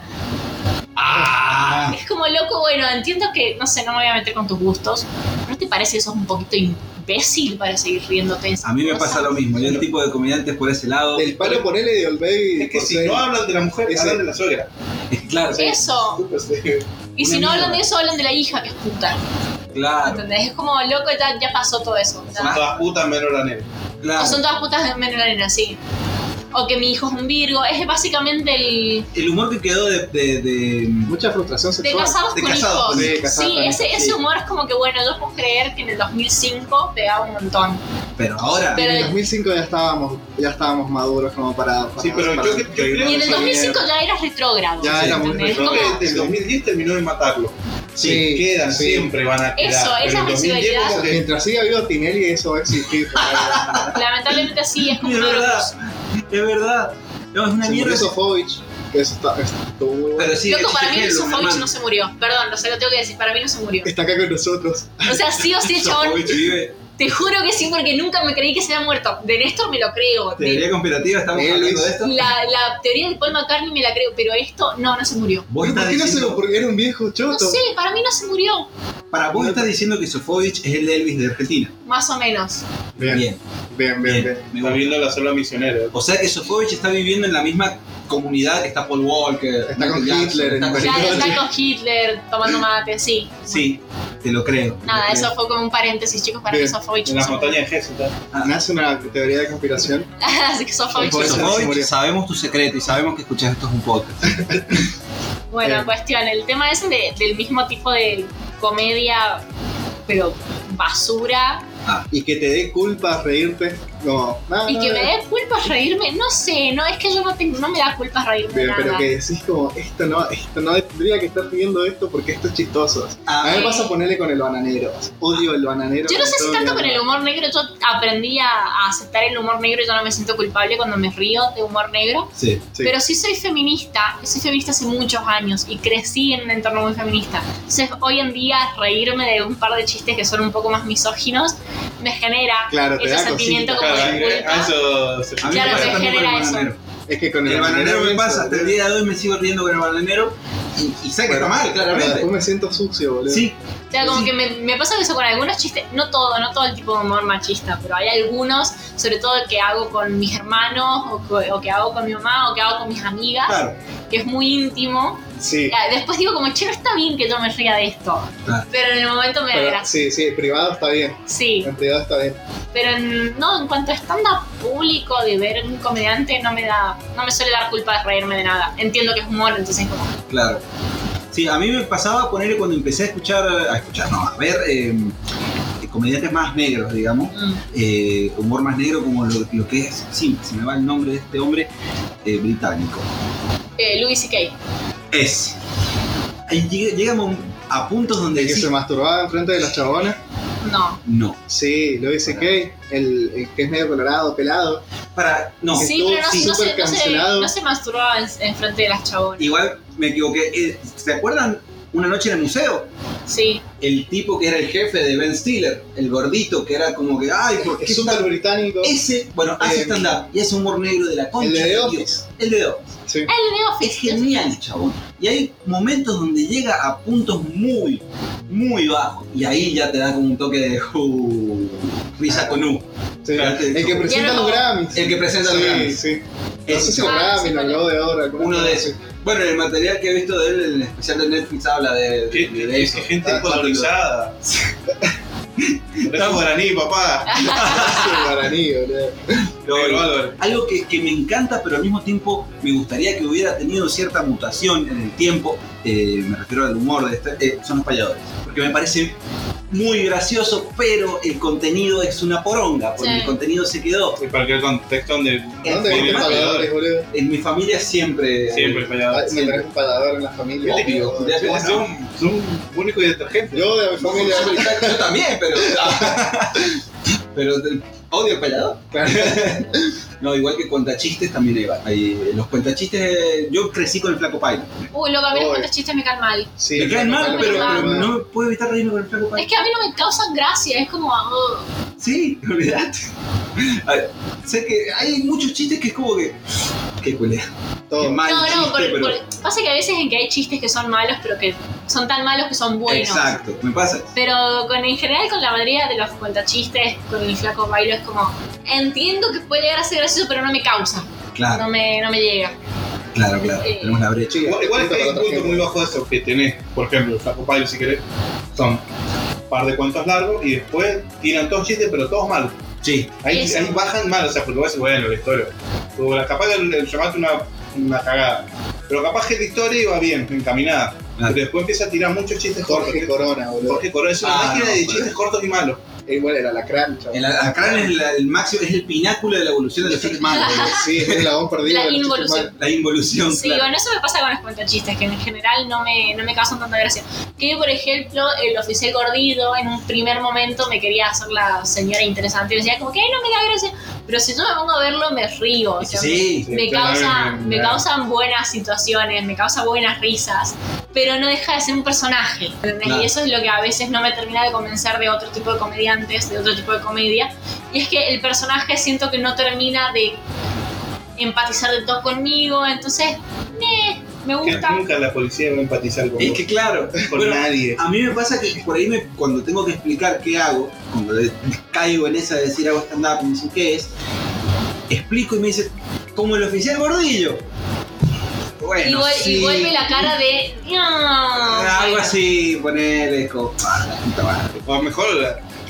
Speaker 7: Ah,
Speaker 3: Es como loco, bueno, entiendo que, no sé, no me voy a meter con tus gustos. ¿No te parece eso es un poquito imbécil para seguir riéndote?
Speaker 7: a mí me pasa lo mismo. Yo el tipo de comediantes por ese lado.
Speaker 5: el palo ponele de Olvey.
Speaker 6: Es que
Speaker 5: por
Speaker 6: si
Speaker 5: ser-
Speaker 6: no hablan de la mujer,
Speaker 5: Ese-
Speaker 6: hablan de la suegra.
Speaker 7: Claro,
Speaker 3: Eso. Y si
Speaker 7: Una
Speaker 3: no hablan
Speaker 7: mierda.
Speaker 3: de eso, hablan de la hija que es puta.
Speaker 7: claro,
Speaker 3: ¿Entendés? Es como loco, ya, ya pasó todo eso. ya.
Speaker 6: Son todas putas menos la negra.
Speaker 3: O
Speaker 7: claro.
Speaker 3: son todas putas de menos la nena, sí. o que mi hijo es un Virgo. Es básicamente el
Speaker 7: El humor que quedó de. de, de-
Speaker 5: Mucha frustración
Speaker 3: de
Speaker 5: sexual.
Speaker 3: casados
Speaker 7: de
Speaker 3: con
Speaker 7: casados,
Speaker 3: hijos.
Speaker 5: sí, casados
Speaker 3: sí,
Speaker 5: con
Speaker 3: ese,
Speaker 5: hijos,
Speaker 3: ese
Speaker 5: sí.
Speaker 3: humor es como que bueno, yo puedo creer que en el 2005 pegaba un montón.
Speaker 7: pero ahora.
Speaker 5: En el
Speaker 3: Pero
Speaker 5: 2005 ya estábamos, ya estábamos maduros como para. para-
Speaker 6: Sí, pero
Speaker 5: para-
Speaker 6: yo, yo creo
Speaker 3: y en el
Speaker 6: que-
Speaker 3: 2005 ya eras retrógrado.
Speaker 5: Ya era muy
Speaker 3: ¿entendés?
Speaker 6: Creo
Speaker 5: retrógrado.
Speaker 3: Como-
Speaker 6: que el 2010 terminó de matarlo. Sí,
Speaker 5: Sí,
Speaker 6: quedan,
Speaker 5: sí.
Speaker 6: siempre van a quedar.
Speaker 3: Eso,
Speaker 6: pero
Speaker 3: esa
Speaker 6: el 2010
Speaker 5: O
Speaker 6: como
Speaker 5: sea,
Speaker 6: que
Speaker 5: mientras siga vivo Tinelli, eso va a existir.
Speaker 3: Lamentablemente sí, es como
Speaker 7: Es
Speaker 3: uno de los-
Speaker 7: verdad. Es verdad. No, es una
Speaker 5: Se murió
Speaker 7: mierda.
Speaker 5: Sofovich, que eso está, estuvo muy bueno.
Speaker 7: Pero sí,
Speaker 3: Loco, para mí
Speaker 7: existe Hello,
Speaker 3: Sofovich
Speaker 7: hermano.
Speaker 3: no se murió. Perdón, no se lo tengo que decir, para mí no se murió.
Speaker 5: Está acá con nosotros.
Speaker 3: O sea, sí o sí, chabón.
Speaker 7: Sofovich vive.
Speaker 3: Te juro que sí, porque nunca me creí que se había muerto. De Néstor me lo creo. de-
Speaker 7: Teoría conspirativa, estamos
Speaker 5: Elvis.
Speaker 7: hablando de esto.
Speaker 3: la, la teoría de Paul McCartney me la creo, pero esto no, no se murió.
Speaker 7: Vos
Speaker 5: ¿Pero
Speaker 7: estás
Speaker 5: ¿Por qué no se
Speaker 7: diciendo-
Speaker 5: lo Porque era un viejo choto?
Speaker 3: No sé, para mí no se murió,
Speaker 7: Para vos estás diciendo que Sofovich es el Elvis de Argentina.
Speaker 3: más o menos.
Speaker 5: Bien, bien, bien, bien.
Speaker 7: me
Speaker 6: está
Speaker 7: gusta.
Speaker 6: viendo la sola misionera.
Speaker 7: O sea que Sofovich está viviendo en la misma comunidad que está Paul Walker,
Speaker 5: Está
Speaker 7: Michael
Speaker 5: con
Speaker 7: Jackson,
Speaker 5: Hitler,
Speaker 7: está
Speaker 5: en
Speaker 7: con-
Speaker 5: París.
Speaker 3: Claro, está con Hitler tomando mate, sí.
Speaker 7: Sí, te lo creo. te lo
Speaker 3: Nada,
Speaker 7: creo.
Speaker 3: eso fue como un paréntesis, chicos, para mí
Speaker 5: Bien,
Speaker 3: Sofovich
Speaker 6: En
Speaker 3: no
Speaker 6: las
Speaker 3: se murió.
Speaker 6: montañas de Jesús.
Speaker 5: Nace una teoría de conspiración.
Speaker 3: Así que Sofovich no se murió.
Speaker 5: Se
Speaker 7: Sofovich,
Speaker 5: murió.
Speaker 7: sabemos tu secreto y sabemos que escuchas estos un podcast.
Speaker 3: Bueno,
Speaker 5: Bien.
Speaker 3: cuestión, el tema es de- del mismo tipo de comedia, pero basura.
Speaker 5: Y que te dé culpa reírte. Como, ah,
Speaker 3: Y que me dé culpa reírme, no sé, no, es que yo no tengo, no me da culpa reírme de
Speaker 5: Pero,
Speaker 3: nada.
Speaker 5: pero que decís como, esto no, esto no tendría que estar pidiendo esto porque esto es chistoso. A
Speaker 7: Ah,
Speaker 5: mí me pasa ponerle con el bananero. Odio el bananero.
Speaker 3: Yo no sé si
Speaker 5: todo
Speaker 3: tanto
Speaker 5: mi
Speaker 3: con el
Speaker 5: alma.
Speaker 3: humor negro, yo aprendí a, a aceptar el humor negro y yo no me siento culpable cuando me río de humor negro.
Speaker 7: sí.
Speaker 5: Sí.
Speaker 3: Pero sí soy feminista, soy feminista hace muchos años y crecí en un entorno muy feminista. Entonces hoy en día reírme de un par de chistes que son un poco más misóginos me genera
Speaker 5: Claro, te
Speaker 3: ese
Speaker 5: da
Speaker 3: sentimiento
Speaker 5: cosita,
Speaker 3: como
Speaker 5: claro,
Speaker 3: de
Speaker 6: eh, a
Speaker 3: culpa.
Speaker 6: eso se
Speaker 7: A mí
Speaker 3: Claro,
Speaker 7: me pasa
Speaker 3: me
Speaker 7: también con el
Speaker 3: genera eso.
Speaker 7: bananero.
Speaker 5: Es que con el,
Speaker 7: El bananero me
Speaker 5: eso,
Speaker 7: pasa, hasta el
Speaker 5: boludo.
Speaker 7: día de hoy me sigo riendo con el bananero y, y sé que
Speaker 5: Bueno,
Speaker 7: está mal,
Speaker 5: Pero
Speaker 7: claramente.
Speaker 5: después me siento sucio, boludo.
Speaker 7: Sí,
Speaker 3: O sea, como
Speaker 7: Sí.
Speaker 3: que me, me pasa eso con algunos chistes, no todo, no todo el tipo de humor machista, pero hay algunos, sobre todo el que hago con mis hermanos, o que, o que hago con mi mamá, o que hago con mis amigas,
Speaker 7: claro.
Speaker 3: que es muy íntimo.
Speaker 5: Sí.
Speaker 3: Ah, Después digo como, che, no está bien que yo me ría de esto.
Speaker 7: Claro.
Speaker 3: Pero en el momento me da
Speaker 5: Pero-
Speaker 3: gracia.
Speaker 5: sí, sí, en privado está bien.
Speaker 3: Sí,
Speaker 5: En privado está bien.
Speaker 3: pero en- no, en cuanto a stand-up público de ver un comediante, no me da, no me suele dar culpa de reírme de nada. Entiendo que es humor, entonces como,
Speaker 7: Claro. Sí, a mí me pasaba ponerle cuando empecé a escuchar, a escuchar, no, a ver eh, comediantes más negros, digamos,
Speaker 3: mm,
Speaker 7: eh, humor más negro como lo, lo que es, sí, se me va el nombre de este hombre eh, británico.
Speaker 3: eh, Louis C.K.
Speaker 7: Es. Ahí llegué- Llegamos a puntos donde
Speaker 5: El que
Speaker 7: decís,
Speaker 5: se masturbaba enfrente de las chabonas.
Speaker 3: No.
Speaker 7: no,
Speaker 5: Sí, lo dice Kay. El, el que es medio colorado, pelado.
Speaker 7: para, no.
Speaker 3: sí,
Speaker 5: estuvo
Speaker 3: pero no, no se, no,
Speaker 5: súper
Speaker 3: se,
Speaker 5: cancelado.
Speaker 3: no se masturbaba en, en frente de las chabonas.
Speaker 7: Igual me equivoqué. Eh, ¿Se acuerdan una noche en el museo?
Speaker 3: Sí.
Speaker 7: El tipo que era el jefe de Ben Stiller, el gordito que era como que, ay, ¿por qué
Speaker 5: Es súper
Speaker 7: está-
Speaker 5: británico.
Speaker 7: Ese, bueno, hace
Speaker 5: Eh,
Speaker 7: stand-up y hace humor negro de la
Speaker 5: El
Speaker 7: concha.
Speaker 5: de The
Speaker 7: Dios.
Speaker 5: Office.
Speaker 7: El de The Office.
Speaker 5: Sí.
Speaker 3: El de
Speaker 7: Es
Speaker 3: Office.
Speaker 7: genial, chabón. Y hay momentos donde llega a puntos muy, muy bajos. Y ahí ya te da como un toque de uh, risa con U.
Speaker 5: Sí. El que presenta
Speaker 3: Ya no-
Speaker 5: los Grammys.
Speaker 7: El que presenta los
Speaker 5: sí,
Speaker 7: Grammys.
Speaker 5: sí. No sé
Speaker 7: Ese
Speaker 5: si
Speaker 7: chabón.
Speaker 3: Ah,
Speaker 5: Grammy,
Speaker 3: sí,
Speaker 5: los
Speaker 3: vale.
Speaker 5: Globo de Oro. alguna
Speaker 7: Uno
Speaker 5: cosa
Speaker 7: de esos.
Speaker 5: así.
Speaker 7: Bueno, el material que he visto de él, el especial de Netflix habla de, de,
Speaker 6: Que-
Speaker 7: de eso.
Speaker 6: que gente
Speaker 7: Ah,
Speaker 6: colonizada. Estamos guaraní, papá.
Speaker 5: Sí, guaraní, boludo.
Speaker 7: lo-
Speaker 6: Negro Álvarez.
Speaker 7: Algo que, que me encanta, pero al mismo tiempo me gustaría que hubiera tenido cierta mutación en el tiempo, eh, me refiero al humor de este, eh, son los payadores. Porque me parece muy gracioso, pero el contenido es una poronga, porque
Speaker 3: Sí.
Speaker 7: el contenido se quedó.
Speaker 6: Y para que el contexto donde
Speaker 5: ¿Dónde viste
Speaker 6: Siempre
Speaker 5: pagadores, boludo?
Speaker 7: En mi familia siempre. eh,
Speaker 6: siempre fallaba.
Speaker 5: Ay, Me traes un pagador en la familia.
Speaker 7: Obvio,
Speaker 5: boludo.
Speaker 7: ya-
Speaker 6: Es un, es un único y detergente.
Speaker 5: Yo de mi
Speaker 7: No,
Speaker 5: familia.
Speaker 7: yo- yo también, pero. pero te- odio el payador. No, igual que cuentachistes también hay, va- hay- Los cuentachistes. eh, Yo crecí con el Flaco Paila.
Speaker 3: Uy, loco, a mí los
Speaker 5: Oy.
Speaker 3: cuentachistes me caen mal.
Speaker 5: Sí,
Speaker 7: Me caen mal,
Speaker 5: bueno,
Speaker 7: pero,
Speaker 5: bueno,
Speaker 7: pero
Speaker 5: bueno.
Speaker 7: no puedo evitar reírme con el Flaco Paila.
Speaker 3: Es que a mí no me causan gracia, es como... oh,
Speaker 7: Sí, olvidate. A ver, sé que hay muchos chistes que es como que. Qué culé.
Speaker 5: Todo.
Speaker 7: Qué mal
Speaker 3: no,
Speaker 7: chiste,
Speaker 3: no, por-
Speaker 7: pero.
Speaker 3: por- pasa que a veces en que hay chistes que son malos, pero que son tan malos que son buenos.
Speaker 7: Exacto, me pasa.
Speaker 3: Pero con, en general con la mayoría de los cuentachistes, con el flaco bailo es como... Entiendo que puede llegar a ser gracioso, pero no me causa.
Speaker 7: Claro,
Speaker 3: No me, no me llega.
Speaker 7: claro, claro.
Speaker 3: Eh.
Speaker 7: Tenemos la brecha.
Speaker 5: Sí,
Speaker 6: Igual, igual
Speaker 5: punto
Speaker 6: que hay
Speaker 5: para
Speaker 6: un
Speaker 5: otra
Speaker 6: punto
Speaker 5: gente.
Speaker 6: muy bajo de eso que tenés, por ejemplo, el Flaco Pailo, si querés, son un par de cuentos largos y después tiran todos chistes, pero todos mal.
Speaker 7: Sí,
Speaker 6: Ahí,
Speaker 3: Eso.
Speaker 6: ahí bajan mal, o sea, porque vos decís, bueno, la historia. O capaz que el, el remate una, una cagada. Pero capaz que la historia iba bien, encaminada.
Speaker 7: Claro.
Speaker 6: Pero después empieza a tirar muchos chistes cortos.
Speaker 5: Jorge Corona, boludo.
Speaker 6: Ah.
Speaker 5: Eh,
Speaker 6: Jorge Corona es una
Speaker 7: Ah,
Speaker 6: máquina
Speaker 7: no,
Speaker 6: de
Speaker 7: joder.
Speaker 6: chistes cortos y malos.
Speaker 5: Igual era la crancha.
Speaker 7: El alacrán es la- el máximo, es el pináculo de la evolución de los seres humanos. boludo.
Speaker 5: Sí, es el lagón perdido.
Speaker 3: La
Speaker 5: de los
Speaker 3: involución.
Speaker 5: chistes
Speaker 7: La involución.
Speaker 3: Sí,
Speaker 7: claro.
Speaker 3: bueno, eso me pasa con los cuentachistes, que en general no me, no me causan tanta gracia. Que, por ejemplo, el oficial Gordillo en un primer momento me quería hacer la señora interesante y decía como que, ay, no me da gracia. Pero si yo me pongo a verlo, me río. o
Speaker 7: Es que
Speaker 3: sea,
Speaker 7: sí.
Speaker 3: me,
Speaker 6: Sí,
Speaker 3: causa,
Speaker 6: claramente,
Speaker 3: me
Speaker 6: claro.
Speaker 3: causan buenas situaciones, me causa buenas risas, pero no deja de ser un personaje. ¿entendés?
Speaker 7: Claro.
Speaker 3: Y eso es lo que a veces no me termina de convencer de otro tipo de comediantes, de otro tipo de comedia. Y es que el personaje siento que no termina de empatizar del todo conmigo, entonces, eh, me
Speaker 6: Que
Speaker 3: gusta.
Speaker 6: nunca la policía va a empatizar con,
Speaker 7: Es que claro,
Speaker 6: con
Speaker 7: bueno,
Speaker 6: nadie.
Speaker 7: a mí me pasa que por ahí me, cuando tengo que explicar qué hago, cuando de- caigo en esa de decir hago stand-up y me dicen qué es, explico y me dicen, como el oficial gordillo. Bueno,
Speaker 3: Y, vuel- y
Speaker 7: sí,
Speaker 3: vuelve la cara de... "Ah",
Speaker 7: Algo
Speaker 3: bueno.
Speaker 7: así, ponerle como, "Ah, la puta madre".
Speaker 6: O mejor,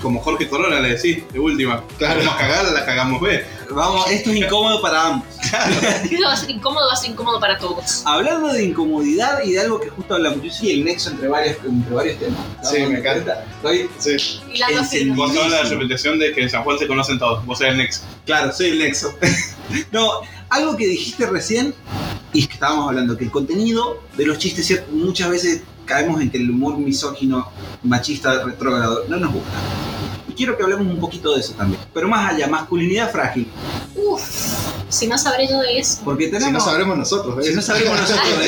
Speaker 6: como Jorge Corona le decís, de última. Claro. Vamos a cagarla, la cagamos B.
Speaker 7: Vamos, esto es incómodo para ambos.
Speaker 3: Va a ser incómodo, va a ser incómodo para todos.
Speaker 7: Hablando de incomodidad y de algo que justo hablamos, yo soy el nexo entre varios, entre varios temas.
Speaker 5: Sí, me encanta.
Speaker 7: Soy-
Speaker 3: Y la dos
Speaker 7: Encendido.
Speaker 6: Vos toda la repetición de que en San Juan se conocen todos. Vos eres el next.
Speaker 7: claro, soy el nexo. no, algo que dijiste recién, y que estábamos hablando, que el contenido de los chistes ¿cierto? muchas veces caemos en que el humor misógino, machista, retrógrado, no nos gusta. Y quiero que hablemos un poquito de eso también. Pero más allá, masculinidad frágil.
Speaker 3: Uf, si no sabré yo de eso.
Speaker 7: Porque
Speaker 5: humanos. Si no
Speaker 7: tenemos...
Speaker 5: sabremos nosotros, ¿eh?
Speaker 7: si no sabemos nosotros de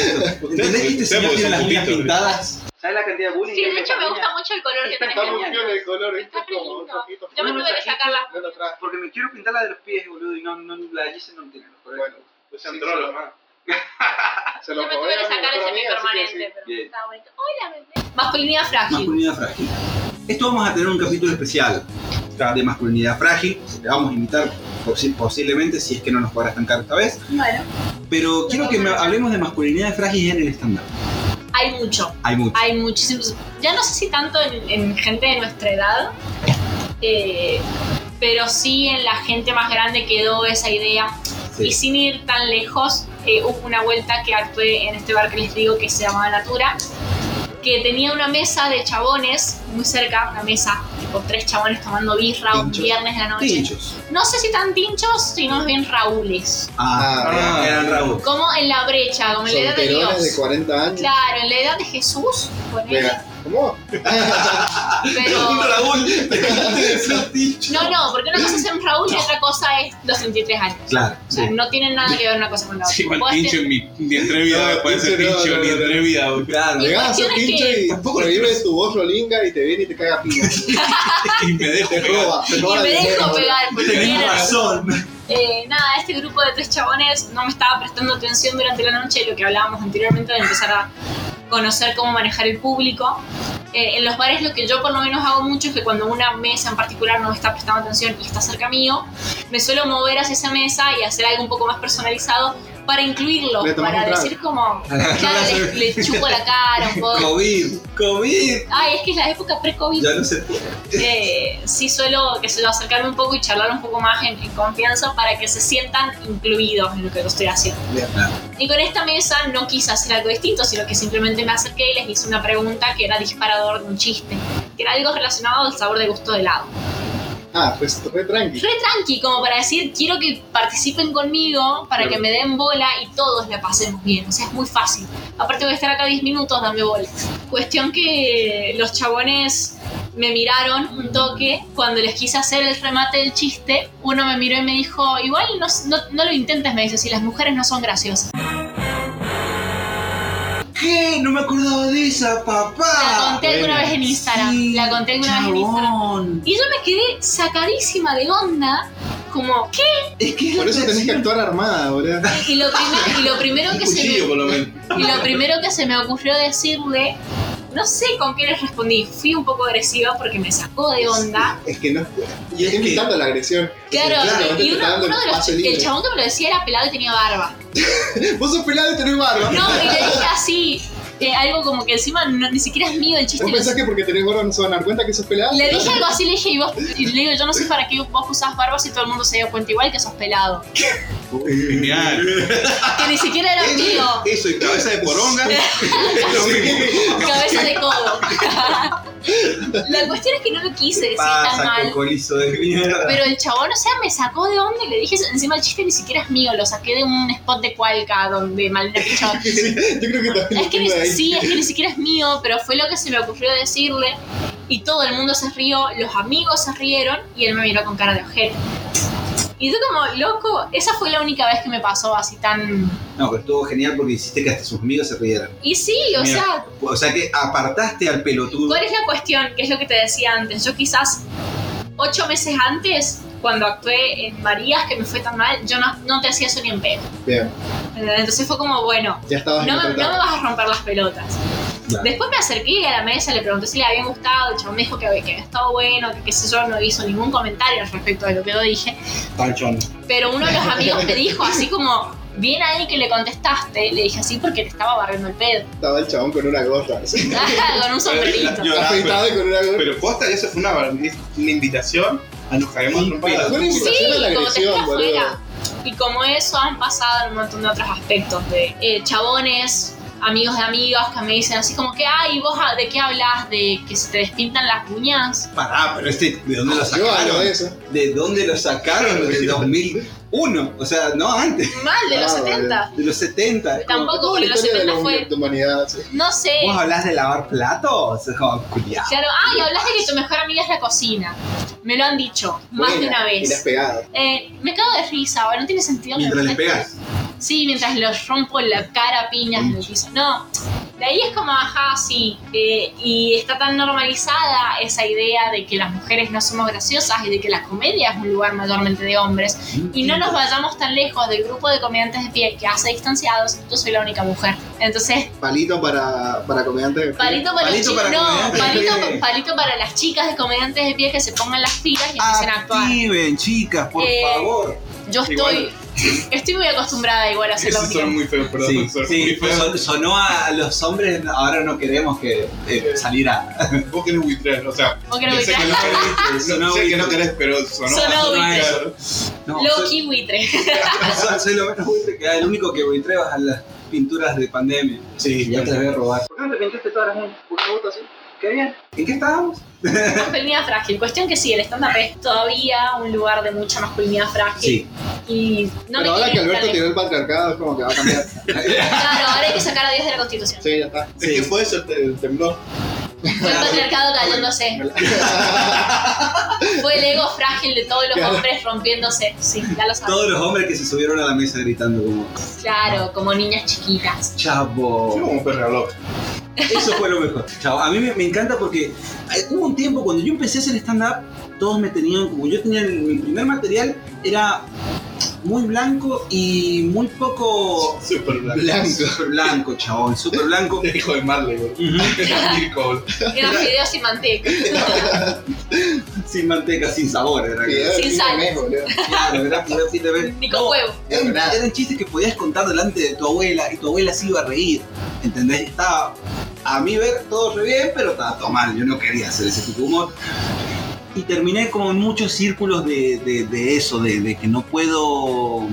Speaker 7: esto. ¿Entendés que este
Speaker 6: ustedes
Speaker 7: señor
Speaker 6: porque
Speaker 7: tiene
Speaker 6: son
Speaker 7: las uñas
Speaker 6: pupitos, ¿eh?
Speaker 7: pintadas? ¿Sabes la cantidad de bullying?
Speaker 8: Sí, de hecho me gusta mucho el color que tenés
Speaker 5: Está
Speaker 8: de
Speaker 5: muy
Speaker 8: uña.
Speaker 5: bien el color, este
Speaker 8: Está
Speaker 5: es como un
Speaker 8: lindo.
Speaker 5: poquito.
Speaker 8: Yo me
Speaker 5: No lo
Speaker 8: tuve que
Speaker 5: trajiste,
Speaker 8: sacarla.
Speaker 5: No lo traje.
Speaker 7: Porque me quiero pintar la de los pies, boludo, y no, no la de Jesse no tiene los
Speaker 5: Bueno,
Speaker 1: Pues
Speaker 6: Sean trolos, man.
Speaker 5: se
Speaker 8: Yo me tuve
Speaker 5: lo
Speaker 8: que
Speaker 5: cobré a mi
Speaker 8: sacar
Speaker 5: mejor
Speaker 8: el
Speaker 5: amiga, así que sí.
Speaker 8: semipermanente, pero
Speaker 7: Bien.
Speaker 8: estaba bonito. Hola, bebé.
Speaker 3: Masculinidad frágil.
Speaker 7: Masculinidad frágil. Esto vamos a tener un capítulo especial de masculinidad frágil. Le vamos a invitar posi- posiblemente si es que no nos podrá estancar esta vez.
Speaker 3: Bueno,
Speaker 7: Pero quiero que me- hablemos de masculinidad frágil en el estándar.
Speaker 3: hay mucho.
Speaker 7: Hay mucho.
Speaker 3: Hay muchísimos. Ya no sé si tanto en, en gente de nuestra edad, eh, pero sí en la gente más grande quedó esa idea. Y
Speaker 7: Sí.
Speaker 3: sin ir tan lejos, eh, hubo una vuelta que actué en este bar que les digo que se llamaba Natura, que tenía una mesa de chabones muy cerca, una mesa, tipo tres chabones tomando birra
Speaker 7: Tinchos.
Speaker 3: un viernes de la noche.
Speaker 7: Tinchos.
Speaker 3: No sé si tan tinchos, sino más bien Raúles.
Speaker 7: Ah,
Speaker 6: Ah,
Speaker 7: eran Raúl.
Speaker 3: Como en la brecha, como en la edad de
Speaker 5: Solterones
Speaker 3: Dios.
Speaker 5: de 40 años.
Speaker 3: Claro, en la edad de Jesús, ponele,
Speaker 5: Mira, ¿cómo?
Speaker 3: pero...
Speaker 7: Raúl, dejaste de ser tincho.
Speaker 3: No, no, porque una cosa es en Raúl y otra cosa es los 33 años.
Speaker 7: Claro,
Speaker 3: O sea,
Speaker 7: sí.
Speaker 3: no tienen nada que ver una cosa con la otra.
Speaker 6: Sí, igual
Speaker 3: Vos
Speaker 6: pincho
Speaker 3: te-
Speaker 6: en mi, mi entrevida,
Speaker 5: No,
Speaker 6: puede ser
Speaker 5: pincho no,
Speaker 6: pincho en mi
Speaker 5: no, no.
Speaker 6: entrevida. boludo.
Speaker 7: Claro.
Speaker 5: Llegás a ser
Speaker 3: cuestión es que-
Speaker 5: pincho y
Speaker 7: Tampoco
Speaker 5: te
Speaker 7: lo
Speaker 5: vive tu voz rolinga y te viene y te caga piña.
Speaker 6: Y me dejo
Speaker 5: te
Speaker 6: pegar.
Speaker 5: roba, te
Speaker 3: Y
Speaker 5: roba
Speaker 3: me
Speaker 5: dinero,
Speaker 3: dejo
Speaker 5: boludo.
Speaker 3: pegar porque
Speaker 7: Tenés
Speaker 3: tienen-
Speaker 7: razón.
Speaker 3: eh, nada, este grupo de tres chabones no me estaba prestando atención durante la noche, lo que hablábamos anteriormente de empezar a conocer cómo manejar el público. Eh, en los bares lo que yo por lo menos hago mucho es que cuando una mesa en particular no me está prestando atención y está cerca mío, me suelo mover hacia esa mesa y hacer algo un poco más personalizado para incluirlo,
Speaker 5: Le tomás
Speaker 3: para
Speaker 5: un trago.
Speaker 3: decir como, claro, le, le chupo la cara un poco.
Speaker 7: COVID. COVID.
Speaker 3: Ay, es que es la época pre-COVID
Speaker 7: Ya no sé.
Speaker 3: eh, sí suelo que se acercarme un poco y charlar un poco más en, en confianza para que se sientan incluidos en lo que yo estoy haciendo.
Speaker 5: Bien.
Speaker 3: Y con esta mesa no quise hacer algo distinto, sino que simplemente me acerqué y les hice una pregunta que era disparador de un chiste, que era algo relacionado al sabor de gusto de helado.
Speaker 5: Ah, pues re tranqui.
Speaker 3: Re tranqui, como para decir, quiero que participen conmigo, para que me den bola y todos la pasemos bien. O sea, es muy fácil. Aparte voy a estar acá 10 minutos, dame bola. Cuestión que los chabones me miraron un toque. Cuando les quise hacer el remate del chiste, uno me miró y me dijo, igual no, no, no lo intentes, me dice, si las mujeres no son graciosas.
Speaker 7: ¿Qué? No me acordaba de esa, papá.
Speaker 3: La conté alguna vez en Instagram. La conté alguna vez en
Speaker 7: Instagram.
Speaker 3: Y yo me quedé sacadísima de onda, como, ¿qué?
Speaker 7: Es que es
Speaker 5: Por
Speaker 7: la
Speaker 5: eso tenés que
Speaker 7: atracción.
Speaker 5: actuar armada, boludo.
Speaker 3: Y lo, primer- y lo primero que se me
Speaker 6: Cuchillo, por lo menos.
Speaker 3: Y lo primero que se me ocurrió decirle, no sé con qué les respondí, fui un poco agresiva porque me sacó de onda.
Speaker 5: Es que no.
Speaker 7: Y es
Speaker 5: Está
Speaker 7: que-
Speaker 5: imitando la agresión.
Speaker 3: Claro,
Speaker 5: no te
Speaker 3: y
Speaker 5: está
Speaker 3: uno,
Speaker 5: dando
Speaker 3: uno de los
Speaker 5: pase
Speaker 3: ch- el
Speaker 5: libre.
Speaker 3: chabón que me lo decía era pelado y tenía barba.
Speaker 5: Vos sos pelado y tenés barba.
Speaker 3: No, y le dije así, eh, algo como que encima no- ni siquiera es mío el chiste.
Speaker 5: ¿Vos
Speaker 3: lo-
Speaker 5: pensás que porque tenés gorra no se van a dar cuenta que sos pelado?
Speaker 3: Le dije algo así, le dije, y, vos, y le digo, yo no sé para qué vos usás barba si todo el mundo se dio cuenta igual que sos pelado.
Speaker 6: Genial.
Speaker 3: Que ni siquiera
Speaker 5: Eh,
Speaker 3: era mío.
Speaker 6: Eso y cabeza de poronga.
Speaker 5: eh,
Speaker 3: Cabeza de codo. La cuestión es que no lo quise decir tan
Speaker 7: Pasa,
Speaker 3: mal.
Speaker 7: cocolizo de mierda.
Speaker 3: Pero el chabón, o sea, me sacó de onda y le dije, encima el chiste ni siquiera es mío, lo saqué de un spot de Cualca donde Malena Pichot.
Speaker 5: Yo creo que también
Speaker 3: Es
Speaker 5: lo
Speaker 3: que ni,
Speaker 5: tengo ahí.
Speaker 3: sí, es que ni siquiera es mío, pero fue lo que se me ocurrió decirle y todo el mundo se rió, los amigos se rieron y él me miró con cara de objeto. Y yo como, loco, esa fue la única vez que me pasó así tan...
Speaker 7: No, pero estuvo genial porque hiciste que hasta sus amigos se rieran.
Speaker 3: Y sí, o
Speaker 7: Mira.
Speaker 3: sea,
Speaker 7: O sea que apartaste al pelotudo.
Speaker 3: ¿cuál es la cuestión? Que es lo que te decía antes. Yo quizás ocho meses antes, cuando actué en Marías, que me fue tan mal, yo no, no te hacía eso ni en pedo.
Speaker 5: Bien,
Speaker 3: Entonces fue como, bueno,
Speaker 5: ya estabas
Speaker 3: no, me-
Speaker 5: en
Speaker 3: no me vas a romper las pelotas.
Speaker 7: Claro.
Speaker 3: Después me acerqué a la mesa, le pregunté si le había gustado, el chabón me dijo que, que había estado bueno, que qué sé yo, no hizo ningún comentario respecto de lo que yo dije.
Speaker 6: Panchón.
Speaker 3: Pero uno de los amigos me dijo así como, bien ahí que le contestaste, le dije así porque te estaba barriendo el pedo,
Speaker 5: Estaba el chabón con una gorra. así,
Speaker 3: con un sombrerito.
Speaker 6: Yo-
Speaker 5: Afeitado y con una gorra.
Speaker 6: Pero posta, eso fue una, una invitación a nos caemos
Speaker 5: Para,
Speaker 6: trompadas.
Speaker 5: fue una
Speaker 3: Sí,
Speaker 5: invitación a la
Speaker 3: como te fui
Speaker 5: agresión,
Speaker 3: afuera.
Speaker 5: boludo.
Speaker 3: Y como eso han pasado en un montón de otros aspectos de eh, chabones, amigos de amigas que me dicen así como que, ay, vos ah, de qué hablas, de que se te despintan las uñas.
Speaker 7: Pará, pero este, ¿de
Speaker 6: Ah,
Speaker 7: dónde lo
Speaker 5: Yo hablo de
Speaker 7: sacaron?
Speaker 5: eso.
Speaker 7: ¿De dónde lo sacaron? Del 2001. O sea, no antes,
Speaker 3: Mal, de los
Speaker 5: Ah, vale.
Speaker 3: 70.
Speaker 7: de los 70. Es como,
Speaker 3: Tampoco,
Speaker 5: Toda la
Speaker 3: porque los
Speaker 5: historia de
Speaker 3: 70
Speaker 5: la
Speaker 3: fue.
Speaker 5: hum- humanidad. sí.
Speaker 3: No sé.
Speaker 7: ¿Vos hablás de lavar platos? Es como, culiao.
Speaker 3: Claro, ah, y hablaste que tu mejor amiga es la cocina. Me lo han dicho más de
Speaker 5: Buena,
Speaker 3: una
Speaker 5: Y las
Speaker 3: vez.
Speaker 5: pegadas.
Speaker 3: Eh, me cago de risa, ahora no tiene sentido. que
Speaker 7: Mientras
Speaker 3: me
Speaker 7: les
Speaker 3: cuentes.
Speaker 7: pegás.
Speaker 3: Sí, mientras los rompo la cara a piñas en el piso. No, de ahí es como ajá, sí. eh, y está tan normalizada esa idea de que las mujeres no somos graciosas y de que la comedia es un lugar mayormente de hombres. Y no nos vayamos tan lejos del grupo de comediantes de pie que hace distanciados, yo soy la única mujer. Entonces,
Speaker 5: Palito para, para comediantes. de-
Speaker 3: Palito para
Speaker 7: Palito
Speaker 3: los
Speaker 7: para
Speaker 3: chicos. No,
Speaker 7: comediantes de
Speaker 3: palito,
Speaker 7: pie.
Speaker 3: palito para las chicas de comediantes de pie que se pongan las pilas y empiecen a actuar.
Speaker 7: Ah, Activen, chicas, por
Speaker 3: Eh,
Speaker 7: favor.
Speaker 3: Yo estoy. Estoy muy acostumbrada igual a hacer lo
Speaker 6: Esos son
Speaker 3: mismo.
Speaker 6: muy feos, perdón.
Speaker 7: Sí,
Speaker 6: son
Speaker 7: sí,
Speaker 6: muy feos.
Speaker 7: son- sonó a los hombres, ahora no queremos que eh, salir a...
Speaker 6: Vos querés buitrear, o sea,
Speaker 3: Vos que no
Speaker 6: yo sé que
Speaker 3: buitres.
Speaker 6: no querés, buitrear,
Speaker 7: Sonó
Speaker 6: no, sé que
Speaker 7: buitre.
Speaker 6: no querés, pero sonó.
Speaker 3: Sonó buitre.
Speaker 6: Claro.
Speaker 7: Ah, No, soy,
Speaker 3: Loki buitre.
Speaker 7: soy- soy lo menos buitre que hay, el único que buitreo es a las pinturas de pandemia.
Speaker 6: Sí,
Speaker 7: Ya te las voy a robar.
Speaker 2: ¿Por qué no te pintaste todas las uñas? ¿Por qué así?
Speaker 7: ¿Qué bien? ¿En qué estábamos?
Speaker 3: Masculinidad frágil. Cuestión que sí, el stand-up es todavía un lugar de mucha masculinidad frágil. Y no me
Speaker 5: Pero ahora que
Speaker 3: quieren
Speaker 5: Alberto
Speaker 3: estar
Speaker 5: tiró el patriarcado es como que va a cambiar.
Speaker 3: lejos. Claro, ahora hay que sacar a Dios de la constitución.
Speaker 5: Sí, ya está.
Speaker 6: Es que fue eso el, te- el temblor.
Speaker 3: Fue el patriarcado cayéndose. Fue el ego frágil de todos los
Speaker 5: Claro.
Speaker 3: hombres rompiéndose. Sí, ya lo sabes.
Speaker 7: Todos los hombres que se subieron a la mesa gritando como,
Speaker 3: Claro, como niñas chiquitas.
Speaker 7: chavo.
Speaker 6: Fue como un perro loco.
Speaker 7: Eso fue lo mejor. Chao. A mí me, me encanta porque eh, hubo un tiempo cuando yo empecé a hacer stand-up, todos me tenían, como yo tenía el- mi primer material, era muy blanco y muy poco
Speaker 6: Súper blanco.
Speaker 5: Blanco.
Speaker 7: súper blanco, chabón, súper blanco.
Speaker 6: El hijo de Marley, güey. Nicole.
Speaker 3: Eran fideos sin manteca.
Speaker 7: sin manteca, sin sabor, era que-
Speaker 5: Video de
Speaker 3: Sin
Speaker 5: fin de
Speaker 3: sal.
Speaker 5: mes, boludo.
Speaker 7: claro, era fideo sin deber.
Speaker 3: Ni con huevo.
Speaker 7: Eran,
Speaker 5: Nada.
Speaker 7: eran chistes que podías contar delante de tu abuela y tu abuela se iba a reír. ¿Entendés? Estaba a mí ver todo re bien, pero estaba todo mal. Yo no quería hacer ese tipo de humor. Y terminé como en muchos círculos de, de- de eso, de, de que no puedo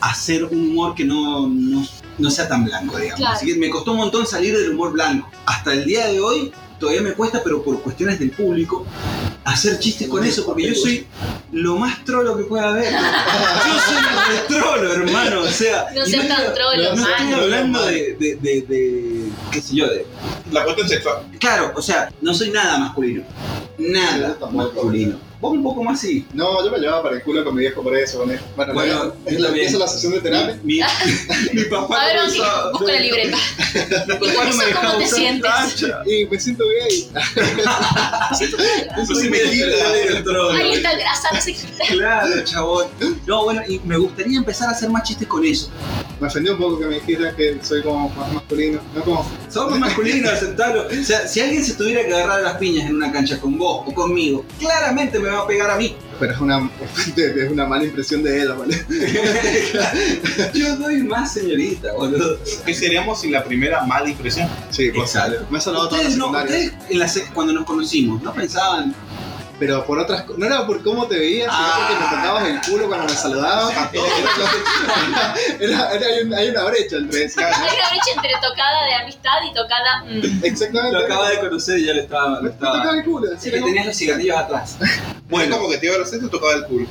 Speaker 7: hacer un humor que no, no- no sea tan blanco, digamos.
Speaker 3: Claro.
Speaker 7: Así que me costó un montón salir del humor blanco. Hasta el día de hoy todavía me cuesta, pero por cuestiones del público, hacer chistes con eso, porque yo soy lo más trolo que pueda haber. Yo soy el re trolo, hermano. O sea,
Speaker 3: No
Speaker 7: y
Speaker 3: seas tan
Speaker 7: estoy-
Speaker 3: trolo,
Speaker 7: no estoy
Speaker 3: hermano.
Speaker 7: hablando de, de, de, de- qué sé yo, de...
Speaker 6: La cuestión sexual.
Speaker 7: Claro, o sea, no soy nada masculino. Nada
Speaker 5: Yo tampoco.
Speaker 7: masculino. Vos un poco más sí.
Speaker 5: No, yo me llevaba para el culo con mi viejo por eso, poner. Bueno,
Speaker 7: Bueno,
Speaker 5: bueno
Speaker 7: yo también.
Speaker 5: empieza la sesión de terapia.
Speaker 7: Mi, mi papá
Speaker 3: A ver,
Speaker 7: no
Speaker 3: Andy,
Speaker 7: usaba-
Speaker 3: busca la libreta.
Speaker 7: mi papá no
Speaker 3: Eso,
Speaker 7: me dejaba
Speaker 3: ¿cómo te
Speaker 7: usar
Speaker 3: sientes?
Speaker 7: plancha.
Speaker 5: Y ah, me siento gay.
Speaker 6: Eso sí me quita.
Speaker 3: Ahí está el grasa, no se quita.
Speaker 7: Claro, chabón. No, bueno, y me gustaría empezar a hacer más chistes con eso.
Speaker 5: Me ofendió un poco que me dijeras que soy como más masculino. No como.
Speaker 7: Somos masculinos, aceptarlo. O sea, si alguien se tuviera que agarrar a las piñas en una cancha con vos o conmigo, claramente me va a pegar a mí.
Speaker 5: pero es una, es una mala impresión de él, ¿vale?
Speaker 7: Yo soy más señorita, boludo.
Speaker 6: ¿Qué seríamos sin la primera mala impresión?
Speaker 5: Sí, pues,
Speaker 7: Exacto.
Speaker 5: me ha sonado toda la
Speaker 7: Ustedes, no,
Speaker 5: secundaria.
Speaker 7: ustedes en la sec- cuando nos conocimos, no pensaban.
Speaker 5: Pero por otras co- no era por cómo te veías, sino
Speaker 7: Ah.
Speaker 5: porque me tocabas el culo cuando me saludabas. Era- era- hay, un- hay una brecha entre
Speaker 8: Hay una brecha entre tocada de amistad y tocada. mm.
Speaker 5: Exactamente.
Speaker 7: Lo acababa de conocer y ya le estaba.
Speaker 5: Me
Speaker 7: le estaba-
Speaker 5: tocaba el culo.
Speaker 7: Sí,
Speaker 5: así
Speaker 7: que
Speaker 5: como-
Speaker 7: tenías los cigarrillos atrás.
Speaker 6: Bueno, como que te iba a hacer, te tocaba el culo.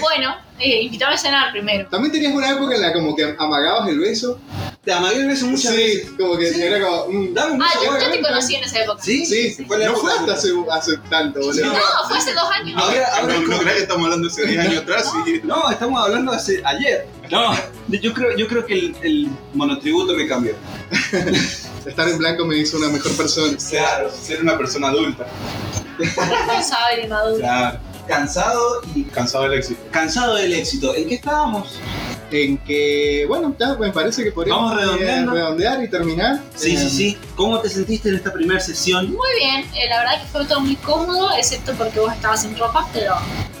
Speaker 3: Bueno, eh, invítame a cenar primero.
Speaker 5: También tenías una época en la como que amagabas el beso.
Speaker 7: Te amagué el beso muchas
Speaker 5: sí,
Speaker 7: veces.
Speaker 5: como que
Speaker 7: Sí.
Speaker 5: era como. mm,
Speaker 7: Dame un
Speaker 3: Ah,
Speaker 7: beso,
Speaker 3: yo,
Speaker 7: bueno.
Speaker 3: yo te conocí en esa época.
Speaker 7: ¿Sí?
Speaker 5: sí,
Speaker 7: fue la
Speaker 5: no
Speaker 7: época-
Speaker 5: fue hasta hace, hace tanto, boludo.
Speaker 7: No.
Speaker 3: No, fue hace dos años.
Speaker 7: Ahora, Ah, ahora
Speaker 6: no,
Speaker 7: es
Speaker 6: no
Speaker 7: como-
Speaker 6: creas que estamos hablando hace 10 años atrás y
Speaker 7: No, estamos hablando hace ayer. No, yo creo, yo creo que el, el monotributo me cambió.
Speaker 5: Estar en blanco me hizo una mejor persona.
Speaker 6: ser, ser una persona adulta.
Speaker 3: Responsable y maduro.
Speaker 6: Claro.
Speaker 7: Cansado y
Speaker 6: Cansado del éxito.
Speaker 7: cansado del éxito. ¿En qué estábamos?
Speaker 5: En que, bueno, ya me parece que podríamos
Speaker 7: Vamos redondeando.
Speaker 5: eh, redondear y terminar.
Speaker 7: Sí,
Speaker 5: Eh,
Speaker 7: sí, sí. ¿Cómo te sentiste en esta primera sesión?
Speaker 3: Muy bien, eh, la verdad que fue todo muy cómodo, excepto porque vos estabas sin ropa, pero.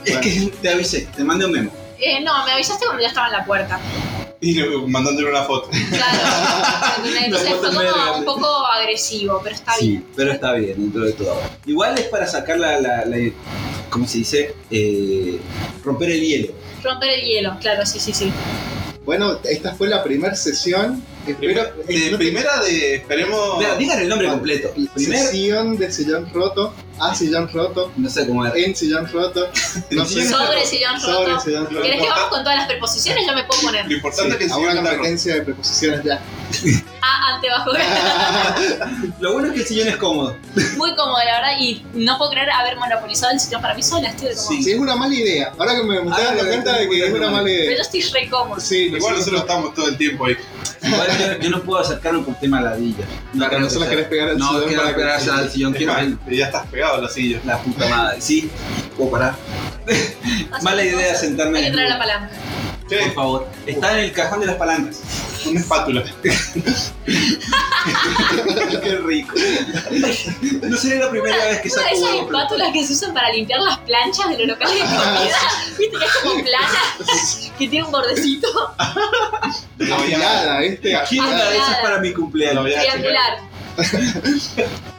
Speaker 7: Es que te avisé, te mandé un memo.
Speaker 3: Eh, no, me avisaste cuando ya estaba en la puerta.
Speaker 6: Y le- mandándole una foto.
Speaker 3: Claro. Entonces fue como un poco agresivo, pero está bien.
Speaker 7: Sí, pero está bien dentro de todo. Igual es para sacar la, la, la- ¿cómo se dice? Eh, romper el hielo.
Speaker 3: Romper el hielo, claro, sí, sí, sí.
Speaker 5: Bueno, esta fue la primera sesión. Espero.
Speaker 6: Eh, De
Speaker 5: no te-
Speaker 6: primera de, esperemos...
Speaker 7: Mira, digan el nombre completo. Primer,
Speaker 5: Sesión de sillón roto, a sillón roto,
Speaker 7: no sé cómo era.
Speaker 5: en sillón roto, no sé,
Speaker 3: Sobre sillón
Speaker 5: sobre
Speaker 3: roto.
Speaker 5: sillón roto.
Speaker 3: ¿Querés que vamos con todas las preposiciones? Yo me puedo poner
Speaker 6: Lo importante es que
Speaker 5: Sí,
Speaker 6: el
Speaker 5: a una
Speaker 6: señor está
Speaker 5: competencia de preposiciones ya.
Speaker 3: A ante bajo.
Speaker 7: Lo bueno es que el sillón es cómodo.
Speaker 3: Muy cómodo, la verdad, y no puedo creer haber monopolizado el sillón para mí sola. Estoy de como-
Speaker 7: Sí.
Speaker 5: Sí, es una mala idea. Ahora que me me estoy
Speaker 7: Ah,
Speaker 5: dando
Speaker 7: lo
Speaker 5: cuenta
Speaker 7: que
Speaker 5: de que es una mala
Speaker 3: Pero
Speaker 5: idea.
Speaker 3: yo estoy re cómodo.
Speaker 5: Sí,
Speaker 6: Igual nosotros estamos todo el tiempo ahí.
Speaker 7: Igual yo, yo no puedo acercarme por tema ladilla. No,
Speaker 5: Claro, no se la querés pegar al
Speaker 7: No,
Speaker 5: sillón
Speaker 7: quiero
Speaker 5: para que-
Speaker 7: pegar allá al sillón.
Speaker 6: Es
Speaker 7: Quiero
Speaker 6: más, ya estás pegado a la silla.
Speaker 7: la puta madre. Sí, Oh, puedo parar.
Speaker 3: Así
Speaker 7: Mala
Speaker 3: que
Speaker 7: idea
Speaker 3: entonces,
Speaker 7: sentarme
Speaker 3: Hay que
Speaker 7: en-
Speaker 3: traer la palanca.
Speaker 7: Por
Speaker 6: Che,
Speaker 7: favor. Está en el cajón de las palancas.
Speaker 6: una espátula.
Speaker 7: Qué rico. No sería la primera vez que
Speaker 3: Una de
Speaker 7: saco
Speaker 3: esas
Speaker 7: huevo, pero-
Speaker 3: espátulas que se usan para limpiar las planchas de los locales de comida. Viste que es como plana, que tiene un bordecito
Speaker 6: No había nada.
Speaker 5: Afilada, ¿viste?
Speaker 7: Quiero una de esas
Speaker 3: Afilada.
Speaker 7: para mi
Speaker 6: No
Speaker 7: cumpleaños.
Speaker 6: había
Speaker 3: triangular.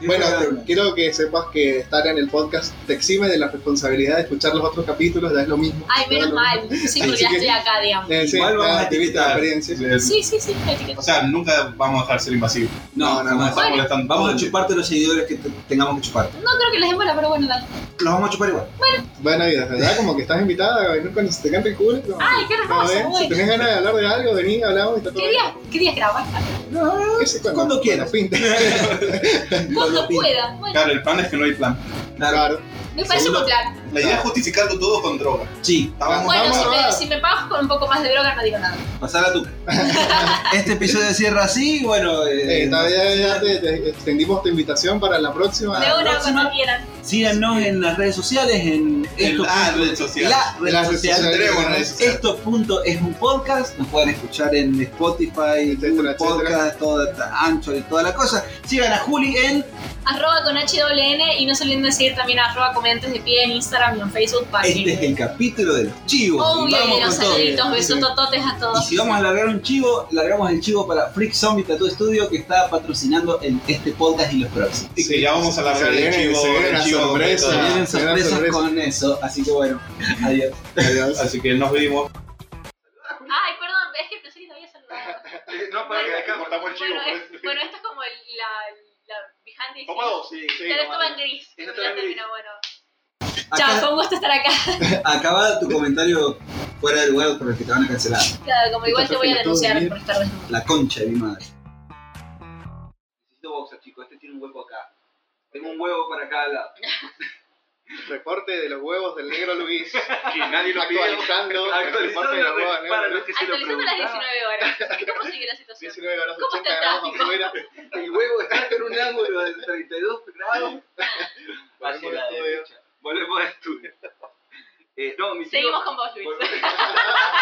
Speaker 5: Bueno, te- quiero que sepas que estar en el podcast te exime de la responsabilidad de escuchar los otros capítulos, ya es lo mismo.
Speaker 3: Ay,
Speaker 5: Ya es
Speaker 3: menos
Speaker 5: lo
Speaker 3: mal. Sí, porque
Speaker 5: Así
Speaker 3: ya
Speaker 5: que-
Speaker 3: estoy acá, digamos.
Speaker 5: mismo. Eh, sí,
Speaker 7: Igual vamos
Speaker 5: ya
Speaker 7: a
Speaker 5: tuviste la
Speaker 6: etiquetar.
Speaker 5: experiencia.
Speaker 3: Sí, sí, sí, me etiquetó.
Speaker 6: O sea, nunca vamos a dejar ser invasivos.
Speaker 7: No,
Speaker 5: no, no,
Speaker 7: jamás.
Speaker 6: Estamos
Speaker 3: Bueno,
Speaker 6: molestando
Speaker 7: Vamos
Speaker 6: todo
Speaker 7: a
Speaker 6: el tiempo.
Speaker 7: chuparte los seguidores que te- tengamos que chupar.
Speaker 3: No creo que les den bola, pero bueno, dale.
Speaker 7: Los vamos a chupar igual.
Speaker 5: Bueno, y desde ya como que estás invitada a venir cuando se te cante el culo. como-
Speaker 3: Ay, qué hermoso,
Speaker 5: como ven,
Speaker 3: bueno.
Speaker 5: Si tenés ganas de hablar de algo, vení, hablamos y está todo
Speaker 3: ¿Qué
Speaker 5: bien.
Speaker 3: día, qué día grabas?
Speaker 5: ¿Qué sé, cuando-
Speaker 7: Cuando
Speaker 5: cuando
Speaker 7: quieras.
Speaker 5: pinte.
Speaker 3: Cuando pueda. Bueno,
Speaker 6: Claro, el plan es que no hay plan.
Speaker 5: Claro.
Speaker 3: me parece
Speaker 7: Seguro.
Speaker 3: muy claro.
Speaker 6: La idea es justificarlo todo con droga.
Speaker 7: Sí,
Speaker 6: Estábamos
Speaker 3: Bueno,
Speaker 5: vamos
Speaker 3: si
Speaker 5: a
Speaker 3: me,
Speaker 5: grabar.
Speaker 3: si me pagas con un poco más de droga, no digo nada.
Speaker 7: pasala tú. Este episodio cierra así, bueno. eh,
Speaker 5: Eh, está bien, ya te, te extendimos tu invitación para la próxima.
Speaker 3: De una
Speaker 7: próxima.
Speaker 3: cuando quieran.
Speaker 7: Síganos en las redes sociales, en
Speaker 6: en
Speaker 7: esto.
Speaker 6: la red social.
Speaker 7: La red
Speaker 5: La red
Speaker 7: social.
Speaker 5: social.
Speaker 6: Tenemos redes sociales.
Speaker 7: Esto punto es un podcast, nos pueden escuchar en Spotify,
Speaker 5: Etcétera,
Speaker 7: Google
Speaker 5: etcétera.
Speaker 7: Podcast, todo ancho y toda la cosa. Sigan a Juli en
Speaker 3: Arroba con HWN y no se olviden de seguir también arroba comediantes de pie en Instagram y en Facebook para
Speaker 7: Este
Speaker 3: que-
Speaker 7: es el capítulo de los chivos. y
Speaker 3: Obvio,
Speaker 7: vamos
Speaker 3: y los
Speaker 7: con todo.
Speaker 3: saluditos, besos tototes a
Speaker 7: Y
Speaker 3: todos.
Speaker 7: si vamos a largar un chivo, largamos el chivo para Freak Zombie Tattoo Studio que está patrocinando el- este podcast y los próximos.
Speaker 6: Y que ya vamos a largar
Speaker 5: Se
Speaker 6: el
Speaker 5: viene-
Speaker 6: chivo.
Speaker 5: se viene
Speaker 6: el
Speaker 5: la
Speaker 6: chivo
Speaker 5: sorpresa.
Speaker 6: completo.
Speaker 5: Ah,
Speaker 7: Vienen
Speaker 5: gran
Speaker 7: sorpresas
Speaker 5: sorpresa.
Speaker 7: con eso, así que bueno, adiós.
Speaker 5: Adiós.
Speaker 6: Así que nos vimos.
Speaker 3: Ay, perdón, es que pensé que te había saludado.
Speaker 1: No, para que acá cortamos el chivo. pues.
Speaker 3: Bueno,
Speaker 1: por
Speaker 3: es-
Speaker 1: eso.
Speaker 3: bueno, esto es como el- la, la behind the
Speaker 1: Toma
Speaker 3: scenes.
Speaker 1: dos, sí.
Speaker 3: Ya estaba en gris.
Speaker 1: Esto
Speaker 3: Ya
Speaker 1: estaba en gris.
Speaker 3: terminó, bueno. Chao, fue
Speaker 7: Acá,
Speaker 3: un gusto estar acá.
Speaker 7: acaba tu comentario fuera de lugar por el que te van a cancelar.
Speaker 3: Claro, como igual
Speaker 5: Esto
Speaker 3: te voy a
Speaker 5: fue todo
Speaker 3: denunciar
Speaker 5: bien.
Speaker 3: por estar desnudo.
Speaker 7: La concha de mi madre. Necesito boxer, chicos. Este tiene un hueco acá. Tengo un huevo para cada lado.
Speaker 5: Reporte de los huevos del negro Luis.
Speaker 1: Que nadie lo pidió.
Speaker 5: Actualizando.
Speaker 1: Actualizando
Speaker 5: Reporte de los huevos del
Speaker 1: para
Speaker 5: negro
Speaker 1: los
Speaker 5: Luis.
Speaker 1: que se lo
Speaker 3: Actualizando las
Speaker 1: preguntaban.
Speaker 3: 19 horas. ¿Cómo sigue la situación?
Speaker 5: 19 horas,
Speaker 3: ¿Cómo
Speaker 5: 80
Speaker 3: está el
Speaker 5: grados
Speaker 3: tráfico?
Speaker 5: afuera.
Speaker 7: El huevo está en un ángulo de 32 grados.
Speaker 5: Volvemos al
Speaker 7: Hacia la
Speaker 5: estudio.
Speaker 7: derecha. Volvemos al estudio. Eh, no, mi tío-
Speaker 3: Seguimos con vos, Luis.
Speaker 7: Volvemos-